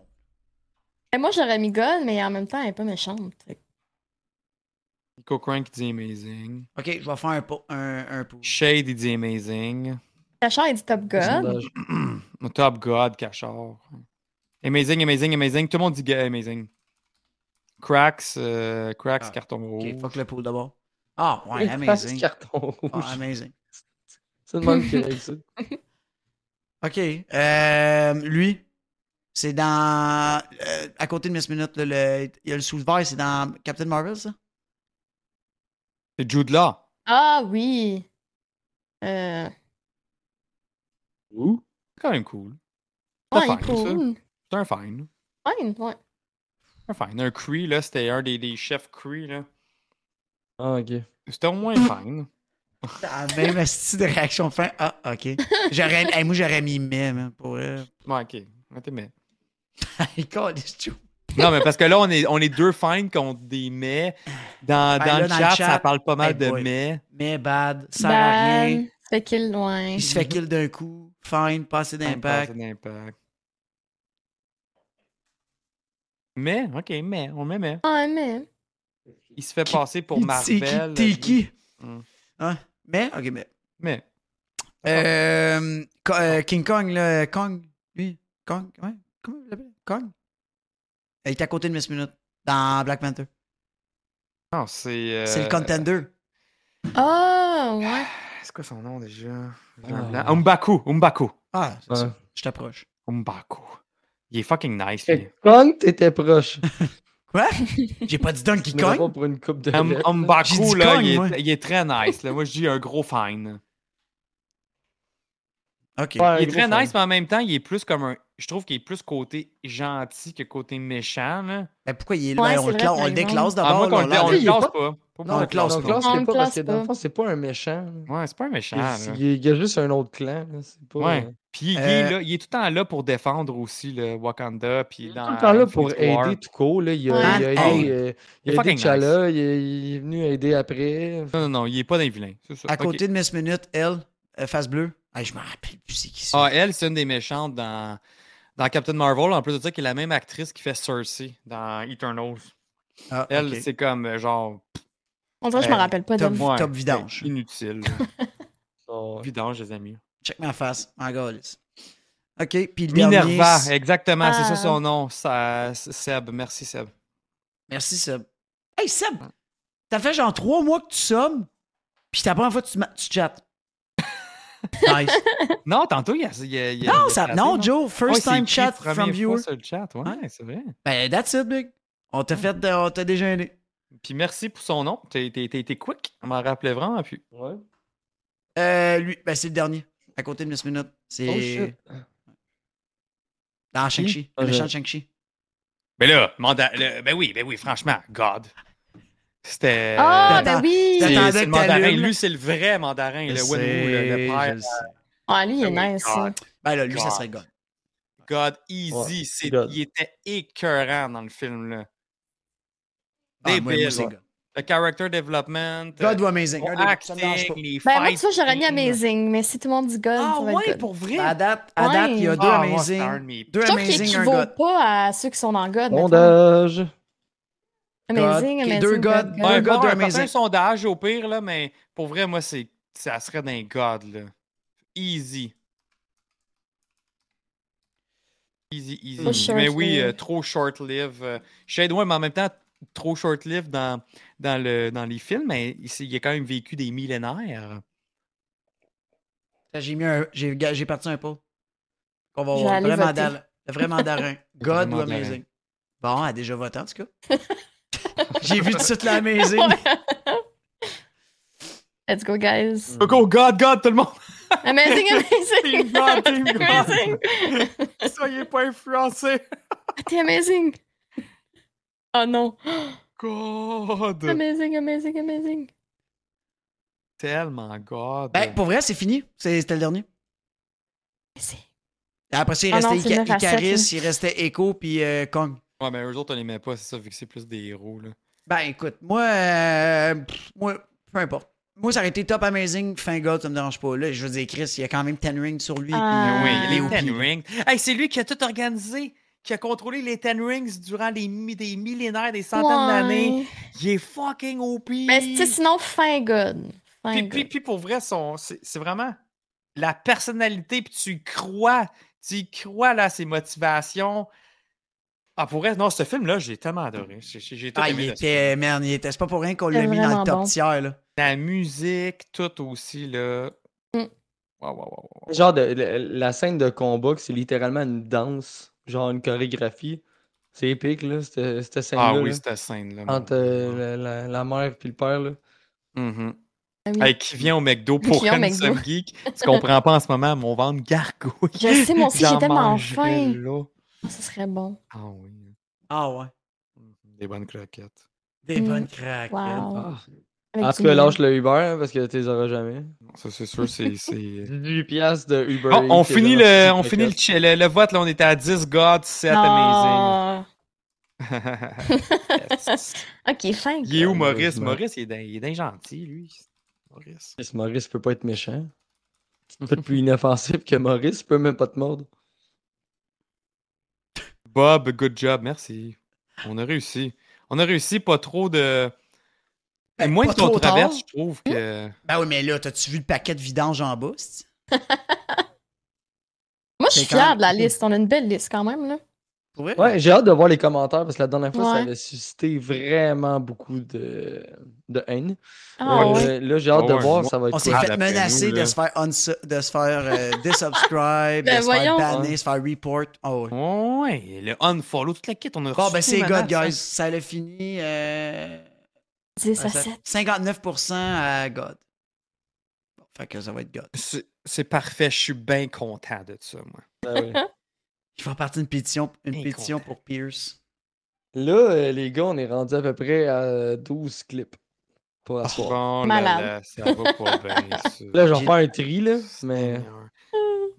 Et moi, j'aurais mis God, mais en même temps, elle est pas méchante.
Nico Crank dit Amazing.
Ok, je vais faire un, po- un, un push.
Shade, il dit Amazing.
Cachard, elle dit Top God.
Sondage.
Top God, Cachard. Amazing, Amazing, Amazing. Tout le monde dit ga- Amazing. Cracks, euh, Cracks,
Ah,
carton rouge.
Ok, fuck le pool d'abord. Ah, ouais,
Il passe le
amazing.
carton rouge.
Ah, amazing.
C'est le même qui règle ça.
Ok. Euh, lui, c'est dans. euh, à côté de Miss Minute, là, le- il y a le sous-vert, c'est dans Captain Marvel, ça?
C'est Jude Law.
Ah oui. Euh,
Ouh.
C'est quand même cool.
ouais,
fine,
il est cool.
C'est un fine.
Fine, ouais.
Un fine. Un Cree, là, c'était un des, des chefs Cree, là.
Ah, ok.
C'était au moins fine.
Ah, même style de réaction fin. Ah, ok. J'aurais, hey, moi, j'aurais mis mais, man, pour elle.
Ouais, ok. Ouais, t'es mais.
Hey, calisse, Joe.
Non, mais parce que là, on est, on est deux fines contre des mais. Dans,
Ben
dans,
là,
le,
dans le
chat,
chat,
ça parle pas mal
hey
de
boy.
mais.
Mais bad, ça sert à
Ban,
rien.
fait qu'il loin.
Il se fait kill d'un coup. Fine, pas assez d'impact.
D'impact. Mais, ok, mais, on met mais.
Ah, mais.
Il se fait passer pour
C'est
Marvel.
qui? T'es qui?
Hmm.
Hein? Mais, ok, mais.
Mais.
Euh, Ko- euh, King Kong, là, Kong, lui, Kong, ouais, comment il l'appelle? Kong? Euh, Il est à côté de Miss Minute dans Black Panther.
Non, c'est. euh,
C'est le contender.
Ah, ouais.
C'est quoi son nom déjà J'ai
Ah.
un blanc. Umbaku. Umbaku.
Ah, c'est
Ouais.
ça. Je t'approche.
Umbaku. Il est fucking nice, lui.
Hey, Kong, t'étais proche.
J'ai pas dit Donkey
Mais d'abord
Kong.
pour une coupe de. lettres,
Um-
J'ai
là.
dit
Umbaku, là,
Kong,
il
moi.
est, il est très nice. Là. Moi, je dis un gros fine.
Ok.
Ouais,
Il est
gros
très
fan.
nice, mais en même temps, il est plus comme un. Je trouve qu'il est plus côté gentil que côté méchant. Là.
Ben, pourquoi il est là?
Ouais,
on,
c'est
le
vrai,
cla-
par
on le
exemple.
déclasse
À
d'abord.
moins Ah, qu'on
là,
le
on
dé- on
l'enlève.
le
il est
classe
pas-
pas. Faut
Non,
pas
on
qu'on
le
le classe
classe
On le
non.
classe ben.
On le
pas parce
classe
que dans
pas.
le fond, c'est pas un méchant. là.
Ouais, c'est pas un méchant. là.
Il il y a juste un autre clan. là, c'est pas-
Ouais. Puis il,
Euh,
est là, il est tout le temps là pour défendre aussi le Wakanda. Puis
Il est
dans
tout le temps là pour
Infinity War.
aider tout court. là. Il a,
Ouais.
il a
Ah,
aidé, euh, il a
Il est
aidé
fucking
T'Challa, il, est- il est venu aider après.
Non, non, non, il est pas d'un vilain. C'est ça.
À
Ok.
côté de Miss Minute, elle, euh, face bleue. Ah, je me rappelle plus c'est qui c'est.
Ah, elle, c'est une des méchantes dans, dans Captain Marvel, en plus de ça, qui est la même actrice qui fait Cersei dans Eternals.
Ah,
Elle,
ok.
c'est comme euh, genre.
On dirait que je me
Hey,
rappelle pas de
Tom-
moi.
ouais,
top vidange.
Inutile.
Son-
vidange, les amis.
Check ma face. En gaulis. Ok, puis le dernier.
Minerva,
c'est-
exactement, c'est ça
Ah.
son nom. Ça, Seb, merci Seb.
Merci, Seb. Hey, Seb, ça fait genre trois mois que tu sommes, puis c'est la première fois que tu, ma- tu chattes. Nice.
Non, tantôt, il y a. il y a- il y a- il y
non,
a
ça,
placé,
non, Joe,
Ouais,
first
c'est
time
écrit
chat
première
from
fois
viewer.
sur le chat, ouais, c'est vrai.
Ben, that's it, big. On t'a fait, euh, on t'a déjà aidé.
Puis merci pour son nom. T'as été t'as été quick. On m'en rappelait vraiment. Puis...
Ouais.
Euh, lui, ben, c'est le dernier, à côté de Miss Minute. C'est
Oh shit.
dans Shang-Chi,
Ah,
le
je-
méchant de Shang-Chi.
Ben là, mandat, le- ben oui, ben oui, franchement, God. C'était.
Ah,
Euh,
ben oui!
J'attends-
C'est
J'attendais
c'est
que
le mandarin.
t'allumes.
Lui, c'est le vrai mandarin.
Je
Le
sais,
Wenwu, le, le
je
père.
le sais.
Ah, lui, il est
Ah oui,
nice.
God.
Ben là, lui, ça
God.
serait God.
God, easy.
Ouais,
c'est-
God.
Il était écœurant dans le film. Là.
Ah, moi, moi,
Débile.
c'est God.
le character development.
God
euh,
ou Amazing.
son
un des deux, ça me dérange
acting,
pas.
les
Ben, moi,
fight
tu vois, j'aurais mis
scenes.
Amazing, mais si tout le monde dit God,
Ah
ça va
ouais,
être God.
pour vrai.
Ben, à date, à
Ouais.
date, il y a deux
Ah, moi, c'était un de
Amazing.
mes-
Deux
Je trouve qu'il
Amazing, un
équivaut
God.
pas à ceux qui sont dans God. mettons.
Sondage.
Amazing,
God.
Amazing.
Deux God.
God.
Un
Ouais,
God
bon,
de
un
Amazing.
certain sondage au pire, là, mais pour vrai, moi, c'est ça serait d'un God. Là. Easy. Easy, easy.
Trop short
mais oui,
lived.
euh, trop short-lived. euh, Shade, ouais, mais en même temps, trop short-lived dans, dans, le, dans les films, mais il, s'est- il a quand même vécu des millénaires.
J'ai mis un. J'ai ga- j'ai parti un pot. On va
Je vais
voir.
aller
Vraiment
voter.
dal- Le vrai mandarin.
vrai
God ou
mandarin.
Amazing. Bon, elle a déjà voté en tout cas. J'ai vu tout de suite la Amazing.
Let's go, guys.
Go, God, God, tout le monde!
Amazing,
Team
Amazing.
God, Team God!
Amazing.
Soyez pas influencés!
Ah, T'es Amazing. Oh non.
God!
Amazing, Amazing, Amazing.
Tellement God!
Ben, pour vrai, c'est fini. C'est- C'était le dernier.
Amazing.
Après ça, il
Ah non,
restait
c'est
Ica-
neuf à sept,
Icaris, il restait Echo puis euh, Kong.
Ouais, mais eux autres, on les met pas, c'est ça, vu que c'est plus des héros. Là.
Ben écoute, moi, euh, pff, moi, peu importe. Moi, ça aurait été top amazing, fin God, ça me dérange pas. Là, je veux dire, Chris, il y a quand même Ten Ring sur lui.
Ah.
puis,
Oui,
euh,
Ah.
il est
les
au
Ten
pied.
Rings. Hey, c'est lui qui a tout organisé, qui a contrôlé les Ten Rings durant les mi- des millénaires, des centaines d'années.
Ouais. Ben,
Il est fucking OP.
Mais tu sais, sinon, fin God. Fin
Puis,
God.
puis, puis pour vrai, son- c'est c'est vraiment la personnalité, puis tu y crois, tu y crois là, à ses motivations. Ah, pour vrai, non, ce film-là, j'ai tellement adoré. J'ai j'ai- j'ai tout
Ah,
aimé
il
de ça.
était, man, il était. C'est pas pour rien qu'on l'a
C'était
mis dans
vraiment
le top
bon.
tiers, là.
La musique, tout aussi, là.
Mm.
Waouh, waouh, waouh, waouh.
Genre, de, la, la scène de combat, que c'est littéralement une danse, genre une chorégraphie. C'est épique, là, cette, cette scène-là.
Ah oui,
là,
cette scène-là. mon
entre
Dieu.
euh, la, la- la mère puis le père, là.
Mhm.
Ah oui.
Hey, qui vient au McDo pour
vient au
un
McDo.
sub geek? Tu comprends pas en ce moment, mon ventre gargouille.
Je sais, moi aussi,
J'en
j'ai tellement
mangerais
faim.
là.
Ce serait bon.
Ah oui.
Ah ouais.
Des bonnes croquettes.
Des
Mm.
bonnes craques. man.
Wow.
Ah,
Avec
En
du
tout cas,
miel.
lâche le Uber hein, parce que tu les auras jamais.
Ça, c'est sûr, c'est. c'est-
18 piastres de Uber.
Bon, Oh, on
Eats,
finit,
c'est
le,
vraiment
on
petit
finit le,
paquet.
chi- le, le vote, là, on était à 10 God, 7
Ah.
Amazing. Yes.
Ok, 5.
Il est où, Maurice?
Malheureusement.
Maurice, il est d'un- il est d'un gentil, lui. Maurice.
Chris, Maurice peut pas être méchant. Tu peux être plus inoffensif que Maurice, tu peux même pas te mordre.
Bob, good job, merci. On a réussi. On a réussi, pas trop de.
Ben,
moins
pas
de ton
trop tard.
traverse, je trouve
Hmm?
que.
Ben oui, mais là, t'as-tu vu le paquet de vidange en bas? c'ti?
Moi, je suis
C'est quand même-
fière de la liste. On a une belle liste quand même, là.
Pour vrai?
Ouais, j'ai hâte de voir les commentaires parce que la dernière fois, ça
Ouais.
avait suscité vraiment beaucoup de, de haine.
Ah
Euh,
ouais.
Là, j'ai hâte
Ah
de
ouais,
voir,
moi-
ça va être
On s'est
cool.
Ah,
fait
d'après
menacer
nous,
de
là.
se faire, unsu- de se faire euh, désubscribe, de
Ben
se faire
voyons.
banner,
Ouais.
se faire report. Ah ouais.
Ouais, le unfollow, toute la kit, on a
Bon,
reçu
ben
tout
c'est
le
good,
menace,
guys. Ça l'a fini. euh,
10 à
ça-
7.
59% à God. Bon, fait que ça va être God.
hein. C'est- C'est parfait, je suis bien content de ça, moi.
Ah ouais.
Je vais partir une pétition, une
Hey,
pétition
content.
pour Pierce.
Là, euh, les gars, on est rendu à peu près à 12 clips. Pas à soir.
Bon, là,
Malade.
là, ça va pas bien. ça.
Là, je vais
Ah, J'ai-
faire un tri, là, mais
Seigneur.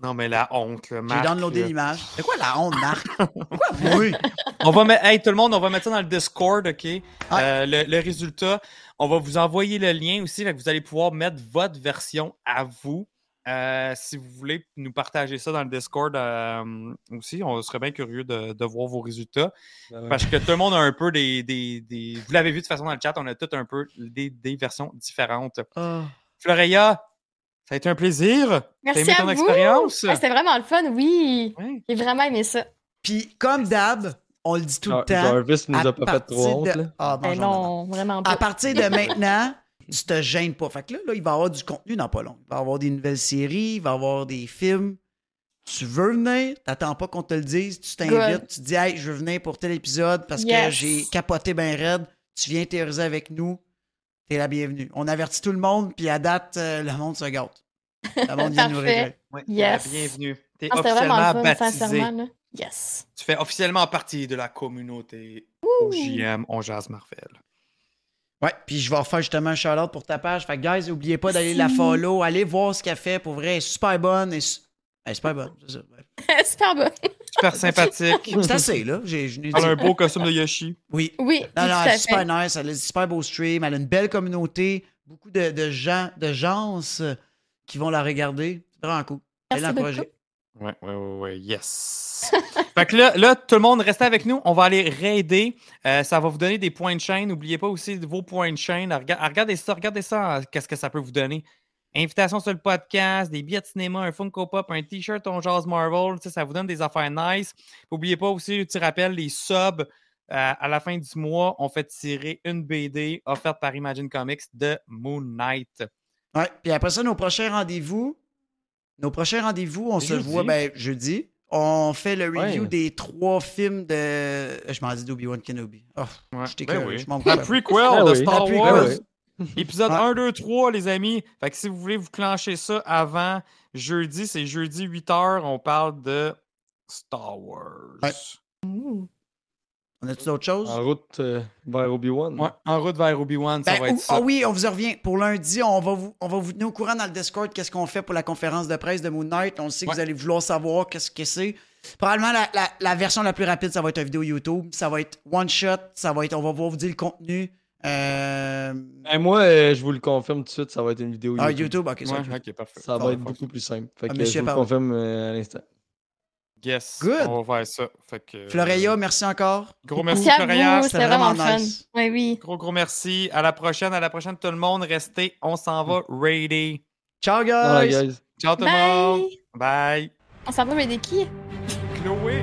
Non, mais la honte, là,
euh, J'ai
Marc.
downloadé
là.
l'image. C'est quoi la honte, Marc? Pourquoi oui?
On va mettre, hey, tout le monde, on va mettre ça dans le Discord, OK?
Ah.
Euh, le, le résultat, on va vous envoyer le lien aussi, fait que vous allez pouvoir mettre votre version à vous. Euh, si vous voulez nous partager ça dans le Discord euh, aussi, on serait bien curieux de, de voir vos résultats. Parce que tout le monde a un peu des. des- des- vous l'avez vu de toute façon dans le chat, on a tous un peu des, des versions différentes.
Ah.
Floreya, ça a été un plaisir. T'as
Merci
aimé
à
ton
vous.
expérience?
Ah, C'était vraiment le fun, oui.
Ouais.
J'ai vraiment aimé ça.
Puis, comme d'hab, on le dit tout le temps.
euh, Ah, Jarvis nous
à
a pas fait trop
partir
honte,
de-
là.
Ah,
Ben
bonjour, madame.
non, vraiment
À
pas.
partir de maintenant, tu te gênes pas. Fait que là, là, il va y avoir du contenu dans pas long. Il va y avoir des nouvelles séries, il va y avoir des films. Tu veux venir, t'attends pas qu'on te le dise, tu t'invites,
Good.
tu dis Hey, je veux venir pour tel épisode parce que
Yes.
j'ai capoté ben raide, tu viens théoriser avec nous, t'es la bienvenue. On avertit tout le monde, puis à date, euh, le monde se gâte. Le monde vient nous
Parfait.
régler.
Ouais,
Yes.
Bienvenue. T'es
Ah, C'était vraiment
officiellement
le fun,
baptisé.
sincèrement. Là. Yes.
Tu fais officiellement partie de la communauté OJM, on jase Marvel.
Ah,
Ouais, puis je vais refaire justement un shout-out pour ta page. Fait que, guys, n'oubliez pas d'aller la follow, allez voir ce qu'elle fait. Pour vrai, elle est super bonne. Elle est, su- elle est super bonne, c'est ça.
Super bon.
Super sympathique.
C'est assez, là. J'ai, je n'ai
Elle
dit-
a un beau costume de Yoshi.
Oui.
Oui,
Non,
tout
non,
à
elle est
fait.
super nice, elle a des super beaux streams, elle a une belle communauté, beaucoup de, de gens, de gens euh, qui vont la regarder. C'est vraiment cool. Elle
Merci
l'encourage.
beaucoup.
Ouais, ouais, ouais, ouais, yes. fait que là, là, tout le monde, restez avec nous. On va aller raider. Euh, ça va vous donner des points de chaîne. N'oubliez pas aussi vos points de chaîne. Ah, rega- ah, Regardez ça, regardez ça. euh, Qu'est-ce que ça peut vous donner? Invitation sur le podcast, des billets de cinéma, un Funko Pop, un T-shirt, on jase Marvel. Tu sais, Ça vous donne des affaires nice. N'oubliez pas aussi, tu rappelles, les subs. Euh, à la fin du mois, on fait tirer une BD offerte par Imagine Comics de Moon Knight.
Ouais. Puis après ça, nos prochains rendez-vous, nos prochains rendez-vous, on se
Jeudi.
voit ben, jeudi. On fait le review
Ouais.
des trois films de. euh, Je m'en dis d'Obi-Wan Kenobi. Oh, je t'ai
Ben
écoeuré,
oui.
je m'en
La
fous.
prequel
Ah
de
oui.
Star
La prequel.
Wars.
Ah oui.
Épisode
Ouais.
1, 2, 3, les amis. Fait que si vous voulez vous clencher ça avant jeudi, c'est jeudi 8h, on parle de Star Wars.
Ouais.
Ouais.
On a-tu d'autres
Ah,
choses?
En route euh, vers Obi-Wan.
en route vers Obi-Wan, ça
Ben,
va
ou-
être ça.
Ah oui, on vous en revient. Pour lundi, on va vous, on va vous tenir au courant dans le Discord qu'est-ce qu'on fait pour la conférence de presse de Moon Knight. On sait que
Ouais.
vous allez vouloir savoir qu'est-ce que c'est. Probablement la, la- la version la plus rapide, ça va être une vidéo YouTube. Ça va être one shot. Ça va être, on va voir vous dire le contenu. Euh,
Ben, moi, euh, je vous le confirme tout de suite, ça va être une vidéo
ah,
YouTube.
YouTube, ok. ça,
Ah, Ouais, ok, parfait.
Ça
Bon,
va être
bon.
beaucoup plus simple. Fait
Ah,
que
mais je sais
je vous
pas.
le confirme euh, à l'instant.
Yes,
Good.
on va faire ça. Fait que, euh,
Floreya, merci encore.
Gros merci,
Merci à
Floreya.
vous.
c'était
C'était vraiment
vraiment
le fun.
nice.
Oui, oui.
Gros, gros merci. À la prochaine, à la prochaine tout le monde. Restez, on s'en va.
Mm.
Ready.
Ciao, guys!
Alright, guys.
Ciao tout le monde.
Bye.
Bye.
On s'en va, mais des qui?
Chloé.